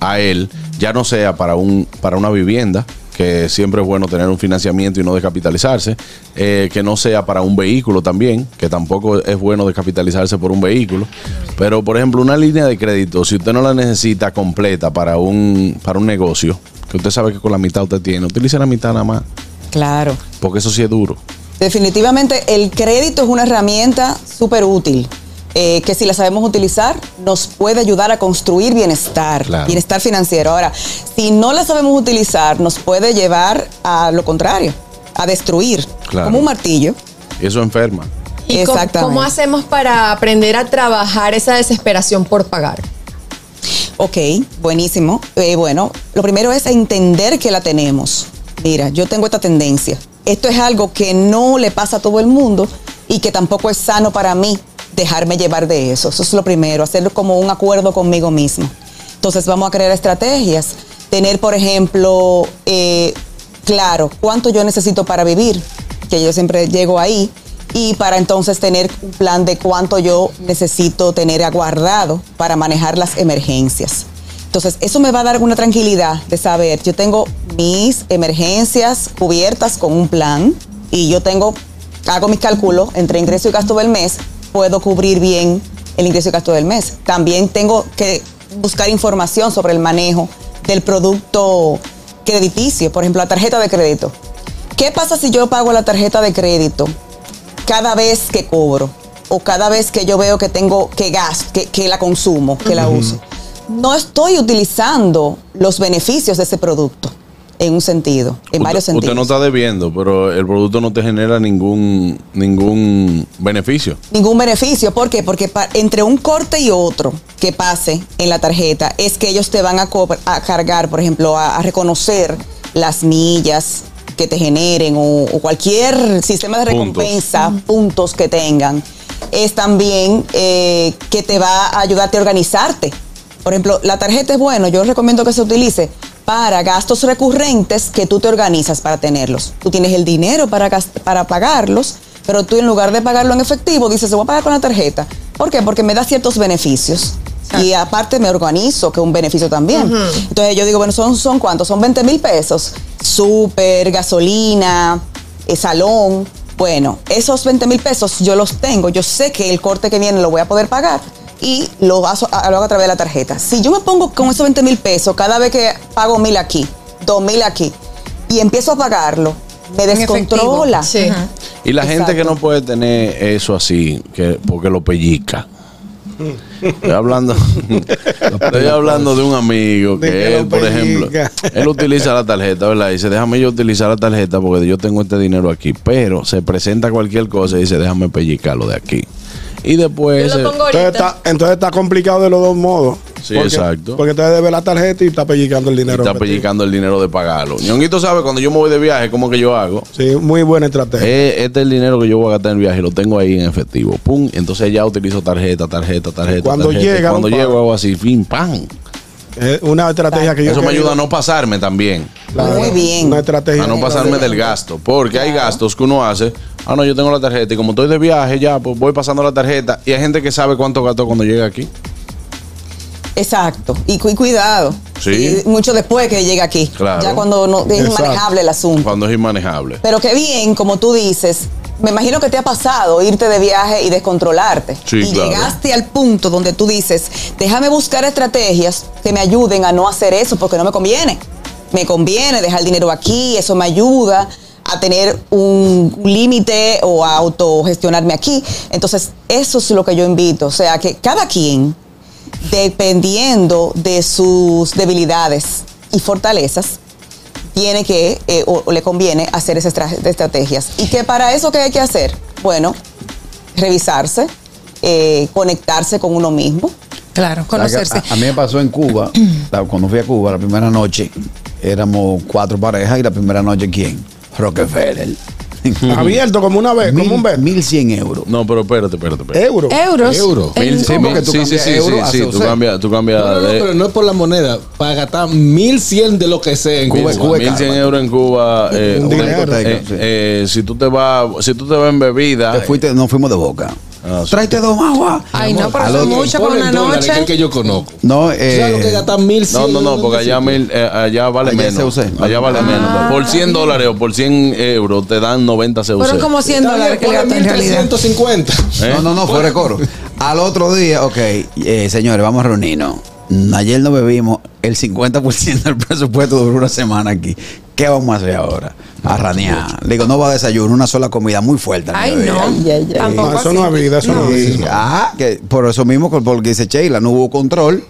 Speaker 8: a él, ya no sea para un para una vivienda, que siempre es bueno tener un financiamiento y no descapitalizarse, eh, que no sea para un vehículo también, que tampoco es bueno descapitalizarse por un vehículo, pero por ejemplo una línea de crédito, si usted no la necesita completa para un para un negocio, que usted sabe que con la mitad usted tiene, utilice la mitad nada más,
Speaker 18: Claro.
Speaker 8: porque eso sí es duro.
Speaker 18: Definitivamente el crédito es una herramienta súper útil. eh, que si la sabemos utilizar nos puede ayudar a construir bienestar,
Speaker 8: Claro.
Speaker 18: bienestar financiero. Ahora, si no la sabemos utilizar, nos puede llevar a lo contrario, a destruir,
Speaker 8: Claro.
Speaker 18: como un martillo.
Speaker 8: Y eso enferma.
Speaker 4: ¿Y cómo- cómo hacemos para aprender a trabajar esa desesperación por pagar?
Speaker 18: Ok, buenísimo. Eh, bueno, lo primero es entender que la tenemos. Mira, yo tengo esta tendencia. Esto es algo que no le pasa a todo el mundo y que tampoco es sano para mí dejarme llevar de eso. Eso es lo primero, hacerlo como un acuerdo conmigo mismo. Entonces vamos a crear estrategias. Tener, por ejemplo, eh, claro, cuánto yo necesito para vivir, que yo siempre llego ahí, y para entonces tener un plan de cuánto yo necesito tener aguardado para manejar las emergencias. Entonces, eso me va a dar una tranquilidad de saber, yo tengo mis emergencias cubiertas con un plan y yo tengo, hago mis cálculos entre ingreso y gasto del mes, puedo cubrir bien el ingreso y gasto del mes. También tengo que buscar información sobre el manejo del producto crediticio, por ejemplo, la tarjeta de crédito. ¿Qué pasa si yo pago la tarjeta de crédito cada vez que cobro o cada vez que yo veo que tengo que gasto, que, que la consumo, que la
Speaker 19: Ujú.
Speaker 18: uso? No estoy utilizando los beneficios de ese producto en un sentido, en varios
Speaker 8: usted, usted
Speaker 18: sentidos.
Speaker 8: no está debiendo, pero el producto no te genera ningún, ningún beneficio.
Speaker 18: Ningún beneficio. ¿Por qué? Porque pa- entre un corte y otro que pase en la tarjeta es que ellos te van a, cobr- a cargar, por ejemplo, a, a reconocer las millas que te generen o, o cualquier sistema de
Speaker 19: Puntos.
Speaker 18: recompensa, puntos, que tengan. Es también eh, que te va a ayudarte a organizarte. Por ejemplo, la tarjeta es bueno, yo recomiendo que se utilice para gastos recurrentes que tú te organizas para tenerlos. Tú tienes el dinero para, gast- para pagarlos, pero tú en lugar de pagarlo en efectivo, dices, se voy a pagar con la tarjeta. ¿Por qué? Porque me da ciertos beneficios. Y aparte me organizo, que es un beneficio también.
Speaker 19: Ujú.
Speaker 18: Entonces yo digo, bueno, ¿son, son cuántos? Son 20 mil pesos. Súper, gasolina, eh, salón. Bueno, esos 20 mil pesos yo los tengo. Yo sé que el corte que viene lo voy a poder pagar y lo, hago- lo hago a través de la tarjeta. Si yo me pongo con esos 20 mil pesos cada vez que pago mil aquí, dos mil aquí, y empiezo a pagarlo, me
Speaker 5: En efectivo,
Speaker 18: descontrola.
Speaker 5: sí.
Speaker 8: Y la gente que no puede tener eso así, que porque lo pellica. Estoy hablando, estoy hablando de un amigo que,
Speaker 7: De que lo
Speaker 8: él, por ejemplo,
Speaker 7: pellica.
Speaker 8: él utiliza la tarjeta, ¿verdad? Dice, déjame yo utilizar la tarjeta porque yo tengo este dinero aquí. Pero se presenta cualquier cosa y dice, déjame pellicarlo de aquí. Y después. se-
Speaker 7: eh, entonces, está, entonces está complicado de los dos modos.
Speaker 8: Sí,
Speaker 7: Porque-
Speaker 8: exacto.
Speaker 7: Porque te debe la tarjeta y está pellicando el
Speaker 8: y
Speaker 7: dinero.
Speaker 8: está pellicando el dinero de pagarlo. Ñonguito sabe, cuando yo me voy de viaje, ¿cómo que yo hago?
Speaker 7: Sí, muy buena estrategia.
Speaker 8: Eh, este es el dinero que yo voy a gastar en el viaje, lo tengo ahí en efectivo. Pum, entonces ya utilizo tarjeta, tarjeta, tarjeta.
Speaker 7: Cuando
Speaker 8: tarjeta.
Speaker 7: llega,
Speaker 8: Cuando
Speaker 7: lo pago.
Speaker 8: llego hago así, fin, pan.
Speaker 7: Es una estrategia que yo
Speaker 8: Eso me
Speaker 7: quería-
Speaker 8: ayuda a no pasarme también.
Speaker 7: Muy bien. Una estrategia.
Speaker 8: A no pasarme del gasto. Porque hay gastos que uno hace. Ah, no, yo tengo la tarjeta y como estoy de viaje ya, pues voy pasando la tarjeta. Y hay gente que sabe cuánto gastó cuando llega aquí.
Speaker 18: Exacto. Y, cu- y cuidado.
Speaker 8: Sí.
Speaker 18: Y mucho después que llega aquí.
Speaker 8: Claro.
Speaker 18: Ya cuando no, es inmanejable el asunto.
Speaker 8: Cuando es inmanejable.
Speaker 18: Pero qué bien, como tú dices, me imagino que te ha pasado irte de viaje y descontrolarte.
Speaker 8: Sí,
Speaker 18: y
Speaker 8: claro.
Speaker 18: llegaste al punto donde tú dices, déjame buscar estrategias que me ayuden a no hacer eso porque no me conviene. Me conviene dejar el dinero aquí, eso me ayuda a tener un límite o a autogestionarme aquí. Entonces, eso es lo que yo invito. O sea, que cada quien dependiendo de sus debilidades y fortalezas, tiene que, eh, o, o le conviene hacer esas estra- estrategias. ¿Y que para eso qué hay que hacer? Bueno, revisarse, eh, conectarse con uno mismo.
Speaker 5: Claro,
Speaker 6: O sea, que A, a mí me pasó en Cuba, la- cuando fui a Cuba la primera noche, éramos cuatro parejas y la primera noche, ¿quién? Rockefeller.
Speaker 7: Abierto como una vez, como un vez.
Speaker 6: 1100 euros.
Speaker 8: No, pero espérate, espérate. espérate.
Speaker 7: Euros.
Speaker 5: Euros.
Speaker 8: Euros.
Speaker 6: En
Speaker 8: Mil-
Speaker 6: Cuba.
Speaker 8: sí,
Speaker 6: Porque
Speaker 8: mil-
Speaker 6: tú
Speaker 8: sí, sí,
Speaker 6: cambias
Speaker 8: sí,
Speaker 6: euro a
Speaker 8: sí, sí, tú
Speaker 6: cel.
Speaker 8: cambias, tú cambias
Speaker 2: No, no, no,
Speaker 8: de-
Speaker 2: pero no es por la moneda. Para gastar 1100 de lo que sea en Cuba.
Speaker 8: Cuba, 1100 euros en Cuba. eh,
Speaker 2: Un
Speaker 8: una
Speaker 2: dinero.
Speaker 8: discoteca,
Speaker 2: Eh,
Speaker 8: sí. eh, si tú te vas, si tú te vas en bebida. Ah,
Speaker 6: no fuimos de boca. Tráete Este dos agua.
Speaker 5: Ay, no, pero
Speaker 6: Al
Speaker 5: eso es
Speaker 6: otro.
Speaker 5: mucho por
Speaker 6: Ponle
Speaker 5: una
Speaker 6: el dólar,
Speaker 5: noche.
Speaker 2: que yo conozco.
Speaker 6: No,
Speaker 2: ¿Sabes lo que
Speaker 6: eh,
Speaker 2: gastan 1100?
Speaker 8: No, no, no, porque allá, mil, eh, allá vale
Speaker 6: Allá
Speaker 8: menos.
Speaker 6: CUC.
Speaker 8: Allá
Speaker 5: Ah.
Speaker 8: vale menos. Por 100 dólares o por 100 euros te dan 90 CUC.
Speaker 5: Fueron como 100 dólares que le gasté en realidad.
Speaker 2: 150.
Speaker 8: ¿Eh?
Speaker 6: No, no, no, fuera de coro. Al otro día, ok, eh, señores, vamos a reunirnos. Mm, Ayer no bebimos el 50% del presupuesto duró una semana aquí. ¿Qué vamos a hacer ahora? A ranear. Le digo, no va a desayuno, una sola comida muy fuerte.
Speaker 5: Ay,
Speaker 6: bebida.
Speaker 5: no. Tampoco
Speaker 6: No,
Speaker 5: así. No.
Speaker 6: Y- Ah, que por eso mismo, con- porque dice Sheila, no hubo control.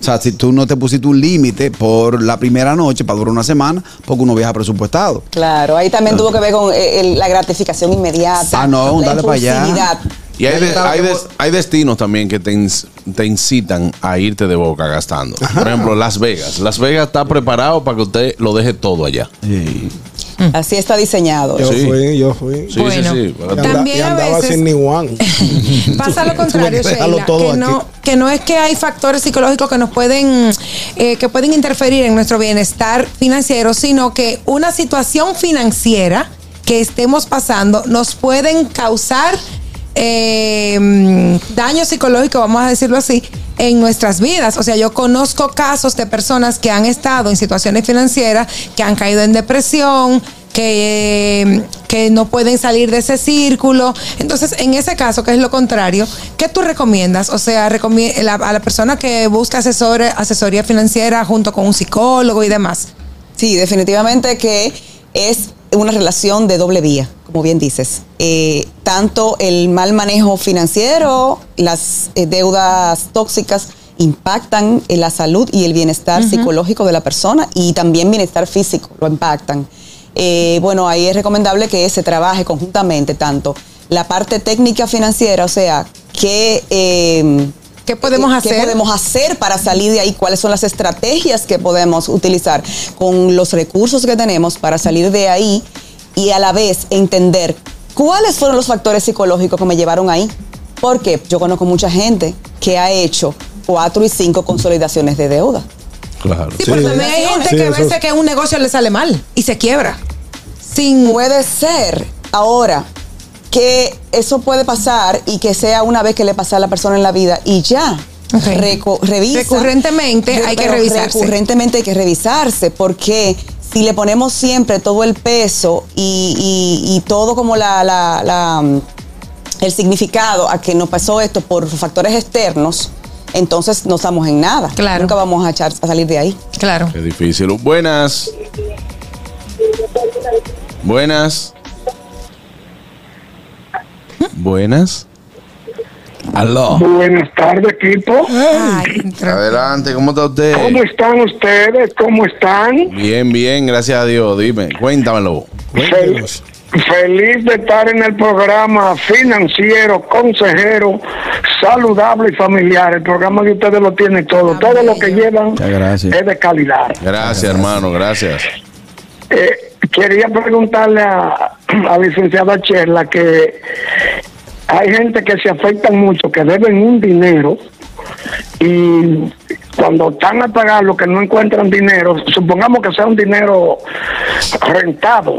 Speaker 6: O sea, si tú no te pusiste un límite por la primera noche para durar una semana, porque uno viaja presupuestado.
Speaker 18: Claro, ahí también tuvo que ver con eh, el- la gratificación inmediata.
Speaker 6: Ah, no,
Speaker 18: la
Speaker 6: dale para allá.
Speaker 18: impulsividad.
Speaker 8: Y hay,
Speaker 6: Ya
Speaker 8: de-
Speaker 6: yo estaba
Speaker 8: hay
Speaker 6: que
Speaker 8: des- hay destinos también que te, ins- te incitan a irte de boca gastando. Por ejemplo, Las Vegas. Las Vegas está preparado para que usted lo deje todo allá.
Speaker 5: Mm.
Speaker 18: Así está diseñado.
Speaker 7: Yo fui, yo fui.
Speaker 8: Sí,
Speaker 5: Bueno,
Speaker 8: sí, sí.
Speaker 7: Y anda-
Speaker 5: también
Speaker 7: y
Speaker 5: a
Speaker 7: andaba
Speaker 5: veces-
Speaker 7: sin ni one.
Speaker 5: Pasa lo contrario,
Speaker 7: Tuve que dejarlo
Speaker 5: Sheila,
Speaker 7: todo
Speaker 5: que
Speaker 7: aquí.
Speaker 5: no, que no es que hay factores psicológicos que nos pueden, eh, que pueden interferir en nuestro bienestar financiero, sino que una situación financiera que estemos pasando nos pueden causar eh, mm, daño psicológico, vamos a decirlo así, en nuestras vidas. O sea, yo conozco casos de personas que han estado en situaciones financieras, que han caído en depresión, que, eh, que no pueden salir de ese círculo. Entonces, en ese caso, que es lo contrario, ¿qué tú recomiendas? O sea, recomie- la- a la persona que busca asesor- asesoría financiera junto con un psicólogo y demás.
Speaker 18: Sí, definitivamente que es una relación de doble vía, como bien dices. Eh, tanto el mal manejo financiero, las eh, deudas tóxicas impactan en la salud y el bienestar
Speaker 19: Ujú.
Speaker 18: psicológico de la persona y también bienestar físico lo impactan. Eh, bueno, ahí es recomendable que se trabaje conjuntamente tanto la parte técnica financiera, o sea, qué, eh,
Speaker 5: ¿Qué podemos
Speaker 18: ¿Qué
Speaker 5: hacer?
Speaker 18: podemos hacer para salir de ahí? ¿Cuáles son las estrategias que podemos utilizar con los recursos que tenemos para salir de ahí y a la vez entender cuáles fueron los factores psicológicos que me llevaron ahí? Porque yo conozco mucha gente que ha hecho cuatro y cinco consolidaciones de deuda.
Speaker 8: Claro.
Speaker 5: Sí, pero también hay gente que a veces que un negocio le sale mal y se quiebra.
Speaker 18: Sin puede ser ahora que eso puede pasar y que sea una vez que le pasa a la persona en la vida y ya. Reco- revisa.
Speaker 5: Recurrentemente hay que
Speaker 18: pero
Speaker 5: revisarse.
Speaker 18: Recurrentemente hay que revisarse porque si le ponemos siempre todo el peso y, y- y todo como la, la- la, mm, el significado a que nos pasó esto por factores externos, entonces no estamos en nada. Nunca vamos a, echar- a salir de ahí.
Speaker 5: Claro.
Speaker 8: Qué difícil. Buenas. Buenas. Buenas. Aló.
Speaker 12: Buenas tardes, equipo.
Speaker 8: Adelante, ¿cómo está usted?
Speaker 12: ¿Cómo están ustedes? ¿Cómo están?
Speaker 8: Bien, bien, gracias a Dios. Dime, cuéntamelo.
Speaker 12: Feliz de estar en el programa financiero, consejero, saludable y familiar. El programa de ustedes lo tiene todo. Todo lo que llevan
Speaker 8: Muchas gracias.
Speaker 12: es de calidad.
Speaker 8: Gracias, hermano, gracias.
Speaker 12: Eh, quería preguntarle a, a licenciada Chela que hay gente que se afectan mucho, que deben un dinero y cuando están a pagar lo que no encuentran dinero, supongamos que sea un dinero rentado,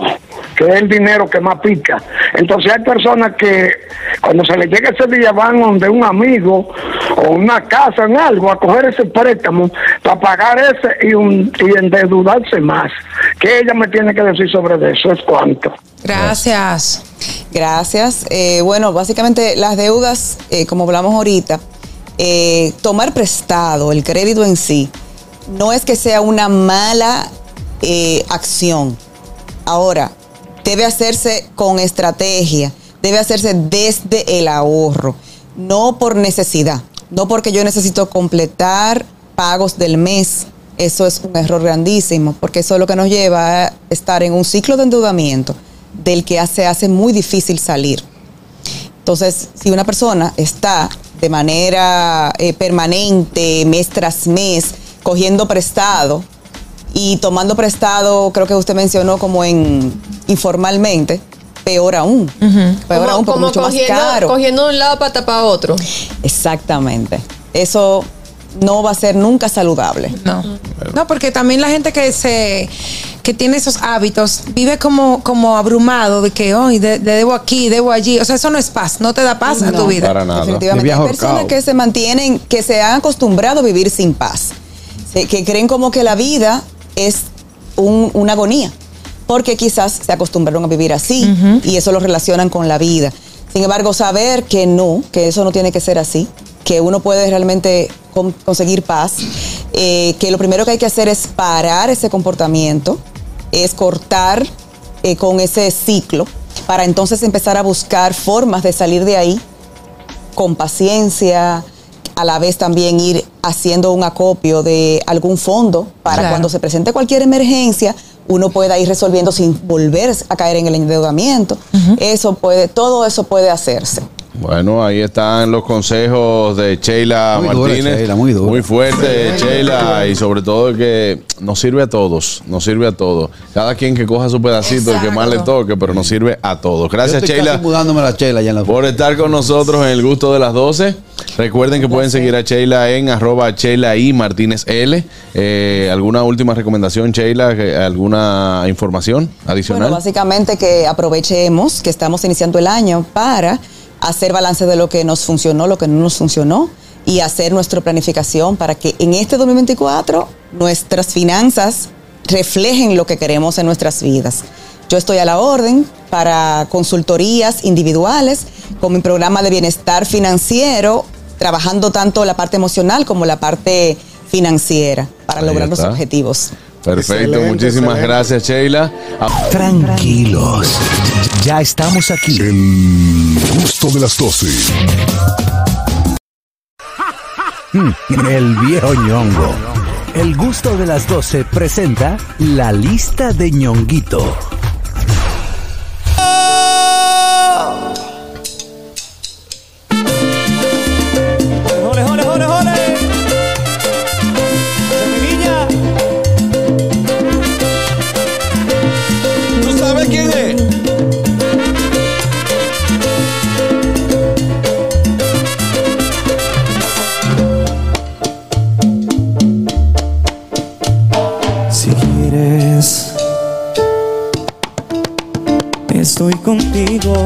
Speaker 12: que es el dinero que más pica. Entonces hay personas que cuando se les llega ese día van donde un amigo o una casa en algo a coger ese préstamo para pagar ese y, un, y endeudarse más. ¿Qué ella me tiene que decir sobre eso? ¿Es cuánto?
Speaker 5: Gracias.
Speaker 18: Gracias. Eh, bueno, básicamente las deudas, eh, como hablamos ahorita, eh, tomar prestado, el crédito en sí, no es que sea una mala eh, acción. Ahora, debe hacerse con estrategia, debe hacerse desde el ahorro, no por necesidad, no porque yo necesito completar pagos del mes. Eso es un error grandísimo, porque eso es lo que nos lleva a estar en un ciclo de endeudamiento del que se hace muy difícil salir. Entonces, si una persona está de manera eh, permanente, mes tras mes, cogiendo prestado y tomando prestado, creo que usted mencionó como en informalmente, peor aún. Peor
Speaker 4: Como-
Speaker 18: aún, porque
Speaker 4: como
Speaker 18: mucho
Speaker 4: cogiendo-
Speaker 18: más caro.
Speaker 4: cogiendo de un lado para tapar otro.
Speaker 18: Exactamente. Eso no va a ser nunca saludable.
Speaker 5: No. No, porque también la gente que se que tiene esos hábitos vive como como abrumado de que hoy le debo aquí, debo allí, o sea, eso no es paz, no te da paz a tu vida.
Speaker 8: Para nada.
Speaker 18: Definitivamente. Hay personas que se mantienen, que se han acostumbrado a vivir sin paz, se- que creen como que la vida es un- una agonía, porque quizás se acostumbraron a vivir así y eso lo relacionan con la vida. Sin embargo, saber que no, que eso no tiene que ser así, que uno puede realmente con- conseguir paz, eh, que lo primero que hay que hacer es parar ese comportamiento, es cortar eh, con ese ciclo para entonces empezar a buscar formas de salir de ahí con paciencia, a la vez también ir haciendo un acopio de algún fondo para
Speaker 5: Claro.
Speaker 18: cuando se presente cualquier emergencia, uno pueda ir resolviendo sin volver a caer en el endeudamiento. Eso puede, todo eso puede hacerse.
Speaker 8: Bueno, ahí están los consejos de Sheila
Speaker 6: Muy dura,
Speaker 8: Martínez.
Speaker 6: Sheila,
Speaker 8: muy, fuerte, Sheila, y sobre todo que nos sirve a todos, nos sirve a todos. Cada quien que coja su pedacito, el que más le toque, pero nos sirve a todos.
Speaker 6: Yo
Speaker 8: Gracias,
Speaker 6: estoy
Speaker 8: Sheila.
Speaker 6: casi mudándome a la chela ya en la
Speaker 8: por estar con nosotros en el gusto de las 12. Recuerden que pueden seguir a Sheila en arroba Sheila y Martínez L. Eh, ¿Alguna última recomendación, Sheila? Que- ¿Alguna información adicional?
Speaker 18: Bueno, básicamente que aprovechemos que estamos iniciando el año para hacer balance de lo que nos funcionó, lo que no nos funcionó, y hacer nuestra planificación para que en este 2024 nuestras finanzas reflejen lo que queremos en nuestras vidas. Yo estoy a la orden para consultorías individuales con mi programa de bienestar financiero, trabajando tanto la parte emocional como la parte financiera para
Speaker 8: Ahí
Speaker 18: lograr
Speaker 8: está.
Speaker 18: los objetivos.
Speaker 8: Perfecto,
Speaker 18: Excelente,
Speaker 8: muchísimas
Speaker 18: excelente.
Speaker 8: gracias, Sheila. ah. A-
Speaker 1: Tranquilos, ya estamos aquí. El gusto de las 12. Mm, El viejo ñongo. El gusto de las 12 presenta la lista de ñonguito.
Speaker 19: ¡Jole, jole, jole, jole! ¡Semillilla!
Speaker 7: ¿Tú sabes quién es?
Speaker 19: Si quieres, estoy contigo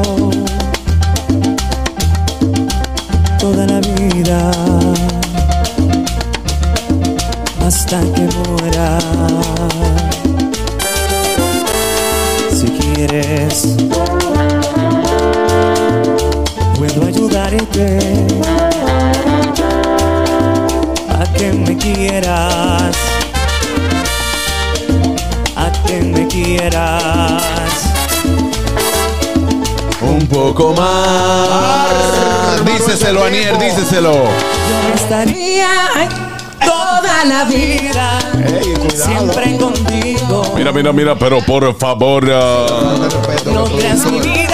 Speaker 19: toda la vida hasta que muera. Si quieres, puedo ayudarte a que me quieras a que me quieras.
Speaker 8: Un poco más. Díceselo, Aniel, díceselo.
Speaker 19: Yo estaría ay, toda la vida siempre contigo.
Speaker 8: Mira, mira, mira, pero por favor. ah,
Speaker 19: No creas mi vida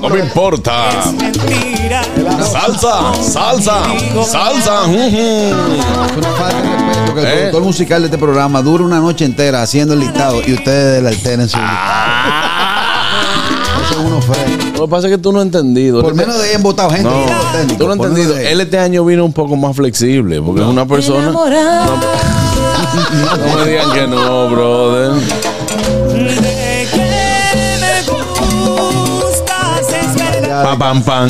Speaker 8: no me importa.
Speaker 19: mentira.
Speaker 8: Salsa, salsa, salsa.
Speaker 6: Porque el
Speaker 8: Eh.
Speaker 6: productor musical de este programa dura una noche entera haciendo el listado y ustedes la alteren su listado. Eso es uno feo.
Speaker 8: Ah. Lo que pasa es que tú no has entendido.
Speaker 6: Por menos de ahí han votado gente.
Speaker 8: No,
Speaker 6: técnico,
Speaker 8: tú no has
Speaker 6: por
Speaker 8: entendido.
Speaker 6: menos de-
Speaker 8: Él este año vino un poco más flexible porque es una persona.
Speaker 19: Enamorada
Speaker 8: No me digan que no, brother.
Speaker 19: de que me gustas, es verdad.
Speaker 8: Pam, pam, pam.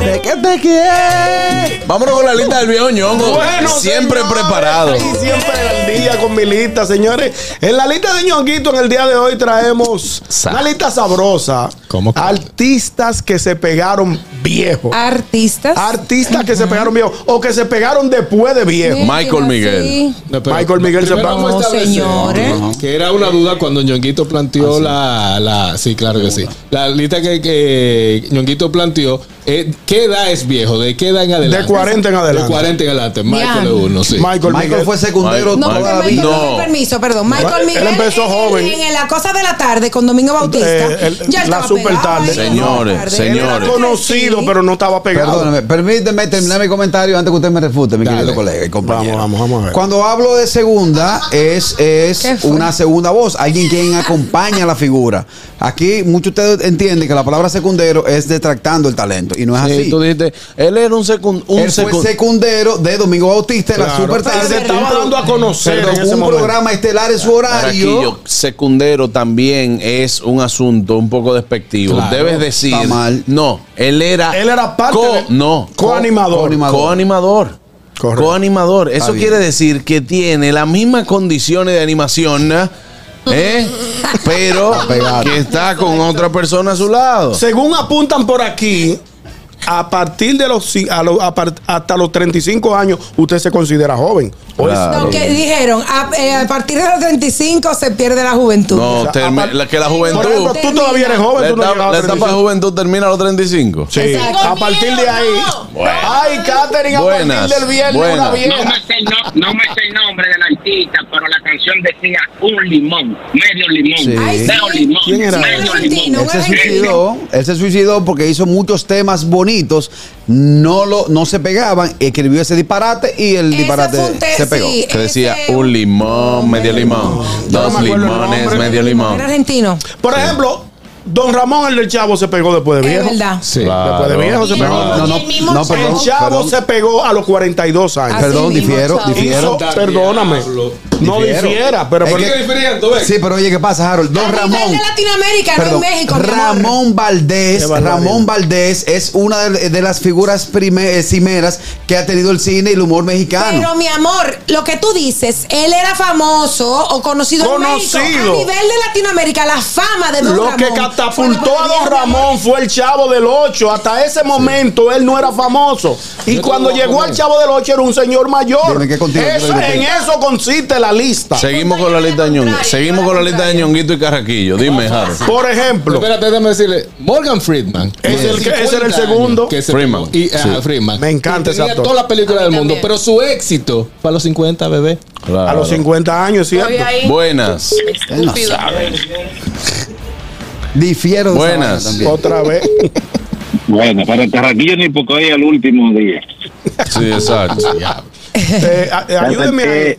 Speaker 19: De que te quiero.
Speaker 8: Vámonos con la lista del viejo ñongo. siempre preparado.
Speaker 7: Y siempre al día con mi lista, señores. En la lista de ñonguito, en el día de hoy traemos una lista sabrosa. Artistas que se pegaron viejos.
Speaker 5: Artistas.
Speaker 7: Artistas que se pegaron viejos. O que se pegaron después de viejo.
Speaker 8: Sí, Michael Miguel. sí.
Speaker 2: No, pero-
Speaker 7: Michael Miguel se
Speaker 2: primero
Speaker 7: pegó.
Speaker 2: vamos a establecer Que era una duda cuando Ñonguito planteó la, la- Sí, claro que sí. La lista que, que Ñonguito planteó, eh, ¿qué edad es viejo? ¿De qué edad en adelante?
Speaker 7: De 40 en adelante.
Speaker 2: De 40 en adelante. Michael
Speaker 5: Ya.
Speaker 2: es uno, sí.
Speaker 7: Michael Miguel. fue secundero
Speaker 5: No, porque Michael, no. permiso, perdón. Michael
Speaker 7: Él
Speaker 5: Miguel
Speaker 7: empezó
Speaker 5: en,
Speaker 7: joven.
Speaker 5: en, en la cosa de la tarde con Domingo Bautista.
Speaker 7: Eh, el-
Speaker 5: ya
Speaker 7: la
Speaker 5: estaba
Speaker 7: super
Speaker 5: pegado
Speaker 7: tarde.
Speaker 5: ahí.
Speaker 8: Señores,
Speaker 7: Era
Speaker 8: señores.
Speaker 7: conocido, pero no estaba pegado.
Speaker 6: Perdóname, permíteme terminar mi comentario antes que usted me refute, mi querido colega y compañero.
Speaker 7: Vamos, vamos a ver.
Speaker 6: Cuando hablo de segunda, es, es una segunda voz, alguien quien acompaña a la figura. Aquí muchos de ustedes entienden que la palabra secundero es detractando el talento y no es
Speaker 8: Sí,
Speaker 6: así.
Speaker 8: Eh, tú dijiste, él era un, secund- un
Speaker 6: Él
Speaker 8: secund-
Speaker 6: fue secundero de Domingo Bautista en la
Speaker 8: Claro.
Speaker 6: Super
Speaker 8: Él
Speaker 6: Tarde.
Speaker 8: se estaba
Speaker 6: Un pro-
Speaker 8: dando a conocer
Speaker 6: Perdón,
Speaker 8: en ese
Speaker 6: un
Speaker 8: momento.
Speaker 6: programa estelar en su horario.
Speaker 8: Araquillo, secundero también es un asunto un poco despectivo.
Speaker 6: Claro.
Speaker 8: Debes decir.
Speaker 6: Está mal.
Speaker 8: No, él era.
Speaker 7: Él era parte
Speaker 8: co-
Speaker 7: de-
Speaker 8: no,
Speaker 7: coanimador.
Speaker 8: Coanimador. Coanimador. Eso
Speaker 7: bien.
Speaker 8: quiere decir que tiene las mismas condiciones de animación, ¿eh? ¿Eh? pero que está con otra persona a su lado.
Speaker 7: Según apuntan por aquí, a partir de los ci- a lo- a par- hasta los 35 años, usted se considera joven. O es-
Speaker 5: No, que dijeron, a, eh, a partir de los 35 se pierde la juventud.
Speaker 8: No, termi- la, que la juventud.
Speaker 7: Por ejemplo, tú todavía eres joven,
Speaker 8: La
Speaker 7: tú no
Speaker 8: etapa-
Speaker 7: llegas a
Speaker 8: la
Speaker 7: los
Speaker 8: etapa de
Speaker 7: 35.
Speaker 8: juventud termina a los 35.
Speaker 7: Sí. A partir de ahí. Ay, Katherine, a
Speaker 8: Buenas,
Speaker 7: partir del viernes una
Speaker 8: buenas.
Speaker 7: vieja.
Speaker 14: No me, sé, el no- no me sé el nombre del artista, pero la canción decía un limón, medio limón,
Speaker 6: Sí.
Speaker 14: medio limón,
Speaker 6: ¿Quién era?
Speaker 14: medio limón.
Speaker 6: Él se suicidó, él se suicidó porque hizo muchos temas bonitos, no lo, no se pegaban, escribió ese disparate y el disparate se pegó.
Speaker 8: Que decía un limón, medio limón, dos limones, medio limón.
Speaker 5: Era argentino.
Speaker 7: Por ejemplo, Don Ramón, el del Chavo, se pegó después de
Speaker 5: Es
Speaker 7: viejo.
Speaker 5: verdad.
Speaker 7: Sí. Después de viejo se pegó.
Speaker 6: No, no, no, no, perdón,
Speaker 7: el Chavo
Speaker 6: perdón.
Speaker 7: se pegó a los 42 años.
Speaker 6: Perdón, difiero, difiero.
Speaker 7: Hizo- perdóname. No
Speaker 6: difiero.
Speaker 7: difiera, pero
Speaker 6: Es
Speaker 7: ¿por
Speaker 6: que-
Speaker 7: qué difiriendo, ves?
Speaker 6: Sí, pero oye, ¿qué pasa, Harold? Don Ramón.
Speaker 5: de Latinoamérica,
Speaker 6: Perdón,
Speaker 5: no en México, mi amor.
Speaker 6: Ramón Valdés,
Speaker 5: Qué barbaridad.
Speaker 6: Ramón Valdés es una de, de las figuras prime- eh, cimeras que ha tenido el cine y el humor mexicano.
Speaker 5: Pero mi amor, lo que tú dices, él era famoso o conocido,
Speaker 7: Conocido.
Speaker 5: en México. A nivel de Latinoamérica, la fama de Don
Speaker 7: Lo
Speaker 5: Ramón.
Speaker 7: que catapultó a Don Ramón fue el Chavo del Ocho. Hasta ese momento él no era famoso. Y
Speaker 2: Yo
Speaker 7: cuando
Speaker 2: te voy a
Speaker 7: llegó
Speaker 2: poner.
Speaker 7: al Chavo del Ocho era un señor mayor.
Speaker 8: Dime que contigo,
Speaker 7: Eso-
Speaker 8: dime que
Speaker 7: en eso consiste la lista.
Speaker 8: Seguimos con la lista de Ñonguito. Seguimos con la lista de Ñonguito y Carraquillo. Dime, Harold.
Speaker 7: Por ejemplo.
Speaker 2: Espérate, déjame decirle. Morgan Friedman.
Speaker 7: Es el que- ese era el
Speaker 2: 50 años
Speaker 7: segundo.
Speaker 2: que se-
Speaker 8: Freeman,
Speaker 2: Y,
Speaker 7: eh,
Speaker 8: sí.
Speaker 2: ajá, Freeman.
Speaker 7: Me encanta ese
Speaker 2: Tenía
Speaker 7: actor.
Speaker 2: todas las
Speaker 5: Ah,
Speaker 2: películas del mundo, pero su éxito fue a los 50, bebé.
Speaker 7: A los 50 años, ¿cierto?
Speaker 2: Estoy ahí. Buenas.
Speaker 6: Él no sabe. Difiero de esa
Speaker 13: Buenas.
Speaker 6: vaina también.
Speaker 7: Otra vez.
Speaker 13: Bueno, para el Carraquillo ni porque hoy es el último día.
Speaker 8: Sí, exacto.
Speaker 7: Eh, a- eh, ayúdeme ahí.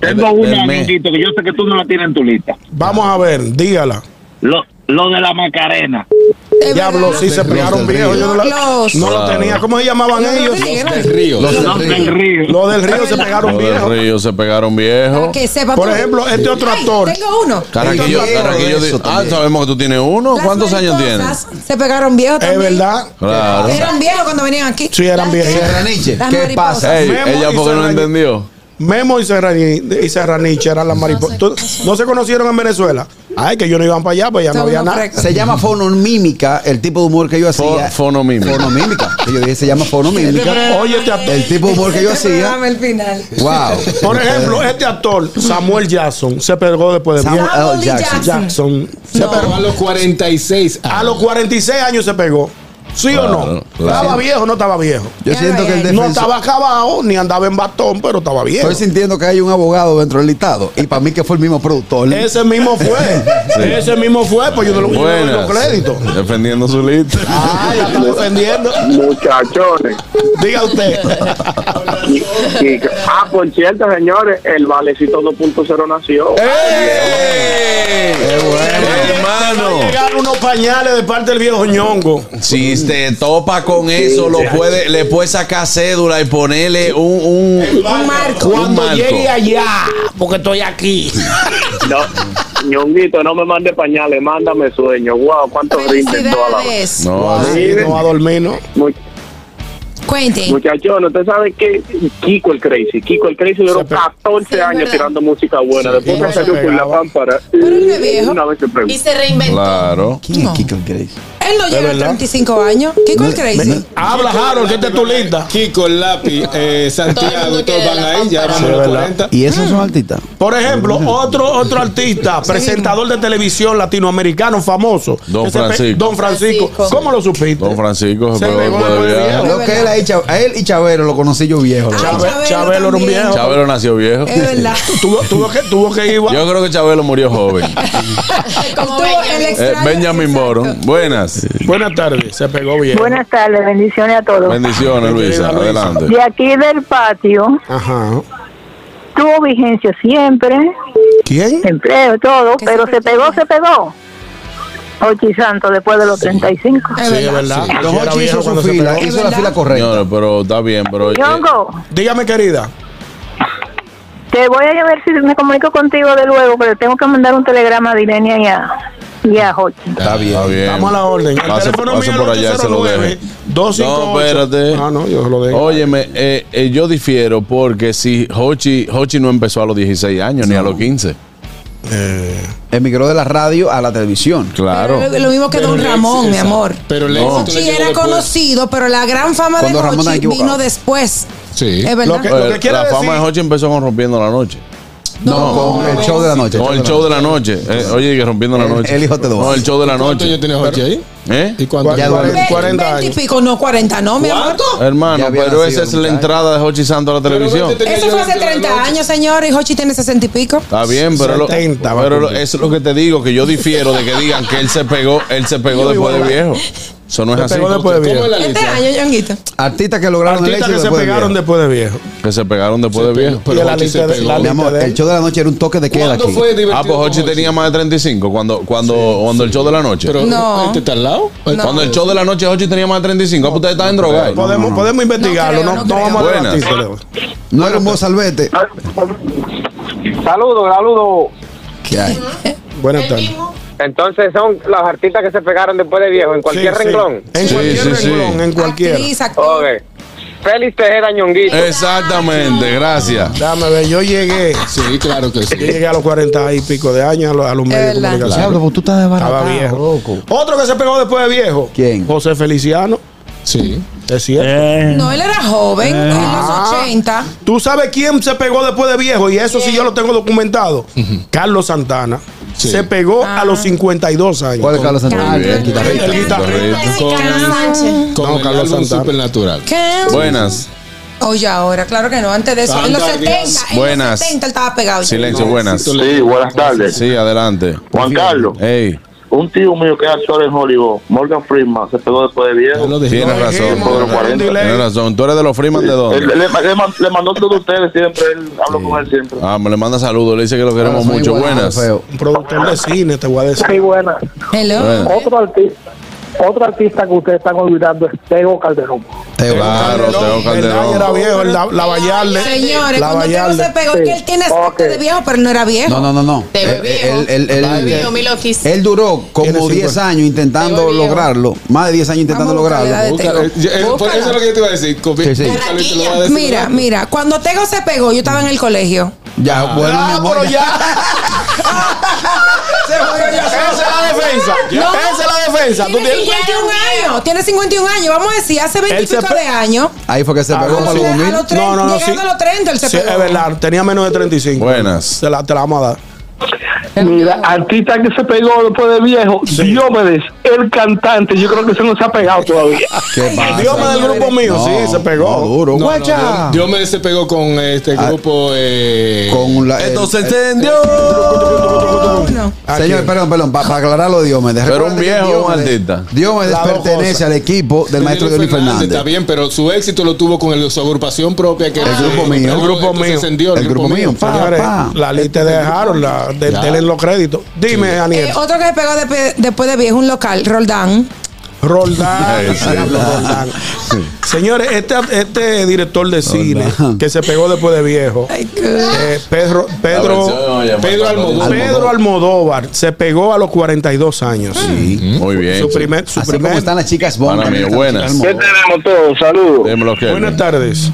Speaker 13: Tengo
Speaker 7: Del- del
Speaker 13: una,
Speaker 7: mes.
Speaker 13: Ñonguito, que yo sé que tú no la tienes en tu lista.
Speaker 7: Vamos a ver, dígala.
Speaker 13: Lo, lo de la Macarena.
Speaker 7: Diablo, sí se pegaron viejos. Yo no, la-
Speaker 13: Los-
Speaker 7: no lo
Speaker 8: Claro.
Speaker 7: tenía. ¿Cómo se llamaban ellos?
Speaker 8: Los del Río.
Speaker 7: Los
Speaker 8: Los
Speaker 7: del
Speaker 8: del
Speaker 7: río. Los del río se pegaron
Speaker 8: Los
Speaker 7: viejos.
Speaker 8: del Río se pegaron
Speaker 5: Para
Speaker 8: viejos.
Speaker 5: que sepa,
Speaker 7: Por
Speaker 5: tú-
Speaker 7: ejemplo, este otro
Speaker 5: Ay,
Speaker 7: actor.
Speaker 5: Tengo uno.
Speaker 8: Carraquillo,
Speaker 7: Entonces,
Speaker 8: Carraquillo.
Speaker 7: eso
Speaker 8: dice, Ah,
Speaker 7: también.
Speaker 8: sabemos que tú tienes uno.
Speaker 5: Las
Speaker 8: ¿Cuántos años tienes?
Speaker 5: mariposas Se pegaron viejos
Speaker 7: Es
Speaker 5: también.
Speaker 7: verdad.
Speaker 8: Claro.
Speaker 5: Eran viejos cuando venían aquí.
Speaker 7: Sí, eran viejos.
Speaker 5: Serraniche, Las ¿qué mariposas. pasa?
Speaker 8: Ey,
Speaker 7: Memo
Speaker 8: ella
Speaker 7: y
Speaker 8: porque no
Speaker 7: Serraniche.
Speaker 8: entendió.
Speaker 7: Memo y, Serrani- y Serraniche eran las mariposas. ¿Tú- ¿No se conocieron en Venezuela? Ay, que ellos no iban para allá, pues ya no había nada.
Speaker 6: Se llama fonomímica, el tipo de humor que yo hacía.
Speaker 8: fonomímica.
Speaker 6: Fonomímica. que yo dije, se llama fonomímica.
Speaker 7: Oye, este
Speaker 6: El tipo de humor que yo hacía.
Speaker 5: el Este final.
Speaker 6: Wow.
Speaker 7: Por ejemplo, este actor, Samuel Jackson, se pegó después de
Speaker 6: Samuel
Speaker 7: viejo.
Speaker 6: L. Jackson.
Speaker 7: Jackson. Se pegó
Speaker 2: A los 46 años.
Speaker 7: A los 46 años se pegó. ¿Sí o no?
Speaker 8: Claro, Pues claro.
Speaker 7: ¿Estaba viejo o no estaba viejo?
Speaker 6: Yo siento que el
Speaker 7: No
Speaker 6: defensor-
Speaker 7: estaba acabado, ni andaba en bastón, pero estaba viejo.
Speaker 6: Estoy
Speaker 8: Pues
Speaker 6: sintiendo que hay un abogado dentro del listado. Y para mí que fue el mismo productor.
Speaker 7: Ese mismo fue.
Speaker 8: Sí.
Speaker 7: Ese mismo fue, pues yo no lo yo no le doy
Speaker 8: Buenas.
Speaker 7: crédito.
Speaker 8: Defendiendo su lista.
Speaker 7: Ah, ya está defendiendo.
Speaker 12: Muchachones.
Speaker 7: Diga usted.
Speaker 12: Y- y- ah, por cierto, señores, el Valecito 2.0 nació.
Speaker 7: ¡Eh!
Speaker 8: hermano.
Speaker 7: Llegaron unos pañales de parte del viejo ñongo.
Speaker 8: Si te topa con eso, lo puede, le puedes sacar cédula y ponerle un, un,
Speaker 5: marco.
Speaker 8: Cuando
Speaker 12: llegue allá, porque estoy aquí. No, ñonguito, no me mande pañales, mándame sueño. Wow, cuánto rinden toda la
Speaker 5: Felicidades.
Speaker 8: No,
Speaker 7: Sí, no va a dormir, ¿no?
Speaker 12: Much-
Speaker 5: Cuente.
Speaker 12: Muchachos, ¿usted sabe que Kiko el Crazy, Kiko el Crazy duró 14 años tirando música buena. Después
Speaker 7: Kiko
Speaker 12: que
Speaker 7: se
Speaker 12: salió con la
Speaker 7: pegaba.
Speaker 12: pámpara,
Speaker 5: era viejo.
Speaker 12: una vez se pegó.
Speaker 4: Y se reinventó.
Speaker 8: Claro.
Speaker 6: ¿Quién es Kiko el Grace?
Speaker 5: Él no llega a
Speaker 7: verdad.
Speaker 5: 35 años. Kiko el Crazy.
Speaker 7: Habla, Harold, que esta es tu lista.
Speaker 2: Kiko, el lápiz, eh, Santiago, todos van ahí, ya vamos
Speaker 7: Sí,
Speaker 2: a los
Speaker 7: ¿verdad?
Speaker 2: 40.
Speaker 6: Y esos son artistas.
Speaker 7: Por ejemplo, otro, otro artista, presentador de televisión latinoamericano famoso.
Speaker 8: Don
Speaker 7: que se pe-
Speaker 8: Francisco.
Speaker 7: Don Francisco.
Speaker 4: Francisco.
Speaker 7: ¿Cómo lo supiste?
Speaker 8: Don Francisco se
Speaker 7: Se
Speaker 8: pegó
Speaker 7: pegó
Speaker 8: después de
Speaker 7: después de
Speaker 8: viaje.
Speaker 7: viejo.
Speaker 6: Lo que él, ahí, Chab- a él y Chabelo lo conocí yo viejo. loco.
Speaker 7: Chabe-
Speaker 5: Ah, Chabelo
Speaker 7: Chabelo era un
Speaker 5: también.
Speaker 7: viejo.
Speaker 8: Chabelo nació viejo.
Speaker 5: Es verdad.
Speaker 7: Tuvo, tuvo que, tuvo que ir.
Speaker 8: Yo creo que Chabelo murió joven.
Speaker 5: Como el
Speaker 8: Eh,
Speaker 5: extraño.
Speaker 8: Benjamin Boron. Buenas.
Speaker 7: Buenas tardes, se pegó bien.
Speaker 20: Buenas tardes, bendiciones a todos.
Speaker 8: Bendiciones, Luisa.
Speaker 7: Querida Luisa.
Speaker 8: Adelante.
Speaker 20: De aquí del patio
Speaker 7: Ajá.
Speaker 20: tuvo vigencia siempre,
Speaker 7: ¿Quién?
Speaker 20: empleo, todo, pero se pegó, se pegó. Ochi Santo, después de los 35.
Speaker 7: Sí, es verdad.
Speaker 6: Sí.
Speaker 7: Yo
Speaker 6: Don
Speaker 7: era
Speaker 6: Hochi
Speaker 7: viejo
Speaker 6: hizo su
Speaker 7: cuando se
Speaker 6: fila,
Speaker 7: pegó.
Speaker 6: hizo la fila correcta.
Speaker 8: Señores, pero está bien, pero. eh,
Speaker 20: Yongo,
Speaker 7: Dígame, querida.
Speaker 20: te voy a ver si me comunico contigo de luego, pero tengo que mandar un telegrama a Irenia y a, y a Jochi.
Speaker 8: Está bien. Está bien.
Speaker 7: Vamos a la orden. El
Speaker 8: Pase,
Speaker 7: teléfono
Speaker 8: pase
Speaker 7: mío
Speaker 8: por allá y se lo
Speaker 7: 809,
Speaker 8: deje.
Speaker 7: 258.
Speaker 8: No, espérate.
Speaker 7: Ah, no, yo se lo dejo.
Speaker 8: Óyeme, eh, eh, yo difiero porque si Hochi, Hochi no empezó a los 16 años ni a los 15.
Speaker 7: Eh.
Speaker 6: Emigró de la radio a la televisión.
Speaker 8: Claro.
Speaker 5: Pero Lo mismo que Don Ramón, mi amor.
Speaker 2: Pero el
Speaker 8: No.
Speaker 2: éxito le
Speaker 5: Hochi
Speaker 2: llegó
Speaker 5: era
Speaker 2: después.
Speaker 5: conocido, pero la gran fama de
Speaker 6: Cuando Ramón
Speaker 5: Hochi
Speaker 6: estaba equivocado.
Speaker 5: vino después.
Speaker 2: Sí.
Speaker 5: Es verdad.
Speaker 7: Lo que-
Speaker 8: Eh,
Speaker 7: quiere
Speaker 8: la fama
Speaker 7: decir-
Speaker 8: de Hochi empezó con Rompiendo la Noche.
Speaker 6: No, con el show de la noche.
Speaker 8: No, el show de la noche. Eh, oye, que Rompiendo la
Speaker 6: El-
Speaker 8: Noche.
Speaker 6: el hijo te lo
Speaker 8: No,
Speaker 6: hace.
Speaker 8: el show de la
Speaker 2: ¿Cuánto
Speaker 8: noche.
Speaker 2: yo tenía Jorge ahí?
Speaker 8: ¿Eh?
Speaker 2: ¿Y cuánto?
Speaker 7: Ya
Speaker 2: ¿Cuánto?
Speaker 7: duele. 40
Speaker 5: 20 y
Speaker 7: años.
Speaker 5: pico, no, 40, no, mi amor.
Speaker 6: Ya
Speaker 8: Hermano,
Speaker 6: había
Speaker 8: pero
Speaker 6: nacido
Speaker 8: esa es
Speaker 6: un
Speaker 8: la
Speaker 6: muchacho.
Speaker 8: entrada de Hochi Santo a la televisión.
Speaker 2: vete,
Speaker 5: Eso fue hace 30 años, señor, y Hochi tiene 60 y pico.
Speaker 8: Está bien, pero, lo-
Speaker 7: 70 va a
Speaker 8: pero lo-
Speaker 7: cumplir.
Speaker 8: eso es lo que te digo, que yo difiero de que digan que él se pegó, él se pegó
Speaker 7: Yo
Speaker 8: después de
Speaker 7: igual.
Speaker 8: viejo. Eso no es
Speaker 7: Se
Speaker 8: así.
Speaker 7: pegó después de viejo.
Speaker 2: ¿Cómo es la
Speaker 5: Este
Speaker 2: lista?
Speaker 5: año, Yanguito.
Speaker 6: Artistas que lograron el
Speaker 7: Artistas
Speaker 6: éxito
Speaker 7: que se
Speaker 6: después de
Speaker 7: pegaron
Speaker 6: viejo.
Speaker 7: después de viejo.
Speaker 8: Que se pegaron después de viejo.
Speaker 7: Y a
Speaker 2: Pero
Speaker 7: la
Speaker 2: Hochi se
Speaker 7: lista de- la
Speaker 2: pegó.
Speaker 6: Mi amor,
Speaker 7: de él.
Speaker 6: el show de la noche era un toque de queda
Speaker 2: ¿Cuándo
Speaker 6: aquí.
Speaker 2: fue divertido?
Speaker 8: Ah, pues Hochi tenía más de 35 cuando, cuando, cuando el show de la noche.
Speaker 2: Pero
Speaker 5: No.
Speaker 2: este está al lado.
Speaker 5: No.
Speaker 8: Cuando el show de la noche Hochi tenía más de 35. Ah, pues ustedes estaban en droga.
Speaker 7: Podemos, podemos investigarlo,
Speaker 5: creo,
Speaker 7: no,
Speaker 5: no
Speaker 7: no
Speaker 5: creo.
Speaker 7: vamos a
Speaker 8: Buenas.
Speaker 7: debatir.
Speaker 6: No era un bozalbete.
Speaker 12: Saludos, saludos.
Speaker 7: ¿Qué hay? Buenas tardes.
Speaker 12: Entonces son las artistas que se pegaron después de viejo, en cualquier
Speaker 7: Sí, sí.
Speaker 12: renglón.
Speaker 7: En cualquier renglón, en cualquier.
Speaker 12: Ok. Félix Tejera Ñonguito.
Speaker 8: Exactamente, gracias.
Speaker 7: Dame ver, yo llegué. Sí, claro que sí. Yo llegué a los 40 y pico de años a los, a los medios de
Speaker 6: verdad.
Speaker 7: comunicación.
Speaker 6: Diablo, pues tú estás desbaratado,
Speaker 7: Estaba viejo. Otro que se pegó después de viejo. ¿Quién? José Feliciano. Sí. Es cierto.
Speaker 5: No, él era joven,
Speaker 8: Eh.
Speaker 5: en los 80.
Speaker 7: ¿Tú sabes quién se pegó después de viejo? Y eso sí yo lo tengo documentado. Carlos Santana. Se pegó a los 52 años. ¿Cuál es Ah. Carlos Santana? El guitarrista. El guitarrista.
Speaker 2: Con
Speaker 7: No,
Speaker 2: el
Speaker 7: Carlos
Speaker 2: álbum
Speaker 7: Santana.
Speaker 2: Supernatural.
Speaker 5: ¿Qué?
Speaker 8: Buenas.
Speaker 5: Oye, ahora, claro que no, antes de eso. En los 70, en los
Speaker 8: Buenas.
Speaker 5: 70 él estaba pegado. ya.
Speaker 8: Silencio, buenas.
Speaker 11: Sí, buenas tardes.
Speaker 8: Sí, adelante.
Speaker 11: Juan Carlos.
Speaker 8: Ey,
Speaker 11: Un tío mío que es actor en Hollywood, Morgan Freeman, se pegó después de viejo.
Speaker 8: tienes razón. Tienes razón, tienes razón. ¿Tú eres de los Freeman de
Speaker 11: Él- él-
Speaker 8: dónde?
Speaker 11: Le, le man- le mandó todos ustedes siempre, él hablo con él siempre.
Speaker 8: Ah, me le manda saludos. Le dice que lo queremos mucho. Buenas.
Speaker 7: Un productor de cine, te voy a decir.
Speaker 12: Sí, buena.
Speaker 5: Hello.
Speaker 8: Buena.
Speaker 12: Otro artista, otro artista que ustedes están olvidando es Tego Calderón.
Speaker 8: Claro, Teo
Speaker 7: Nadie
Speaker 8: Calderón.
Speaker 7: era viejo, la, la Vallarde.
Speaker 5: Señores,
Speaker 7: la
Speaker 5: cuando Teo
Speaker 7: Vallarde.
Speaker 5: se pegó, es que él tiene aspecto de viejo, pero él no era viejo.
Speaker 6: No, no, no, Eh, no.
Speaker 5: Te
Speaker 6: Él,
Speaker 5: bebió.
Speaker 6: él- él- él-
Speaker 5: Te bebió,
Speaker 6: él-
Speaker 5: mi loquis.
Speaker 6: él duró como
Speaker 5: Tiene cinco
Speaker 6: 10 años intentando lograrlo. Más de 10 años intentando
Speaker 5: Vamos a buscar la edad de
Speaker 6: lograrlo.
Speaker 5: Búscalo. Tego. Yo- eh, por
Speaker 2: Eso es lo que yo te iba a decir. Copi-
Speaker 6: Sí, sí.
Speaker 2: búscalo y te lo voy a decir.
Speaker 5: Mira, mira, cuando Tego se pegó, yo estaba en el colegio.
Speaker 6: Ya, bueno, mi amor.
Speaker 7: Ah, pero ya.
Speaker 5: Se fue, ya se
Speaker 7: Esa es la defensa. Esa es la defensa. Tú
Speaker 5: Tiene
Speaker 7: tienes-
Speaker 5: 51 años. Tiene 51 años. Vamos a decir, hace 20 y
Speaker 7: Él se
Speaker 5: pico
Speaker 7: pe-
Speaker 5: de años.
Speaker 6: Ahí fue que se
Speaker 7: Ah,
Speaker 6: pegó
Speaker 7: no,
Speaker 6: para
Speaker 7: sí.
Speaker 6: los 2000.
Speaker 5: A los 30, llegando a los 30, él se
Speaker 7: Sí,
Speaker 5: pegó.
Speaker 7: es verdad, tenía menos de 35. Buenas. Se la, te la vamos a dar.
Speaker 12: Mira, artista que se pegó después de viejo, Diomedes, el cantante, yo creo que se nos ha pegado todavía.
Speaker 6: ¿Qué
Speaker 2: pasa?
Speaker 7: Dios del grupo mío, sí, se pegó.
Speaker 6: duro.
Speaker 2: No, no, Dios- Dios me se pegó con este grupo. eh,
Speaker 6: Con la,
Speaker 2: Esto se
Speaker 6: encendió.
Speaker 7: eh,
Speaker 6: Señor, perdón, perdón, pa- para aclararlo, Diomedes.
Speaker 8: Pero
Speaker 6: Recuerda
Speaker 8: un
Speaker 6: que
Speaker 8: viejo o un
Speaker 6: Diomedes-
Speaker 8: artista.
Speaker 6: Diomedes
Speaker 2: Las dos
Speaker 6: pertenece
Speaker 2: cosas.
Speaker 6: al equipo del maestro Dionis Fernández.
Speaker 2: Está bien, pero su éxito lo tuvo con el- su agrupación propia. Que
Speaker 6: El grupo mío.
Speaker 2: El grupo mío.
Speaker 7: El grupo mío, señores. La lista de dejaron, la, de,
Speaker 2: Ya.
Speaker 7: denle los créditos. Dime, Daniel.
Speaker 5: Eh, otro que se pegó de- después de viejo, un local, Roldán.
Speaker 7: Roldán. Diablo, Roldán. Señores, este, este director de cine que se pegó después de viejo, eh, Pedro,
Speaker 8: La versión, oye,
Speaker 7: Pedro, Pedro,
Speaker 8: Marta
Speaker 7: Almodóvar.
Speaker 8: Rodríguez.
Speaker 7: Pedro Almodóvar se pegó a los 42 años.
Speaker 8: Muy bien.
Speaker 7: Su primer, su
Speaker 6: Así
Speaker 7: primer-
Speaker 6: como están las chicas bomba.
Speaker 8: Para mí,
Speaker 6: están las
Speaker 8: buenas.
Speaker 6: chicas bomba.
Speaker 11: tenemos todos? Saludos.
Speaker 7: Buenas tardes.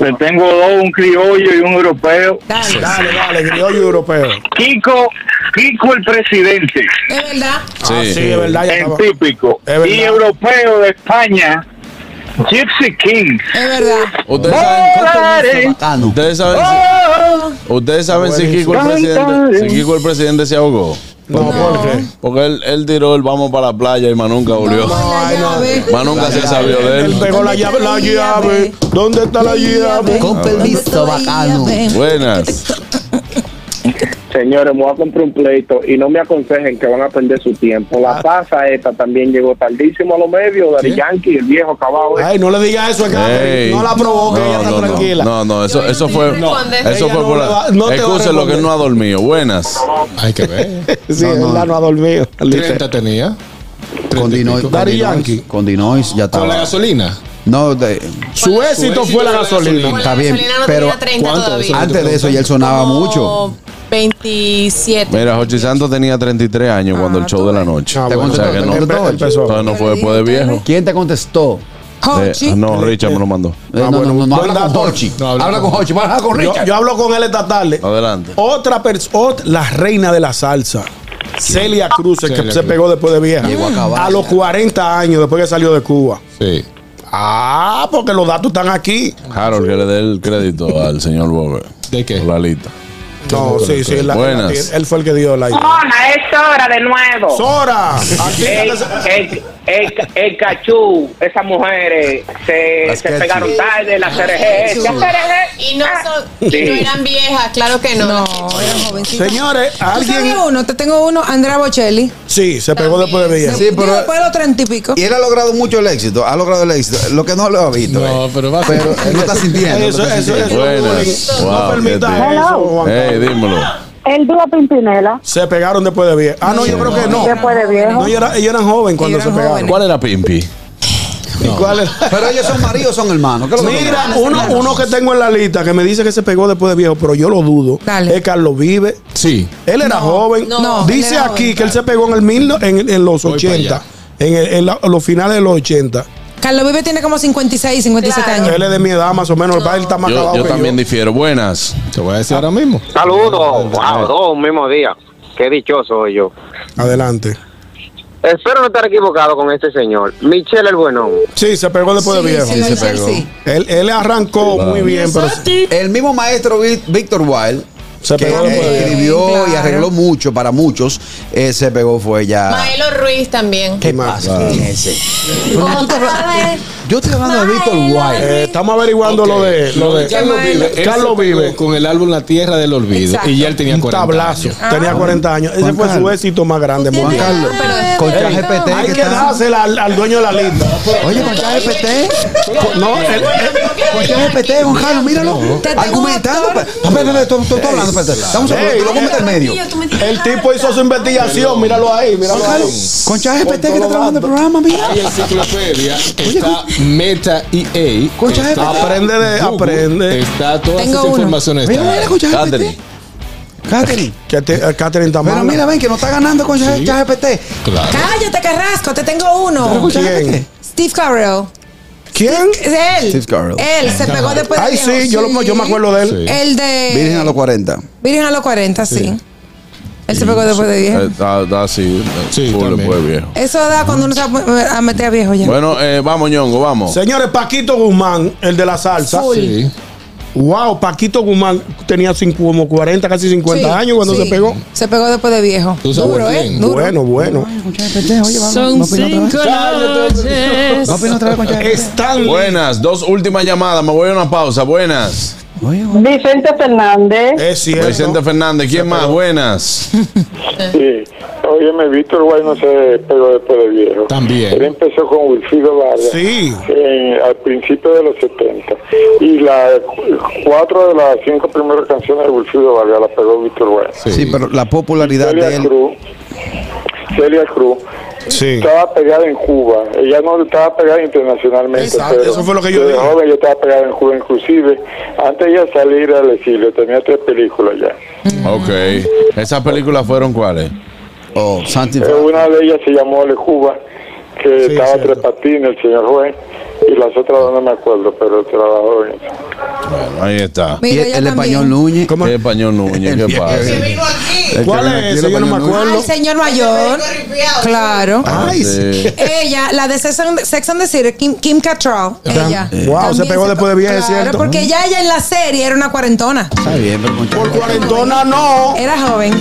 Speaker 11: Le tengo dos, un criollo y un europeo.
Speaker 5: Dale,
Speaker 7: dale, dale, criollo europeo.
Speaker 11: Kiko, Kiko el presidente.
Speaker 5: Es verdad.
Speaker 7: Ah, sí, es verdad. ya
Speaker 11: en
Speaker 7: estaba-
Speaker 11: típico.
Speaker 7: Es verdad.
Speaker 11: Y europeo de España, Gypsy King.
Speaker 5: Es verdad.
Speaker 8: Ustedes saben Ustedes saben si, ustedes saben si Kiko el presidente, si Kiko el presidente se ahogó.
Speaker 7: No, ¿por qué?
Speaker 8: Porque él, él tiró el vamos para la playa y más nunca volvió.
Speaker 7: Ay, no.
Speaker 8: Más nunca se sabió de
Speaker 7: Él
Speaker 8: él.
Speaker 7: pegó la llave, la llave. ¿Dónde está la llave?
Speaker 6: Con permiso, bacano.
Speaker 8: Buenas.
Speaker 12: Señores, me voy a comprar un pleito y no me aconsejen que van a perder su tiempo.
Speaker 7: Ah.
Speaker 12: La taza esta también llegó tardísimo a los medios, Dari Yankee, el viejo caballo.
Speaker 7: Ay, no le digas eso a Catherine.
Speaker 8: Ey.
Speaker 7: No la provoque, ella está
Speaker 8: no,
Speaker 7: tranquila.
Speaker 8: No, no, eso, eso fue.
Speaker 7: No,
Speaker 8: Eso
Speaker 7: ella
Speaker 8: fue
Speaker 7: no
Speaker 8: por
Speaker 7: le va-
Speaker 8: la.
Speaker 7: no te va a
Speaker 8: Excusen lo que
Speaker 7: responder.
Speaker 8: no ha dormido. Buenas. Hay que ver.
Speaker 7: Sí, es verdad, no ha dormido.
Speaker 2: 30 tenía.
Speaker 6: Con Dinois.
Speaker 7: Daddy Yankee.
Speaker 6: Con Dinois, ya estaba.
Speaker 2: Con la gasolina.
Speaker 6: No, de-
Speaker 7: Su éxito fue la gasolina.
Speaker 6: Está bien,
Speaker 4: gasolina no
Speaker 6: pero
Speaker 4: tenía 30 ¿Cuánto? todavía. Eso
Speaker 6: antes de eso ya él sonaba mucho.
Speaker 4: 27.
Speaker 8: Mira, Jorge Santos tenía 33
Speaker 7: Ah,
Speaker 8: años cuando el show de la noche.
Speaker 6: ¿Te
Speaker 8: o sea
Speaker 6: contestó?
Speaker 8: que no,
Speaker 6: ¿Te contestó?
Speaker 8: entonces no fue después de viejo.
Speaker 6: ¿Quién te contestó?
Speaker 8: Eh, no, Richard me lo mandó.
Speaker 6: Eh, no, no, no, no,
Speaker 7: Ah, Buen
Speaker 6: habla con
Speaker 7: dato.
Speaker 6: Hochi.
Speaker 7: No,
Speaker 6: Habla con Hochi, habla con
Speaker 7: Yo-
Speaker 6: Richard.
Speaker 7: Yo hablo con él esta tarde.
Speaker 8: Adelante.
Speaker 7: Otra persona, la reina de la salsa. Celia Cruz, que
Speaker 2: Celia
Speaker 7: se
Speaker 2: Cruz.
Speaker 7: pegó después de vieja.
Speaker 6: Llegó a acabar,
Speaker 7: A los 40 años, después que salió de Cuba.
Speaker 2: Sí.
Speaker 7: Ah, porque los datos están aquí.
Speaker 8: Harold, que le dé el crédito al señor Bober. ¿De qué? La lista.
Speaker 7: No, sí, sí. la-
Speaker 8: Buenas.
Speaker 7: la- él fue el que dio la idea.
Speaker 14: Sora, es Sora Oh, de nuevo.
Speaker 7: Sora,
Speaker 14: El, el, el, el cachú, esas mujeres se,
Speaker 19: Las
Speaker 14: se
Speaker 19: cachú.
Speaker 14: pegaron tarde, las
Speaker 4: Sí.
Speaker 14: cerejes.
Speaker 4: Y no, son,
Speaker 14: Sí.
Speaker 4: y no eran viejas, claro que no.
Speaker 5: No, eran jovencitos.
Speaker 7: Señores, alguien.
Speaker 5: Tengo uno, te tengo uno, Andrea Bocelli.
Speaker 7: Sí, se pegó después de vieja.
Speaker 6: Sí,
Speaker 5: Digo,
Speaker 6: pero.
Speaker 5: después de los 30 y pico.
Speaker 6: Y él ha logrado mucho el éxito, ha logrado el éxito. Lo que no lo ha visto. eh.
Speaker 2: No, pero va a
Speaker 6: Pero él lo está sintiendo.
Speaker 7: Eso,
Speaker 6: lo está
Speaker 7: eso,
Speaker 6: sintiendo.
Speaker 7: eso.
Speaker 8: Buenas.
Speaker 7: No
Speaker 8: Wow,
Speaker 7: permita
Speaker 8: qué te-
Speaker 7: eso, Juan
Speaker 8: Ey,
Speaker 7: Carlos.
Speaker 8: dímelo.
Speaker 9: El dúo Pimpinela.
Speaker 7: Se pegaron después de vieja. Ah, no, yo creo que no.
Speaker 9: Después de viejo.
Speaker 7: No, ellos eran, ellos eran joven cuando se pegaron.
Speaker 8: ¿Cuál era Pimpi?
Speaker 6: Pero ellos son maridos, son hermanos. ¿Qué es lo que
Speaker 7: Mira,
Speaker 6: tú
Speaker 7: uno,
Speaker 6: crees?
Speaker 7: uno que tengo en la lista que me dice que se pegó después de viejo, pero yo lo dudo. Es Carlos Vive.
Speaker 8: Sí.
Speaker 7: Él era
Speaker 8: No,
Speaker 7: joven.
Speaker 8: no, no, él
Speaker 7: dice
Speaker 8: era
Speaker 7: aquí
Speaker 8: joven.
Speaker 7: que él se pegó en el mil, no- en, en los
Speaker 8: Voy para
Speaker 7: 80.
Speaker 8: allá.
Speaker 7: En, el- en la- los finales de los 80.
Speaker 5: Carlos Vive tiene como 56, 57 años.
Speaker 7: Él es de mi edad más o menos. El él está más
Speaker 8: Yo,
Speaker 7: acabado
Speaker 8: yo
Speaker 7: que
Speaker 8: también difiero. Buenas.
Speaker 2: Te voy a decir ahora mismo.
Speaker 21: Saludos a dos un mismo día. Qué dichoso soy yo.
Speaker 7: Adelante.
Speaker 21: Espero no estar equivocado con este señor. Michelle el Buenón.
Speaker 7: Sí, se pegó después de viejo. Él, él arrancó muy bien, pero
Speaker 6: El mismo maestro Vi- Víctor Wild. que eh,
Speaker 7: pegó después de
Speaker 6: escribió
Speaker 4: Claro.
Speaker 6: y arregló mucho para muchos. eh, se pegó fue ya.
Speaker 4: Maelo Ruiz también.
Speaker 6: ¿Qué pasa?
Speaker 4: Claro.
Speaker 6: ¿Quién es ese?
Speaker 4: Otra vez.
Speaker 6: Yo estoy hablando de Víctor Wild.
Speaker 7: Eh, estamos averiguando lo de. Lo de
Speaker 2: Carlos Vive. Él
Speaker 7: Carlos
Speaker 2: se pegó
Speaker 7: Vive.
Speaker 2: Con el álbum La Tierra del Olvido.
Speaker 7: Exacto.
Speaker 2: Y ya él tenía
Speaker 7: Un
Speaker 2: 40
Speaker 7: tablazo.
Speaker 2: años.
Speaker 7: Tenía
Speaker 6: Ah,
Speaker 7: 40 años. Ese fue su éxito más grande. Juan Carlos.
Speaker 2: Con
Speaker 7: Ey,
Speaker 2: ChatGPT
Speaker 7: Hay
Speaker 2: que
Speaker 7: que
Speaker 2: está-
Speaker 7: dársela al, al dueño de la lista.
Speaker 6: Oye, con
Speaker 7: ChatGPT. No, el-
Speaker 6: ¿Por qué GPT, Gonzalo? Míralo. Argumentando. pa- pa- pa- pa- Estoy estoy hablando, espérate. Dame un segundo,
Speaker 7: Ey,
Speaker 6: tú lo metes al medio.
Speaker 7: el, el tipo hizo su investigación. Míralo ahí, míralo ahí.
Speaker 6: Con ChatGPT que está trabajando el programa, mira.
Speaker 2: Hay enciclopedia, está Meta EA.
Speaker 6: Concha,
Speaker 2: está
Speaker 6: GPT.
Speaker 7: Aprende de- aprende.
Speaker 2: Está todas
Speaker 6: Tengo
Speaker 2: esas
Speaker 6: uno.
Speaker 2: informaciones.
Speaker 6: Mira, mira, concha, GPT. Catherine.
Speaker 7: eh, Catherine está
Speaker 6: Pero
Speaker 7: mala.
Speaker 6: mira, ven que no está ganando con
Speaker 7: Sí.
Speaker 6: ChatGPT.
Speaker 2: Claro.
Speaker 5: Cállate, Carrasco, te tengo uno.
Speaker 7: ¿Quién?
Speaker 5: Steve Carell.
Speaker 7: ¿Quién?
Speaker 5: Es él.
Speaker 6: Steve Carell.
Speaker 5: Él se pegó después de
Speaker 6: Ay,
Speaker 5: viejo,
Speaker 6: sí, yo lo- yo me acuerdo de él. Sí.
Speaker 5: El de.
Speaker 6: Virgen a los 40.
Speaker 5: Virgen a los 40, sí. Él se pegó después de viejo.
Speaker 8: Eh, da, da, sí, eh, full después, viejo.
Speaker 5: Eso da cuando uno se va a meter a viejo ya.
Speaker 8: Bueno, eh, vamos, ñongo, vamos.
Speaker 7: Señores, Paquito Guzmán, el de la salsa.
Speaker 5: Full.
Speaker 8: Sí.
Speaker 7: Wow, Paquito Guzmán tenía cinco- como 40, casi 50
Speaker 5: Sí,
Speaker 7: años cuando
Speaker 5: sí.
Speaker 7: se pegó.
Speaker 5: Se pegó después de viejo. Duro, ¿eh? Duro.
Speaker 7: Bueno, bueno.
Speaker 5: Son cinco noches.
Speaker 7: Están
Speaker 8: Buenas, dos últimas llamadas. Me voy a una pausa. Buenas.
Speaker 22: Vicente Fernández.
Speaker 7: Es
Speaker 8: Vicente Fernández, ¿quién más? Buenas.
Speaker 23: Sí, óyeme, Víctor Guay no se pegó después de viejo.
Speaker 8: También.
Speaker 23: Él empezó con Wilfrido Vargas.
Speaker 7: Sí.
Speaker 23: en- al principio de los 70. Y las cuatro de las cinco primeras canciones de Wilfrido Vargas las pegó Víctor Guay.
Speaker 6: Sí, pero la popularidad
Speaker 23: Celia
Speaker 6: de él.
Speaker 23: Cruz. Celia Cruz. Estaba pegada en Cuba. Ella no estaba pegada internacionalmente.
Speaker 7: Exacto,
Speaker 23: pero
Speaker 7: eso fue lo que yo
Speaker 23: desde
Speaker 7: dije.
Speaker 23: joven yo estaba pegada en Cuba, inclusive. Antes de ella salir al exilio, tenía tres películas ya.
Speaker 8: Ok. ¿Esas películas fueron cuáles?
Speaker 6: Oh, Santi.
Speaker 23: Eh, Una de ellas se llamó Le Cuba, que estaba tres patines, el señor juez, y las otras dos no me acuerdo, pero trabajó en eso.
Speaker 8: Bueno, ahí está.
Speaker 6: Y el, el español Núñez.
Speaker 8: ¿Qué español Núñez? ¿Qué pasa?
Speaker 7: ¿Cuál es ese? Yo no me
Speaker 5: Al
Speaker 7: acuerdo.
Speaker 5: señor mayor. Claro.
Speaker 7: Ay, sí.
Speaker 5: Ella, la de Sex and, Sex and the City, Kim, Kim Cattrall. Ella.
Speaker 7: Wow, se pegó después de vieja, es
Speaker 5: Claro,
Speaker 7: cierto.
Speaker 5: porque ya ella en la serie era una cuarentona.
Speaker 6: Está bien, pero con
Speaker 7: Por cuarentona no.
Speaker 5: Era joven.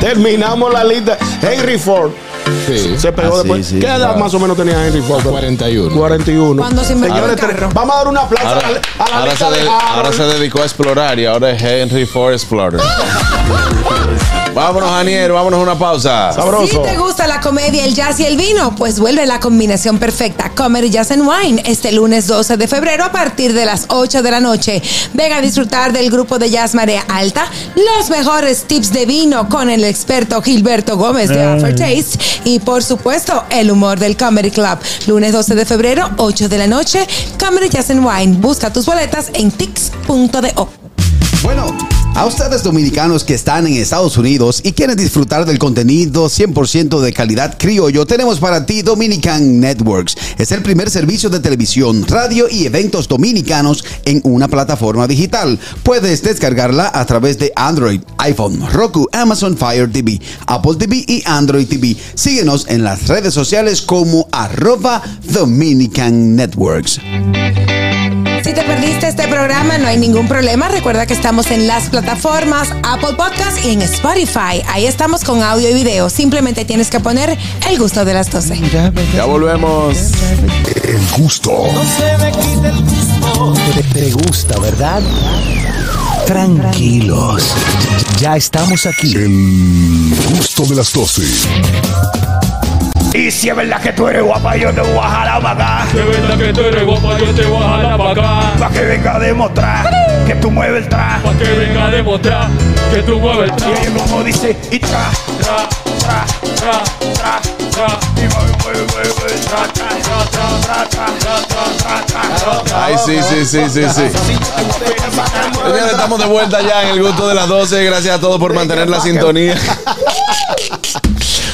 Speaker 7: Terminamos la lista. Henry Ford. Se pegó
Speaker 2: Ah, sí,
Speaker 7: después.
Speaker 2: sí,
Speaker 7: ¿Qué edad
Speaker 2: claro.
Speaker 7: más o menos tenía Henry Ford?
Speaker 2: 41.
Speaker 7: 41.
Speaker 5: Cuando se inventó el carro.
Speaker 7: Vamos a dar una aplauso
Speaker 8: Ahora,
Speaker 7: a la- a la
Speaker 8: ahora
Speaker 7: lista
Speaker 8: se
Speaker 7: de
Speaker 8: de-
Speaker 7: Harold.
Speaker 8: ahora se dedicó a explorar y ahora es Henry Ford Explorer. vámonos, Aniel, vámonos a una pausa.
Speaker 5: Si te gusta la comedia, el jazz y el vino, pues vuelve la combinación perfecta. Comedy Jazz and Wine este lunes 12 de febrero a partir de las 8 de la noche. Ven a disfrutar del grupo de jazz Marea Alta, los mejores tips de vino con el experto Gilberto Gómez de
Speaker 19: Ay.
Speaker 5: Aftertaste y por supuesto el humor del Comedy Club. Lunes 12 de febrero, 8 de la noche, Comedy Jazz and Wine. Busca tus boletas en tics.do.
Speaker 6: Bueno, a ustedes dominicanos que están en Estados Unidos y quieren disfrutar del contenido 100% de calidad criollo, tenemos para ti Dominican Networks. Es el primer servicio de televisión, radio y eventos dominicanos en una plataforma digital. Puedes descargarla a través de Android, iPhone, Roku, Amazon Fire TV, Apple TV y Android TV. Síguenos en las redes sociales como arroba Dominican Networks.
Speaker 5: Si te perdiste este programa, no hay ningún problema. Recuerda que estamos en las plataformas Apple Podcast y en Spotify. Ahí estamos con audio y video. Simplemente tienes que poner el gusto de las 12.
Speaker 8: Ya volvemos.
Speaker 1: El gusto. Te, te gusta, ¿verdad? Tranquilos. Ya estamos aquí. El gusto de las 12.
Speaker 19: Y si es verdad que tú eres guapa, yo te voy a jalar para acá. Si es verdad que tú eres guapa, yo te voy a jalar para acá. Para que venga a demostrar que tú mueves el tra. Para que venga a demostrar que tú mueves el tra. Y ella como dice, y tra, tra, tra, tra, tra, tra. Y mueve, mueve, mueve, mueve. Tra, tra, tra, tra, tra, tra, tra, tra, tra, tra.
Speaker 8: Ay, sí, sí, sí, sí, sí. Señores, estamos de vuelta ya en el gusto de las 12. Gracias a todos por mantener la sintonía.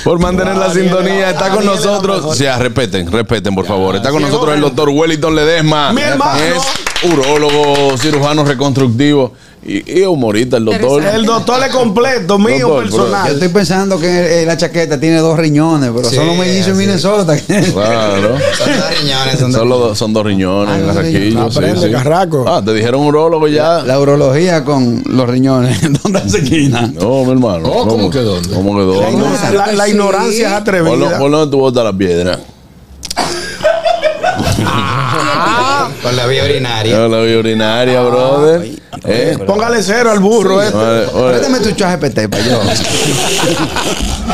Speaker 8: Por mantener la sintonía. Está con nosotros. Ya, respeten, respeten, por favor. Está con nosotros el doctor Wellington Ledesma.
Speaker 7: Mi hermano.
Speaker 8: Es urólogo, cirujano reconstructivo y, y humorista, el doctor.
Speaker 7: El doctor es completo, mío
Speaker 8: Doctor, bro.
Speaker 7: personal.
Speaker 6: Yo estoy pensando que eh, la chaqueta tiene dos riñones, pero
Speaker 8: Sí,
Speaker 6: son los mellizos en Minnesota.
Speaker 8: Claro. Son dos riñones. Son, dos, son dos riñones, carraquillo, sí,
Speaker 6: Ah, Aprende,
Speaker 8: sí.
Speaker 6: carraco.
Speaker 8: Ah, te dijeron urólogo ya.
Speaker 6: La urología con los riñones. ¿Dónde se quina?
Speaker 8: No, mi hermano.
Speaker 6: Oh, ¿cómo que
Speaker 8: dónde? ¿Cómo que dónde?
Speaker 7: La, la ignorancia es
Speaker 8: Ponlo-
Speaker 7: atrevida.
Speaker 8: ponlo en tu bota la piedra.
Speaker 5: Ah.
Speaker 24: Con la vía urinaria.
Speaker 8: Con la vía urinaria, brother. ¿Eh?
Speaker 7: Póngale cero al burro,
Speaker 8: Sí.
Speaker 7: eh.
Speaker 8: Vale, vale.
Speaker 6: Préstame tu chaje PT para yo.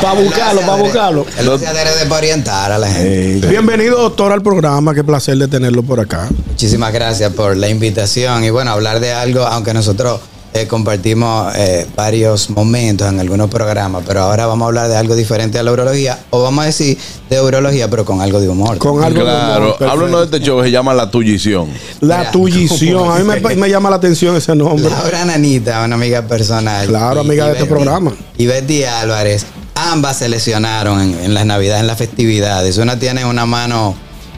Speaker 7: Para buscarlo, para buscarlo.
Speaker 24: El aseadero de para orientar a la gente.
Speaker 7: Bienvenido, doctor, al programa. Qué placer de tenerlo por acá.
Speaker 24: Muchísimas gracias por la invitación y bueno, hablar de algo, aunque nosotros eh, compartimos eh, varios momentos en algunos programas, pero ahora vamos a hablar de algo diferente a la urología, o vamos a decir de urología, pero con algo de humor. Con
Speaker 8: Claro, háblanos de este show que se llama La Tullición.
Speaker 7: La tullición. A mí me, me llama la atención ese nombre.
Speaker 24: Laura Nanita, una amiga personal.
Speaker 7: Claro,
Speaker 24: Y-
Speaker 7: amiga
Speaker 24: y
Speaker 7: de este
Speaker 24: Betty-
Speaker 7: programa.
Speaker 24: Y Betty Álvarez, ambas se lesionaron en, en las navidades, en las festividades. Una tiene una mano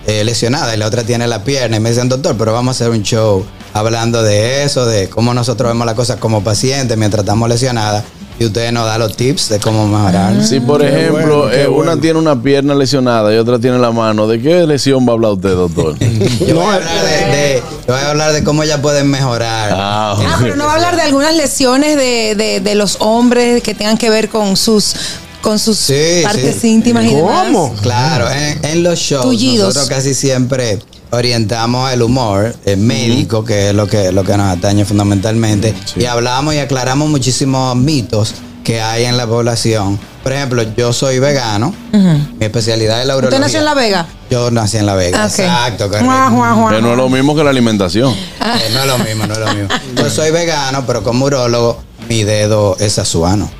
Speaker 24: eh, lesionada y la otra tiene la pierna. Y me dicen, doctor, pero vamos a hacer un show hablando de eso, de cómo nosotros vemos las cosas como pacientes mientras estamos lesionadas. Y ustedes nos dan los tips de cómo mejorar.
Speaker 8: Si, Ah. por ejemplo, eh, una tiene una pierna lesionada y otra tiene la mano, ¿de qué lesión va a hablar usted, doctor?
Speaker 24: Yo voy a hablar de, de- yo voy a hablar de cómo ellas pueden mejorar.
Speaker 5: Ah, pero no va a hablar de algunas lesiones de, de, de los hombres que tengan que ver con sus con sus
Speaker 24: Sí,
Speaker 5: partes
Speaker 24: sí.
Speaker 5: íntimas y demás.
Speaker 24: Claro, en, en los shows
Speaker 5: Tullidos.
Speaker 24: nosotros casi siempre orientamos el humor el médico, que es lo que, lo que nos atañe fundamentalmente, y hablamos y aclaramos muchísimos mitos que hay en la población. Por ejemplo, yo soy vegano,
Speaker 5: Ujú.
Speaker 24: mi especialidad es la
Speaker 5: ¿Usted nació en
Speaker 24: urología.
Speaker 5: La Vega?
Speaker 24: Yo nací en La Vega.
Speaker 5: Ah, ok.
Speaker 24: Exacto, correcto.
Speaker 5: Guau, guau, guau.
Speaker 8: Que no es lo mismo que la alimentación.
Speaker 24: Eh, no es lo mismo, no es lo mismo. Yo soy vegano, pero como urólogo, mi dedo es azuano.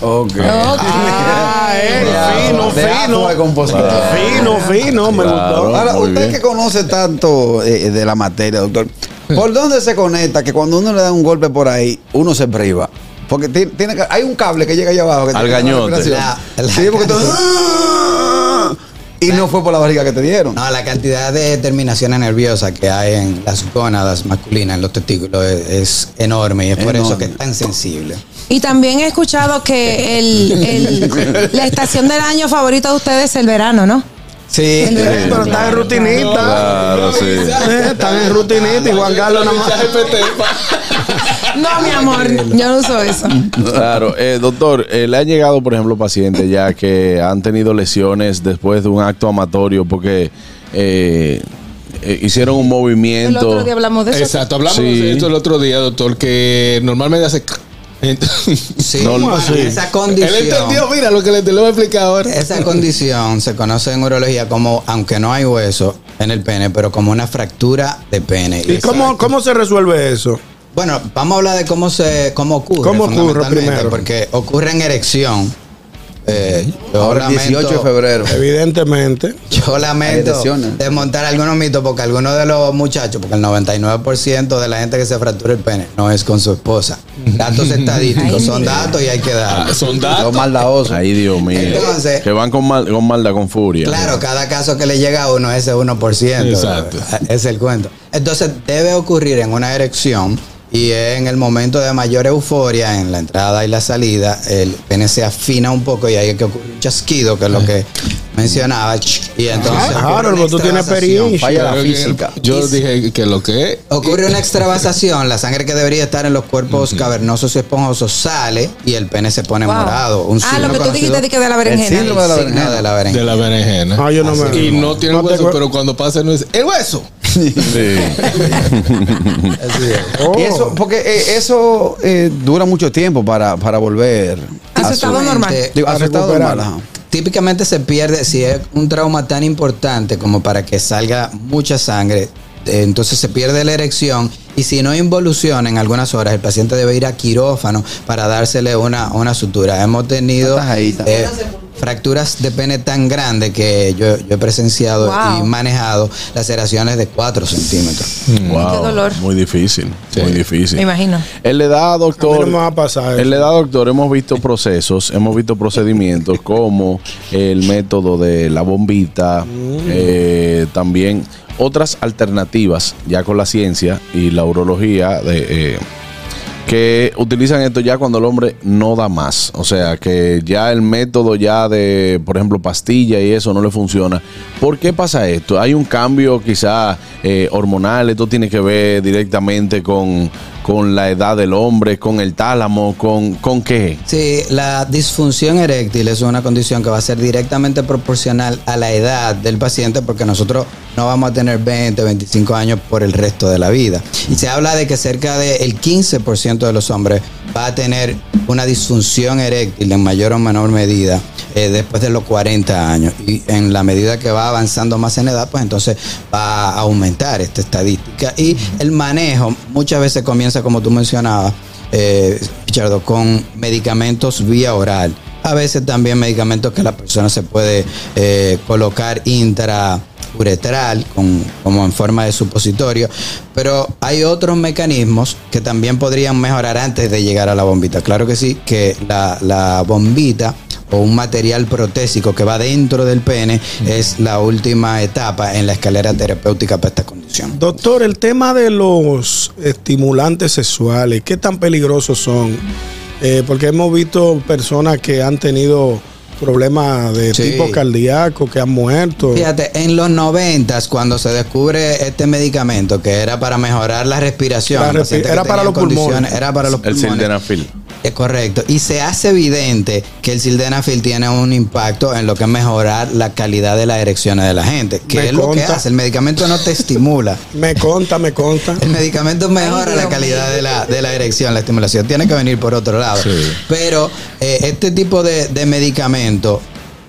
Speaker 6: Ok.
Speaker 7: Ah, eh, fino,
Speaker 6: De
Speaker 7: fino.
Speaker 6: afro de compositor.
Speaker 7: Fino, fino, me gustó.
Speaker 6: Ahora, usted que conoce tanto eh, de la materia, doctor, ¿por dónde se conecta que cuando uno le da un golpe por ahí, uno se priva? Porque ti- tiene que- hay un cable que llega allá abajo. Que
Speaker 8: Al
Speaker 6: tiene la
Speaker 8: gañote.
Speaker 6: respiración.
Speaker 24: La-
Speaker 6: Sí, porque tú- y no fue por la barriga que te dieron.
Speaker 24: No, la cantidad de terminaciones nerviosas que hay en las gónadas masculinas, en los testículos, es, es enorme y es por eso que es tan sensible.
Speaker 5: Y también he escuchado que el, el- la estación del año favorita de ustedes es el verano, ¿no?
Speaker 24: Sí,
Speaker 7: pero está en rutinita.
Speaker 8: Claro, sí.
Speaker 7: Eh, Están en rutinita y Juan Carlos nada más.
Speaker 5: No, mi amor, yo no uso eso.
Speaker 8: Claro, eh, doctor, eh, le han llegado, por ejemplo, pacientes ya que han tenido lesiones después de un acto amatorio porque eh, eh, hicieron un movimiento.
Speaker 2: Exacto, hablamos de esto el otro día, doctor, que normalmente hace.
Speaker 24: Sí,
Speaker 2: No,
Speaker 24: bueno,
Speaker 2: así.
Speaker 24: esa condición.
Speaker 2: Él entendió, mira lo que le, te lo voy a explicar ahora.
Speaker 24: Esa condición se conoce en urología como, aunque no hay hueso en el pene, pero como una fractura de pene.
Speaker 7: ¿Y cómo, cómo se resuelve eso?
Speaker 24: Bueno, vamos a hablar de cómo se cómo ocurre.
Speaker 7: ¿Cómo ocurre
Speaker 24: fundamentalmente,
Speaker 7: primero?
Speaker 24: Porque ocurre en erección. Eh, yo
Speaker 6: Ahora el
Speaker 24: lamento-
Speaker 6: 18 de febrero.
Speaker 7: Evidentemente.
Speaker 24: Yo lamento
Speaker 6: lesiones.
Speaker 24: desmontar algunos mitos porque algunos de los muchachos, porque el 99% de la gente que se fractura el pene no es con su esposa. Datos estadísticos, son datos y hay que dar.
Speaker 2: son
Speaker 8: Los
Speaker 6: maldadosos.
Speaker 8: Ay, Dios mío.
Speaker 24: Entonces-
Speaker 8: que van con, mal- con maldad, con furia.
Speaker 24: Claro, cada caso que le llega a uno es ese 1%.
Speaker 8: Exacto.
Speaker 24: Es el cuento. Entonces debe ocurrir en una erección y en el momento de mayor euforia, en la entrada y la salida, el pene se afina un poco y ahí es que ocurre un chasquido, que es lo que mencionaba. Y entonces...
Speaker 7: Ah, Harold,
Speaker 24: ocurre
Speaker 7: tú
Speaker 24: una
Speaker 7: tienes
Speaker 24: extravasación.
Speaker 7: experiencia.
Speaker 2: Pero que- Yo dije que lo que es.
Speaker 24: Ocurre una extravasación, la sangre que debería estar en los cuerpos cavernosos y esponjosos sale y el pene se pone
Speaker 5: Wow.
Speaker 24: morado. Un
Speaker 5: Ah, lo
Speaker 24: signo
Speaker 5: que tú dijiste
Speaker 24: conocido-
Speaker 5: de que de la berenjena.
Speaker 24: El signo de la berenjena. De la berenjena.
Speaker 2: De la berenjena.
Speaker 7: Ah, yo no me-
Speaker 2: y no tiene
Speaker 7: No te
Speaker 2: hueso,
Speaker 7: acuer-
Speaker 2: pero cuando pasa no es. ¡El hueso!
Speaker 8: Sí.
Speaker 6: Y eso, porque eh, eso eh, dura mucho tiempo para, para volver
Speaker 24: A su estado normal.
Speaker 6: Digo, a su
Speaker 24: Para
Speaker 6: estado
Speaker 24: recuperar.
Speaker 6: normal. ajá.
Speaker 24: Típicamente se pierde si es un trauma tan importante como para que salga mucha sangre. eh, Entonces se pierde la erección y si no involuciona en algunas horas, el paciente debe ir a quirófano para dársele una, una sutura. Hemos tenido eh, fracturas de pene tan grandes que yo, yo he presenciado
Speaker 5: Wow.
Speaker 24: y manejado laceraciones de 4 centímetros.
Speaker 8: Wow,
Speaker 5: Qué dolor.
Speaker 8: Muy difícil, muy difícil.
Speaker 5: Me imagino.
Speaker 8: Él le da, doctor.
Speaker 7: no me va a pasar eso.
Speaker 8: Él le da, doctor. Hemos visto procesos, hemos visto procedimientos como el método de la bombita,
Speaker 24: Mm.
Speaker 8: eh, también otras alternativas ya con la ciencia y la urología de. eh, que utilizan esto ya cuando el hombre no da más. O sea, que ya el método ya de, por ejemplo, pastilla y eso no le funciona. ¿Por qué pasa esto? ¿Hay un cambio quizá eh, hormonal? ¿Esto tiene que ver directamente con, con la edad del hombre, con el tálamo, con, con qué?
Speaker 24: Sí, la disfunción eréctil es una condición que va a ser directamente proporcional a la edad del paciente porque nosotros no vamos a tener 20, 25 años por el resto de la vida. Y se habla de que cerca del 15% de los hombres va a tener una disfunción eréctil en mayor o menor medida eh, después de los 40 años. Y en la medida que va avanzando más en edad, pues entonces va a aumentar esta estadística. Y el manejo muchas veces comienza, como tú mencionabas, eh, Pichardo, con medicamentos vía oral. A veces también medicamentos que la persona se puede eh, colocar intrauretral, con, como en forma de supositorio. Pero hay otros mecanismos que también podrían mejorar antes de llegar a la bombita. Claro que sí, que la, la bombita o un material protésico que va dentro del pene es la última etapa en la escalera terapéutica para esta condición.
Speaker 7: Doctor, el tema de los estimulantes sexuales, ¿qué tan peligrosos son? Eh, porque hemos visto personas que han tenido problemas de
Speaker 24: Sí.
Speaker 7: tipo cardíaco, que han muerto.
Speaker 24: Fíjate, en los noventas, cuando se descubre este medicamento que era para mejorar la respiración,
Speaker 7: La respi-
Speaker 24: pacientes que
Speaker 7: era para los
Speaker 24: tenían
Speaker 7: pulmones.
Speaker 24: condiciones, Era para los
Speaker 8: El
Speaker 24: pulmones.
Speaker 8: sildenafil.
Speaker 24: Es correcto. Y se hace evidente que el sildenafil tiene un impacto en lo que es mejorar la calidad de las erecciones de la gente. Que
Speaker 7: Me
Speaker 24: es lo que
Speaker 7: conta.
Speaker 24: hace. El medicamento no te estimula.
Speaker 7: Me conta, me conta.
Speaker 24: El medicamento mejora la calidad de la, de la erección, la estimulación. Tiene que venir por otro lado. Pero eh, este tipo de, de medicamento,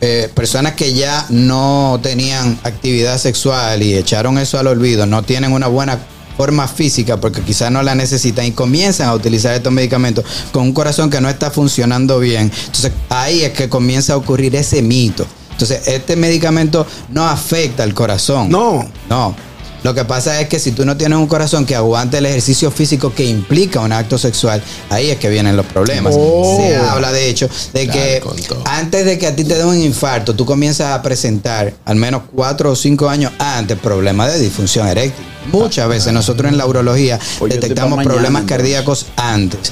Speaker 24: eh, personas que ya no tenían actividad sexual y echaron eso al olvido, no tienen una buena forma física porque quizás no la necesitan y comienzan a utilizar estos medicamentos con un corazón que no está funcionando bien. Entonces ahí es que comienza a ocurrir ese mito. Entonces este medicamento no afecta al corazón.
Speaker 7: No.
Speaker 24: No. Lo que pasa es que si tú no tienes un corazón que aguante el ejercicio físico que implica un acto sexual, ahí es que vienen los problemas.
Speaker 7: Oh.
Speaker 24: Se habla, de hecho, de que antes de que a ti te dé un infarto, tú comienzas a presentar al menos cuatro o cinco años antes problemas de disfunción eréctil.
Speaker 8: Ah.
Speaker 24: Muchas veces nosotros en la urología detectamos
Speaker 6: mañana,
Speaker 24: problemas
Speaker 6: entonces.
Speaker 24: cardíacos antes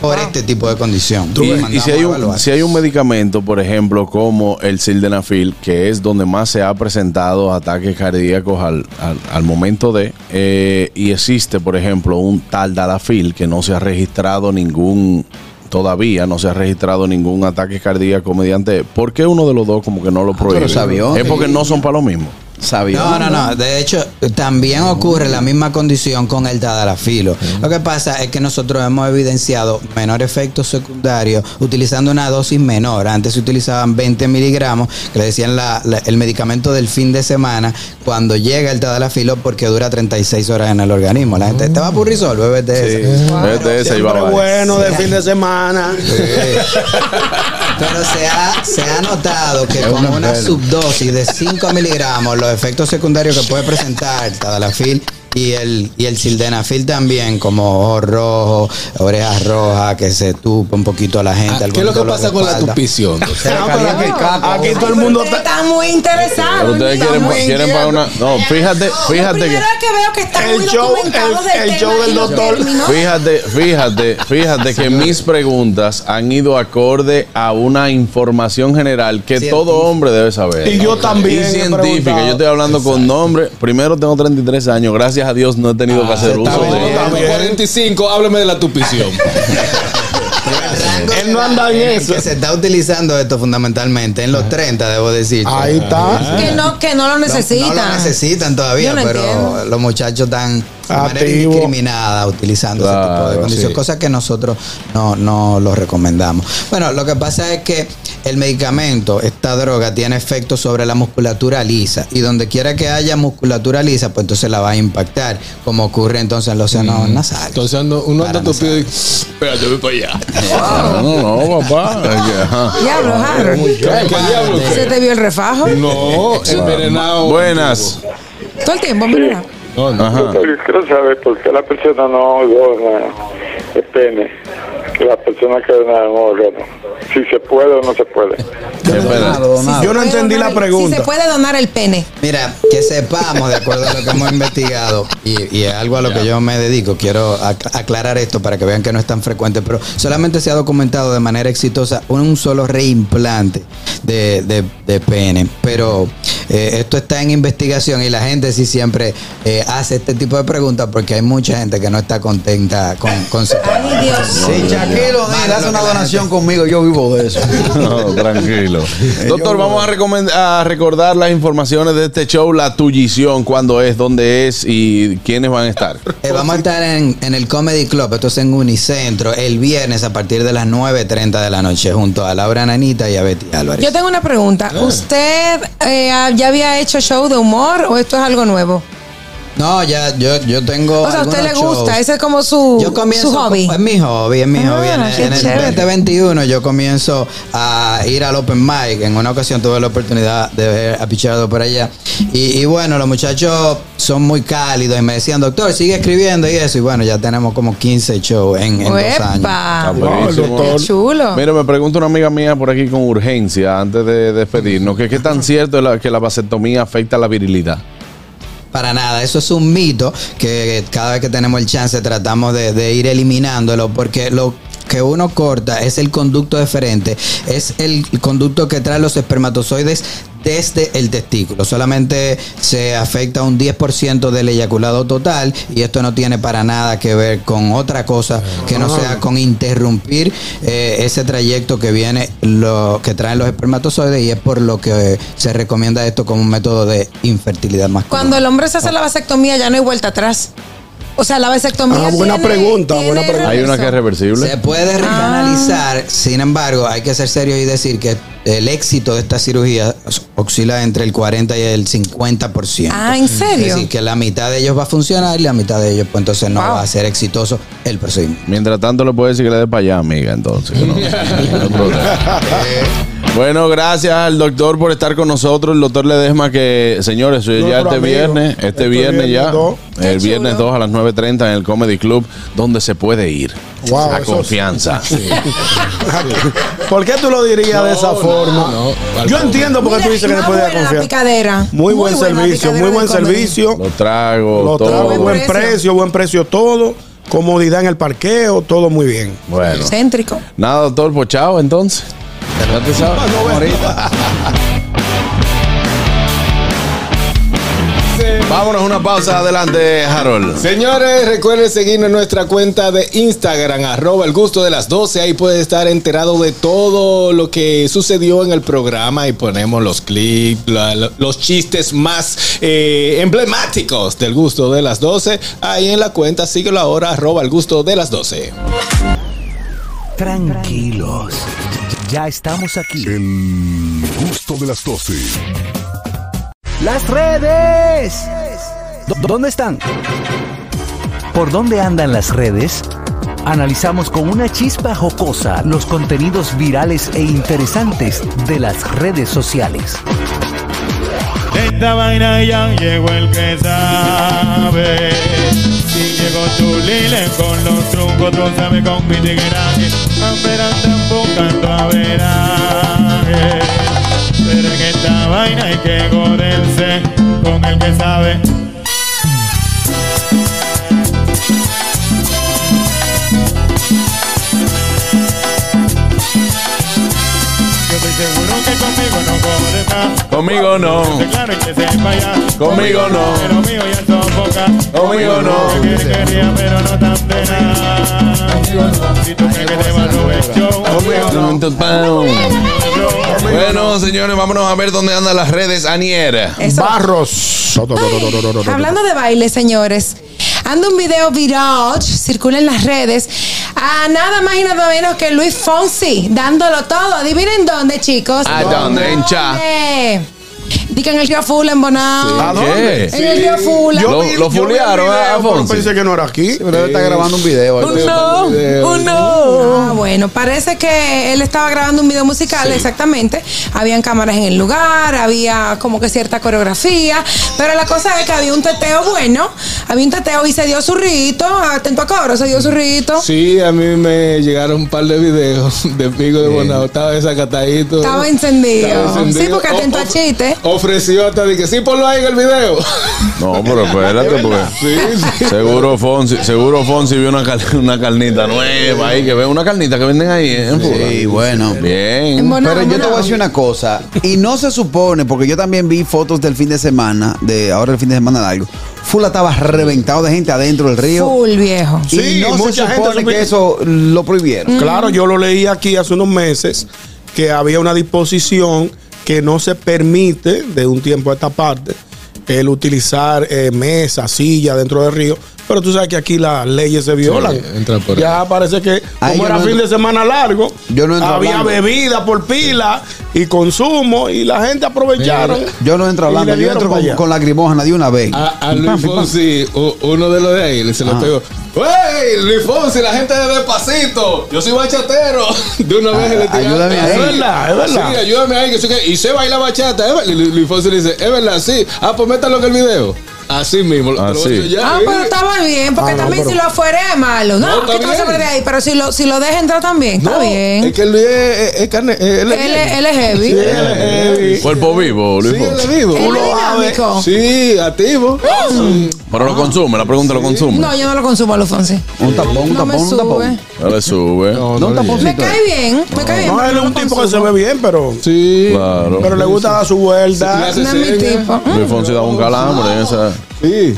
Speaker 24: por este tipo de condición.
Speaker 8: Ah. Y-
Speaker 24: Lo
Speaker 8: Y,
Speaker 24: mandamos
Speaker 8: si,
Speaker 24: a
Speaker 8: hay
Speaker 24: evaluar.
Speaker 8: un, si hay un medicamento, por ejemplo, como el sildenafil, que es donde más se ha presentado ataques cardíacos al, al- al momento de, eh, y existe, por ejemplo, un taldalafil que no se ha registrado ningún, todavía no se ha registrado ningún ataque cardíaco mediante, ¿por qué uno de los dos como que
Speaker 24: Ah,
Speaker 8: no lo prohíbe?
Speaker 24: sabio.
Speaker 8: es porque no son para lo mismo.
Speaker 24: No, no, no. De hecho, también ocurre la misma condición con el tadalafilo. Lo que pasa es que nosotros hemos evidenciado menor efecto secundario utilizando una dosis menor. Antes se utilizaban 20 miligramos, que le decían la- la- el medicamento del fin de semana, cuando llega el tadalafilo porque dura 36 horas en el organismo. La gente, te va a purrisol, bébete esa".
Speaker 8: Vete esa y
Speaker 7: Siempre
Speaker 8: bye bye.
Speaker 7: bueno de fin de semana.
Speaker 24: Pero se ha, se ha notado que con una, subdosis de 5 miligramos, los efectos secundarios que puede presentar el tadalafil y el, y el sildenafil también, como ojos rojos, orejas rojas, que se tupa un poquito a la gente.
Speaker 3: Ah, ¿Qué es
Speaker 24: algún
Speaker 3: lo que
Speaker 24: dolor
Speaker 3: pasa
Speaker 24: de
Speaker 3: con la
Speaker 24: espalda.
Speaker 3: tupición?
Speaker 8: Ah,
Speaker 7: Aquí todo el
Speaker 5: Ustedes
Speaker 7: mundo
Speaker 5: Está, muy interesado.
Speaker 8: Pero ustedes quieren, quieren pagar una... No, fíjate, fíjate que...
Speaker 5: Primero es que veo que están
Speaker 7: El
Speaker 5: muy
Speaker 7: show-
Speaker 5: documentados
Speaker 7: el-
Speaker 5: del
Speaker 7: el
Speaker 5: tema
Speaker 7: show del
Speaker 5: y los
Speaker 7: doctor.
Speaker 5: términos.
Speaker 8: Fíjate, fíjate, fíjate que mis preguntas han ido acorde a una información general que todo hombre debe saber.
Speaker 7: Y yo
Speaker 8: Y
Speaker 7: también he
Speaker 8: científica,
Speaker 7: preguntado.
Speaker 8: yo estoy hablando con nombre. Primero tengo 33 años, gracias a Dios no he tenido
Speaker 7: Ah,
Speaker 8: que hacer uso de
Speaker 3: A los 45, háblame de la tupición.
Speaker 24: Él no anda en eso. Que se está utilizando esto fundamentalmente
Speaker 3: Ah.
Speaker 24: en los 30, debo Ah. decir.
Speaker 7: Ahí está.
Speaker 5: Que no, que no lo
Speaker 24: No,
Speaker 5: necesitan.
Speaker 24: lo necesitan todavía,
Speaker 5: Yo no
Speaker 24: pero
Speaker 5: entiendo.
Speaker 24: los muchachos están de manera
Speaker 7: Activo.
Speaker 24: indiscriminada utilizando ese tipo de condición,
Speaker 7: sí.
Speaker 24: cosa que nosotros no, no los recomendamos. Bueno, lo que pasa es que el medicamento, esta droga, tiene efecto sobre la musculatura lisa y donde quiera que haya musculatura lisa, pues entonces la va a impactar, como
Speaker 8: Mm.
Speaker 24: ocurre entonces en los senos nasales.
Speaker 3: Entonces ando- uno anda tupido y. Espérate, voy para allá.
Speaker 8: no, papá. Ajá.
Speaker 5: Diablo, Harold.
Speaker 8: ¿Qué diablo?
Speaker 5: ¿Se te vio el refajo?
Speaker 2: No, envenenado.
Speaker 8: Buenas.
Speaker 5: Todo el tiempo, mira.
Speaker 8: Ajá.
Speaker 23: Yo Quiero saber por qué la persona no dona el pene, que la persona que dona un órgano, si se puede o no se puede.
Speaker 7: Yo no entendí la
Speaker 5: Si se
Speaker 7: pregunta.
Speaker 5: puede donar el pene.
Speaker 24: Mira, que sepamos, de acuerdo a lo que hemos investigado, y, y es algo a lo que yo me dedico, quiero ac- aclarar esto para que vean que no es tan frecuente, pero solamente se ha documentado de manera exitosa un solo reimplante de, de- de pene. Pero eh, esto está en investigación y la gente sí siempre eh, hace este tipo de preguntas porque hay mucha gente que no está contenta con, con su
Speaker 5: Ay, Dios.
Speaker 6: Si Shaquille O'Neal hace una donación conmigo, yo vivo de eso.
Speaker 8: No, tranquilo. Doctor, vamos a, recomen- a recordar las informaciones de este show, la tullición, cuándo es, dónde es y quiénes van a estar.
Speaker 24: Eh, vamos a estar en, en el Comedy Club, esto es en Unicentro, el viernes a partir de las 9.30 de la noche, junto a Laura Nanita y a Betty Álvarez.
Speaker 5: Yo tengo una pregunta.
Speaker 7: Ah.
Speaker 5: ¿Usted eh, ya había hecho show de humor o esto es algo nuevo?
Speaker 24: No, ya, yo, yo tengo.
Speaker 5: O sea, ¿a usted le
Speaker 24: algunos
Speaker 5: gusta?
Speaker 24: shows.
Speaker 5: Ese es como su,
Speaker 24: Yo comienzo.
Speaker 5: su hobby.
Speaker 24: con- Es mi hobby, es mi
Speaker 5: Ah,
Speaker 24: hobby. En,
Speaker 5: qué
Speaker 24: en el
Speaker 5: chévere.
Speaker 24: 2021 yo comienzo a ir al Open Mic. En una ocasión tuve la oportunidad de ver a Pichardo por allá. Y, y bueno, los muchachos son muy cálidos y me decían, doctor, sigue escribiendo y eso. Y bueno, ya tenemos como 15 shows en, en dos años.
Speaker 5: ¡Epa!
Speaker 8: buenísimo.
Speaker 5: ¡Qué
Speaker 7: Ah.
Speaker 5: chulo!
Speaker 8: Mira, me pregunta una amiga mía por aquí con urgencia, antes de despedirnos, que qué tan cierto es la- que la vasectomía afecta la virilidad.
Speaker 24: Para nada, eso es un mito que cada vez que tenemos el chance tratamos de, de ir eliminándolo porque lo que uno corta es el conducto deferente, es el conducto que trae los espermatozoides desde el testículo. Solamente se afecta un 10% del eyaculado total y esto no tiene para nada que ver con otra cosa que no sea con interrumpir eh, ese trayecto que viene, lo que traen los espermatozoides y es por lo que se recomienda esto como un método de infertilidad masculina.
Speaker 5: Cuando el hombre se hace la vasectomía ya no hay vuelta atrás. O sea, la
Speaker 7: Ah,
Speaker 5: vasectomía. tiene- tiene
Speaker 8: Hay una que es reversible.
Speaker 24: Se puede
Speaker 5: Ah.
Speaker 24: recanalizar, sin embargo, hay que ser serio y decir que el éxito de esta cirugía oscila entre el 40 y el 50%.
Speaker 5: Ah, ¿en serio?
Speaker 24: Es decir, que la mitad de ellos va a funcionar y la mitad de ellos, pues entonces no va a ser exitoso el procedimiento.
Speaker 8: Mientras tanto, le puedo decir que le dé para allá, amiga, entonces. que no- no hay problema. Bueno, gracias al doctor por estar con nosotros. El doctor Ledesma, que señores, ya
Speaker 7: Nuestro
Speaker 8: este
Speaker 7: amigo.
Speaker 8: viernes, este
Speaker 7: Este
Speaker 8: viernes,
Speaker 7: viernes
Speaker 8: ya,
Speaker 7: dos.
Speaker 8: el viernes 2 a las 9.30 en el Comedy Club, donde se puede ir.
Speaker 7: Wow,
Speaker 8: a
Speaker 7: eso sí.
Speaker 8: confianza.
Speaker 7: ¿Por qué tú lo dirías de esa forma? yo entiendo por qué
Speaker 5: Mira,
Speaker 7: tú dices que
Speaker 5: una
Speaker 7: no podía
Speaker 5: buena
Speaker 7: confiar.
Speaker 5: Ah, picadera.
Speaker 7: Muy, buen
Speaker 5: buena
Speaker 7: servicio,
Speaker 5: picadera
Speaker 7: muy
Speaker 5: de
Speaker 7: buen
Speaker 5: comer.
Speaker 7: servicio.
Speaker 8: Los tragos,
Speaker 7: Los
Speaker 8: todo.
Speaker 7: tragos, pues, buen
Speaker 5: Buen precio.
Speaker 7: precio, buen precio todo. Comodidad en el parqueo, todo muy bien.
Speaker 8: Bueno.
Speaker 5: Céntrico.
Speaker 8: Nada, doctor, pues chao, entonces. Ya te sabes. Ahorita. Eh, Vámonos a una pausa. Adelante, Harold.
Speaker 2: Señores, recuerden seguirnos en nuestra cuenta de Instagram, arroba el gusto de las 12. Ahí puedes estar enterado de todo lo que sucedió en el programa y ponemos los clips, la- la- los chistes más eh, emblemáticos del gusto de las 12. Ahí en la cuenta, síguelo ahora, arroba el gusto de las 12.
Speaker 1: Tranquilos. Ya estamos aquí. El gusto de las 12. Las redes. ¿Dó- ¿Dónde están? ¿Por dónde andan las redes? Analizamos con una chispa jocosa los contenidos virales e interesantes de las redes sociales.
Speaker 15: De esta vaina ya llegó el que sabe. Si llegó tu lila con los trucos, tú sabes con mi tigreaje. Amberan tan buscando a veraje. Pero en esta vaina hay que joderse con el que sabe. Yo estoy seguro que conmigo no
Speaker 8: Conmigo no.
Speaker 15: jodes más. Que claro y que sepa ya.
Speaker 8: Conmigo no.
Speaker 15: Pero mío ya sofoca.
Speaker 8: Conmigo no.
Speaker 15: Que quiere que ría, pero no tan de nada. Si tú crees que te va a robar el show.
Speaker 8: Bueno, señores, vámonos a ver dónde andan las redes, Anier.
Speaker 7: Barros.
Speaker 5: Hablando de baile, señores, anda un video viral, circula en las redes, a nada más y nada menos que Luis Fonsi, dándolo todo. Adivinen dónde, chicos.
Speaker 8: ¿A dónde, hincha?
Speaker 5: ¿Dónde? Dice en el río Fula, en Bonao.
Speaker 7: ¿A dónde?
Speaker 5: En el río Fula.
Speaker 7: Yo vi- yo vi el video, pero Pensé que no era aquí.
Speaker 6: ¿eh, pero él está grabando un video.
Speaker 7: ahí.
Speaker 5: No,
Speaker 7: video.
Speaker 5: oh, no. Ah, bueno, parece que él estaba grabando un video musical, exactamente. Habían cámaras en el lugar, había como que cierta coreografía, pero la cosa es que había un teteo bueno, había un teteo y se dio su rito, atento a coro, se dio su rito.
Speaker 2: Sí, a mí me llegaron un par de videos de Pico de Bonao. Estaba desacatadito.
Speaker 5: Estaba encendido.
Speaker 2: Estaba encendido. Oh,
Speaker 5: Sí, porque
Speaker 2: O-
Speaker 5: atento a chiste.
Speaker 2: Ofreció hasta de que sí, ponlo ahí en el video.
Speaker 8: No, pero espérate, pues. Seguro Fonsi, seguro Fonsi vio una, cal- una carnita nueva ahí, que ve una carnita que venden ahí en Sí,
Speaker 6: bueno.
Speaker 8: Bien.
Speaker 6: Pero yo te voy a decir una cosa, y no se supone, porque yo también vi fotos del fin de semana, de ahora el fin de semana largo. Fula estaba reventado de gente adentro del río.
Speaker 5: Full viejo.
Speaker 6: Y no se supone
Speaker 7: supi-
Speaker 6: que eso lo prohibieron.
Speaker 7: Claro, yo lo leí aquí hace unos meses que había una disposición que no se permite de un tiempo a esta parte el utilizar eh, mesas, sillas dentro del río. Pero tú sabes que aquí las leyes se violan. ya parece que,
Speaker 6: Ahí
Speaker 7: como
Speaker 6: yo
Speaker 7: era
Speaker 6: no
Speaker 7: fin
Speaker 6: entro-
Speaker 7: de semana largo,
Speaker 6: Yo no entro
Speaker 7: había
Speaker 6: hablando.
Speaker 7: bebida por pila y consumo y la gente aprovecharon.
Speaker 6: Yo no entro
Speaker 7: Y
Speaker 6: hablando,
Speaker 7: le
Speaker 6: yo
Speaker 7: dieron
Speaker 6: entro
Speaker 7: pa'
Speaker 6: con,
Speaker 7: allá. Ah,
Speaker 6: con lacrimógena de una vez.
Speaker 2: A, a Luis Fonsi, u- uno de los de ahí, le- se lo
Speaker 6: Ah.
Speaker 2: pegó. ¡Wey! Luis Fonsi, la gente de despacito. Yo soy bachatero. De una vez le tiraron.
Speaker 6: Ah, ayúdame ahí.
Speaker 2: Es
Speaker 6: verdad, es verdad.
Speaker 2: Sí, ayúdame ahí. Que soy que, y se baila bachata. ¿eh? Y Luis Fonsi le dice, es verdad, sí. Ah, pues métalo en el video. Así mismo. lo- te lo voy a
Speaker 8: Así.
Speaker 2: enseñar.
Speaker 5: Ah, pero estaba bien, porque
Speaker 2: Ah, no,
Speaker 5: también
Speaker 2: pero-
Speaker 5: si lo afuera es malo.
Speaker 2: No,
Speaker 5: No,
Speaker 2: está
Speaker 5: que tú no se
Speaker 2: bien.
Speaker 5: de ahí, pero si lo, si lo deja entrar también, está bien.
Speaker 2: Es que Luis es, es- es carne.
Speaker 7: eh,
Speaker 2: Él
Speaker 5: Él es- él es heavy.
Speaker 2: Sí, él es heavy.
Speaker 8: Cuerpo vivo, Luis
Speaker 2: Sí, él
Speaker 8: Fonsi.
Speaker 2: es vivo.
Speaker 5: Él es dinámico.
Speaker 2: Sí, activo.
Speaker 7: Mm.
Speaker 2: Sí.
Speaker 8: Pero lo consume, la pregunta lo consume.
Speaker 5: No, yo no lo consumo, Alfonso.
Speaker 6: Un tapón, un
Speaker 5: No me
Speaker 6: tapón, un tapón.
Speaker 5: sube.
Speaker 8: No le sube. No,
Speaker 6: un
Speaker 5: Me cae bien, me cae bien.
Speaker 7: Ah, No, él es un tipo que se ve bien, pero,
Speaker 2: Sí.
Speaker 8: Claro.
Speaker 7: pero le gusta dar su vuelta.
Speaker 5: No es mi tipo.
Speaker 8: Luis Fonsi da un
Speaker 7: Ah.
Speaker 8: calambre en esa.
Speaker 2: Sí.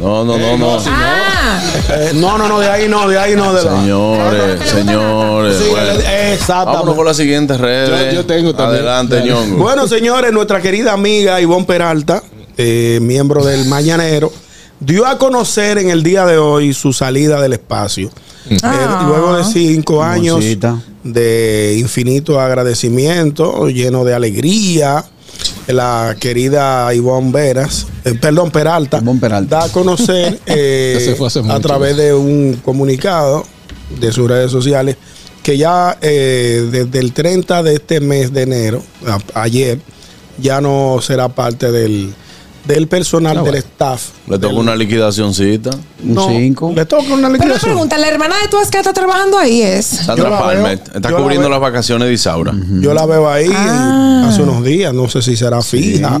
Speaker 8: No, no, no, no.
Speaker 5: Ah,
Speaker 7: Eh, no, no, no, de ahí no, de ahí no, Eh, de la.
Speaker 8: Señores, señores.
Speaker 7: Sí, eh,
Speaker 8: bueno. Vámonos
Speaker 7: exactamente.
Speaker 8: con las siguientes redes.
Speaker 2: Yo- yo tengo también.
Speaker 8: Adelante,
Speaker 2: Dale.
Speaker 8: ñongo.
Speaker 7: Bueno, señores, nuestra querida amiga Ivonne Peralta, eh, miembro del Mañanero, dio a conocer en el día de hoy su salida del espacio. Eh,
Speaker 5: Ah.
Speaker 7: luego de cinco años
Speaker 6: Hermosita.
Speaker 7: de infinito agradecimiento, lleno de alegría, la querida Ivonne Veras, eh, perdón, Peralta, da a conocer eh,
Speaker 2: Ya se fue hace
Speaker 7: a
Speaker 2: mucho.
Speaker 7: través de un comunicado de sus redes sociales que ya eh, desde el 30 de este mes de enero, a- ayer, ya no será parte del, del
Speaker 2: Ah,
Speaker 7: personal del staff.
Speaker 8: Le tocó una liquidacioncita.
Speaker 6: Un
Speaker 7: No,
Speaker 6: cinco.
Speaker 7: le toca una
Speaker 5: pero la
Speaker 7: liquidación.
Speaker 5: pregunta, la hermana de tu que está trabajando ahí es.
Speaker 7: Yo
Speaker 8: Sandra
Speaker 7: la veo,
Speaker 8: Palmer está
Speaker 7: yo la
Speaker 8: cubriendo
Speaker 7: veo.
Speaker 8: las vacaciones de Isaura.
Speaker 7: Yo la veo ahí
Speaker 5: Ah.
Speaker 7: eh, hace unos días, no sé si será fija.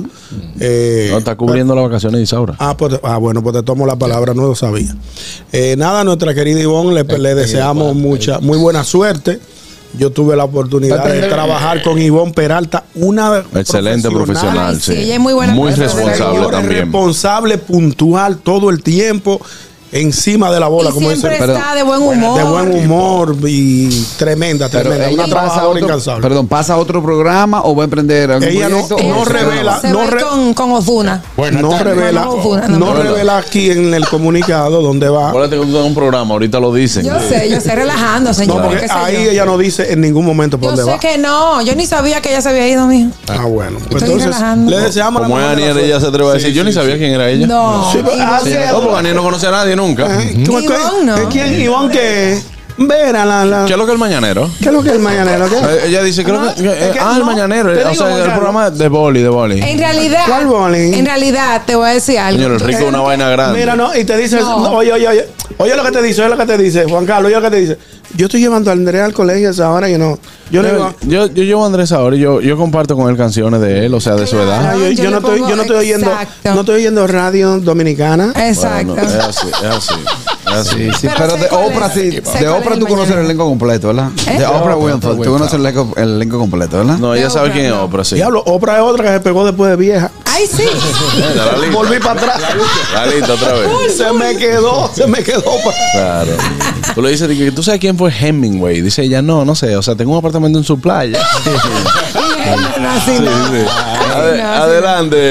Speaker 7: Eh,
Speaker 8: No, está cubriendo las vacaciones de Isaura.
Speaker 7: Ah, pues, ah, bueno, pues te tomo la palabra, no lo sabía. Eh, nada, nuestra querida Ivonne, le,
Speaker 8: Este,
Speaker 7: le deseamos mucha, muy buena suerte. Yo tuve la oportunidad de trabajar con Ivonne Peralta, una
Speaker 8: Excelente profesional,
Speaker 5: Ay, sí,
Speaker 8: sí.
Speaker 5: ella es muy buena persona.
Speaker 8: responsable
Speaker 7: Señores,
Speaker 8: también.
Speaker 7: responsable, puntual, todo el tiempo, encima de la bola,
Speaker 5: Y
Speaker 7: como dicen.
Speaker 5: siempre está de buen humor.
Speaker 7: De buen humor y tremenda,
Speaker 6: Pero
Speaker 7: tremenda.
Speaker 6: ella
Speaker 7: Una
Speaker 6: pasa
Speaker 7: trabajadora
Speaker 6: otro,
Speaker 7: incansable.
Speaker 6: perdón, pasa a otro programa o va a emprender algún
Speaker 7: Ella no-
Speaker 6: proyecto,
Speaker 7: no
Speaker 6: o se queda
Speaker 7: revela,
Speaker 6: abajo.
Speaker 5: Se
Speaker 7: no
Speaker 5: ve
Speaker 7: re-
Speaker 5: con, con Ozuna.
Speaker 7: No revela,
Speaker 5: No, Ozuna, no,
Speaker 7: no
Speaker 5: perdón.
Speaker 7: revela aquí en el comunicado dónde va.
Speaker 8: Acuérdate que tú tienes un programa, ahorita lo dicen.
Speaker 5: Yo sé, yo sé, relajando,
Speaker 7: No,
Speaker 5: señor.
Speaker 7: porque
Speaker 5: qué sé
Speaker 7: ahí
Speaker 5: yo.
Speaker 7: ella no dice en ningún momento por
Speaker 5: Yo
Speaker 7: dónde
Speaker 5: sé
Speaker 7: va.
Speaker 5: que no, yo ni sabía que ella se había ido, mijo.
Speaker 7: Ah, bueno. Pues
Speaker 5: Estoy
Speaker 7: entonces,
Speaker 5: relajando.
Speaker 7: le deseamos la
Speaker 8: Como es
Speaker 7: mejor de
Speaker 8: Aniel,
Speaker 7: la
Speaker 8: ella se
Speaker 7: suerte.
Speaker 8: atreve a decir, yo ni sabía quién era ella.
Speaker 5: No.
Speaker 7: Sí, pero- Eh, ah, sí,
Speaker 8: No, porque Aniel no conoce a nadie nunca.
Speaker 7: ¿Tú
Speaker 5: Ivonne,
Speaker 7: qué?
Speaker 5: no.
Speaker 7: ¿Es ¿Quién? Ivonne que Vera, la, la-
Speaker 8: ¿Qué es lo que el mañanero?
Speaker 7: ¿Qué es lo que el mañanero? ¿Qué?
Speaker 8: Eh, Ella dice, creo que. eh,
Speaker 7: que
Speaker 8: ah, el
Speaker 7: no.
Speaker 8: mañanero.
Speaker 7: Te
Speaker 8: O
Speaker 7: digo,
Speaker 8: sea, el
Speaker 7: Gonzalo.
Speaker 8: programa de boli, de
Speaker 5: En
Speaker 8: boli.
Speaker 5: realidad,
Speaker 7: ¿Cuál bowling?
Speaker 5: en realidad te voy a decir algo.
Speaker 8: Señor, el rico es una vaina grande.
Speaker 7: Mira, no, y te dice,
Speaker 5: No.
Speaker 7: oye, oye, oye, oye lo que te dice, oye lo que te dice, Juan Carlos, oye lo que te dice. Yo estoy llevando a Andrea al colegio a esa hora y no. Yo le digo,
Speaker 8: Yo, yo llevo a Andrés ahora y yo, yo comparto con él canciones de él, o sea, de su edad.
Speaker 7: ah, yo,
Speaker 5: yo
Speaker 7: yo
Speaker 5: le
Speaker 7: no estoy, yo no estoy
Speaker 5: pongo-
Speaker 7: oyendo,
Speaker 5: exacto.
Speaker 7: no estoy oyendo radio dominicana.
Speaker 5: Exacto.
Speaker 8: Bueno, eh. es así, es así. Es así.
Speaker 6: Ah, Sí, sí,
Speaker 5: Pero
Speaker 6: pero
Speaker 5: sé
Speaker 6: de
Speaker 5: cuál
Speaker 6: Oprah,
Speaker 5: es.
Speaker 6: sí,
Speaker 5: Sé
Speaker 6: de
Speaker 5: cuál es
Speaker 6: Oprah
Speaker 5: el
Speaker 6: tú conoces
Speaker 5: mañanero.
Speaker 6: el elenco completo, ¿verdad?
Speaker 5: ¿Eh?
Speaker 6: De Oprah
Speaker 2: Oprah
Speaker 6: Winfrey, tú
Speaker 2: Winfrey.
Speaker 6: conoces el elenco, el elenco completo, ¿verdad?
Speaker 8: No, ella sabe
Speaker 5: Oprah,
Speaker 8: quién es
Speaker 5: no.
Speaker 8: Oprah, sí.
Speaker 7: Diablo, Oprah es otra que se pegó después de vieja.
Speaker 5: Ay, sí.
Speaker 8: Venga, la lista.
Speaker 7: Volví para atrás.
Speaker 8: La lista otra vez.
Speaker 7: Se me quedó, se me quedó. pa-
Speaker 8: Claro. Tú le dices, que, ¿tú sabes quién fue Hemingway? Dice ella, no, no sé. O sea, tengo un apartamento en su playa.
Speaker 5: Y
Speaker 2: Sí, sí. Ade- Adelante.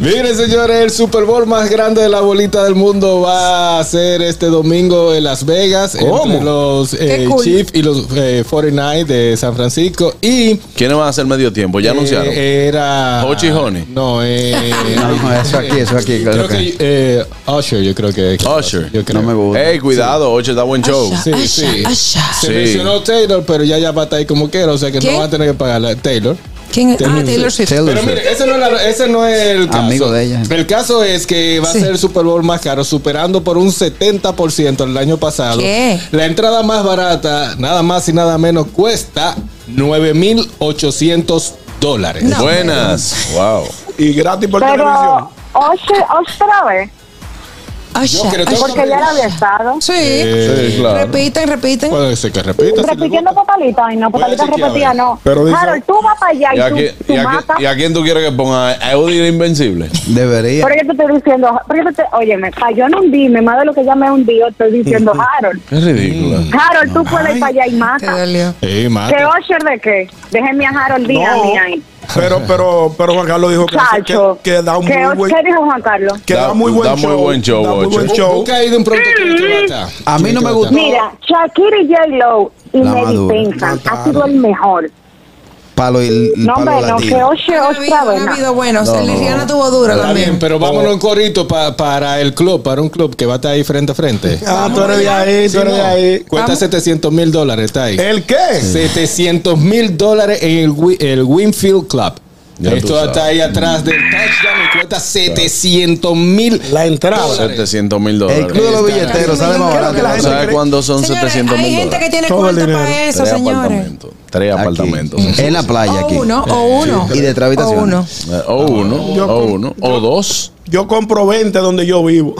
Speaker 2: Miren, señores, el Super Bowl más grande de la bolita del mundo va a ser este domingo en Las Vegas. Entre los eh,
Speaker 8: cool.
Speaker 2: Chiefs y los eh, 49 de San Francisco. Y
Speaker 8: ¿Quiénes van a hacer medio tiempo? Ya
Speaker 2: Eh,
Speaker 8: anunciaron.
Speaker 2: Era.
Speaker 8: Hochi Honey.
Speaker 2: No, eh.
Speaker 8: No, eso aquí, eso aquí,
Speaker 2: Creo
Speaker 8: claro
Speaker 2: que. eh, Usher, yo creo que. Usher. Yo creo. No me
Speaker 8: gusta. Ey, cuidado, Usher da buen show.
Speaker 2: Sí, sí. Se
Speaker 8: Sí.
Speaker 2: mencionó Taylor, pero ya ya va a estar ahí como quiera, o sea que
Speaker 5: ¿Quién?
Speaker 2: no va a tener que pagarla. Taylor.
Speaker 5: ¿Quién es? Ah, Taylor Swift.
Speaker 2: Pero mire, ese no, es la- ese no es el caso. El caso es que va a ser el Super Bowl más caro, superando por un 70% el año pasado.
Speaker 5: ¿Qué?
Speaker 2: La entrada más barata, nada más y nada menos, cuesta 9,800 dólares.
Speaker 5: No.
Speaker 8: Buenas. Wow.
Speaker 7: Y gratis por televisión.
Speaker 9: Pero, Usher, otra vez.
Speaker 2: Yo creo que-
Speaker 9: Porque ya la había estado.
Speaker 5: Sí.
Speaker 2: Sí, claro.
Speaker 5: Repiten, repiten.
Speaker 2: Puede ser que repita.
Speaker 9: Repitiendo totalita, ay no, totalita
Speaker 2: chequear,
Speaker 9: repetida,
Speaker 2: a ver.
Speaker 9: no.
Speaker 8: Pero dice-
Speaker 9: Harold, tú vas para allá
Speaker 8: ¿Y a,
Speaker 9: y
Speaker 8: quién-
Speaker 9: tú,
Speaker 8: y
Speaker 9: tú
Speaker 8: a quién-
Speaker 9: matas.
Speaker 8: y a quién tú quieres que ponga? ¿A Eudy el Invencible?
Speaker 6: Debería.
Speaker 9: Por eso te estoy diciendo, por eso te, óyeme, para yo no hundirme, más de lo que ya me hundí, yo estoy diciendo, Harold,
Speaker 8: Es ridícula.
Speaker 9: Harold, tú puedes ir para allá y mata.
Speaker 2: Sí, mata.
Speaker 9: ¿Qué Osher de qué? Déjeme a Harold Díaz
Speaker 7: No.
Speaker 9: a mí ahí.
Speaker 7: Pero, pero, pero Juan Carlos dijo que,
Speaker 9: Chacho.
Speaker 7: que- que da un
Speaker 9: ¿Qué,
Speaker 7: muy buen,
Speaker 9: qué dijo Juan Carlos?
Speaker 7: que da, muy buen
Speaker 8: da muy
Speaker 7: show.
Speaker 8: buen show,
Speaker 7: da muy
Speaker 8: Ocho.
Speaker 7: buen show.
Speaker 2: Nunca he ido a un producto que va a estar.
Speaker 6: A mí no me gustó.
Speaker 9: Mira, Shakira y J-Lo y
Speaker 6: La
Speaker 9: me
Speaker 6: madura.
Speaker 9: dispensan, ha sido el mejor.
Speaker 6: Palo y palo
Speaker 9: No, hombre, no,
Speaker 6: latino.
Speaker 9: que Osher otra vez. no.
Speaker 5: bueno,
Speaker 6: No,
Speaker 5: o sea,
Speaker 6: no,
Speaker 5: Liriana
Speaker 6: no.
Speaker 5: tuvo duro
Speaker 2: Está
Speaker 5: también.
Speaker 2: bien, pero vámonos en corito pa- para el club, para un club que va a estar ahí frente a frente.
Speaker 7: Ah, tú eres de ahí, tú eres de ahí.
Speaker 2: Cuesta
Speaker 7: Vamos.
Speaker 2: 700 mil dólares, está ahí.
Speaker 7: ¿El qué?
Speaker 2: 700 mil dólares en el, Wi- el Winfield Club.
Speaker 8: Ya tú
Speaker 2: Esto
Speaker 8: sabes.
Speaker 2: está ahí atrás del touchdown y cuesta 700 mil.
Speaker 7: La entrada.
Speaker 8: 700 mil dólares.
Speaker 6: El club de los billeteros sale más barato.
Speaker 8: ¿Sabes cuándo son 700 mil
Speaker 5: Hay gente
Speaker 8: dólares?
Speaker 5: que tiene
Speaker 6: Todo el
Speaker 5: cuarto para
Speaker 6: dinero.
Speaker 5: eso,
Speaker 8: Tres
Speaker 5: señores.
Speaker 8: apartamentos. Tres apartamentos.
Speaker 6: En la playa aquí.
Speaker 5: Uno, o uno.
Speaker 6: Y detrás habitación.
Speaker 5: O uno.
Speaker 8: Eh, O uno,
Speaker 6: Ah,
Speaker 8: o uno, o dos.
Speaker 7: Yo compro 20 donde yo vivo.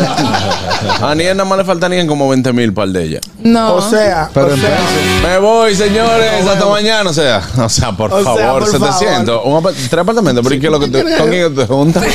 Speaker 8: A Niel nada más le faltarían como 20 mil par de ella.
Speaker 5: No.
Speaker 7: O sea, o sea,
Speaker 8: Me voy, señores, hasta mañana. O sea, o sea, por
Speaker 7: O sea,
Speaker 8: favor,
Speaker 7: por
Speaker 8: 700. Un apart- tres apartamentos, pero ¿y ¿qué es lo que te, ¿con quién te juntas?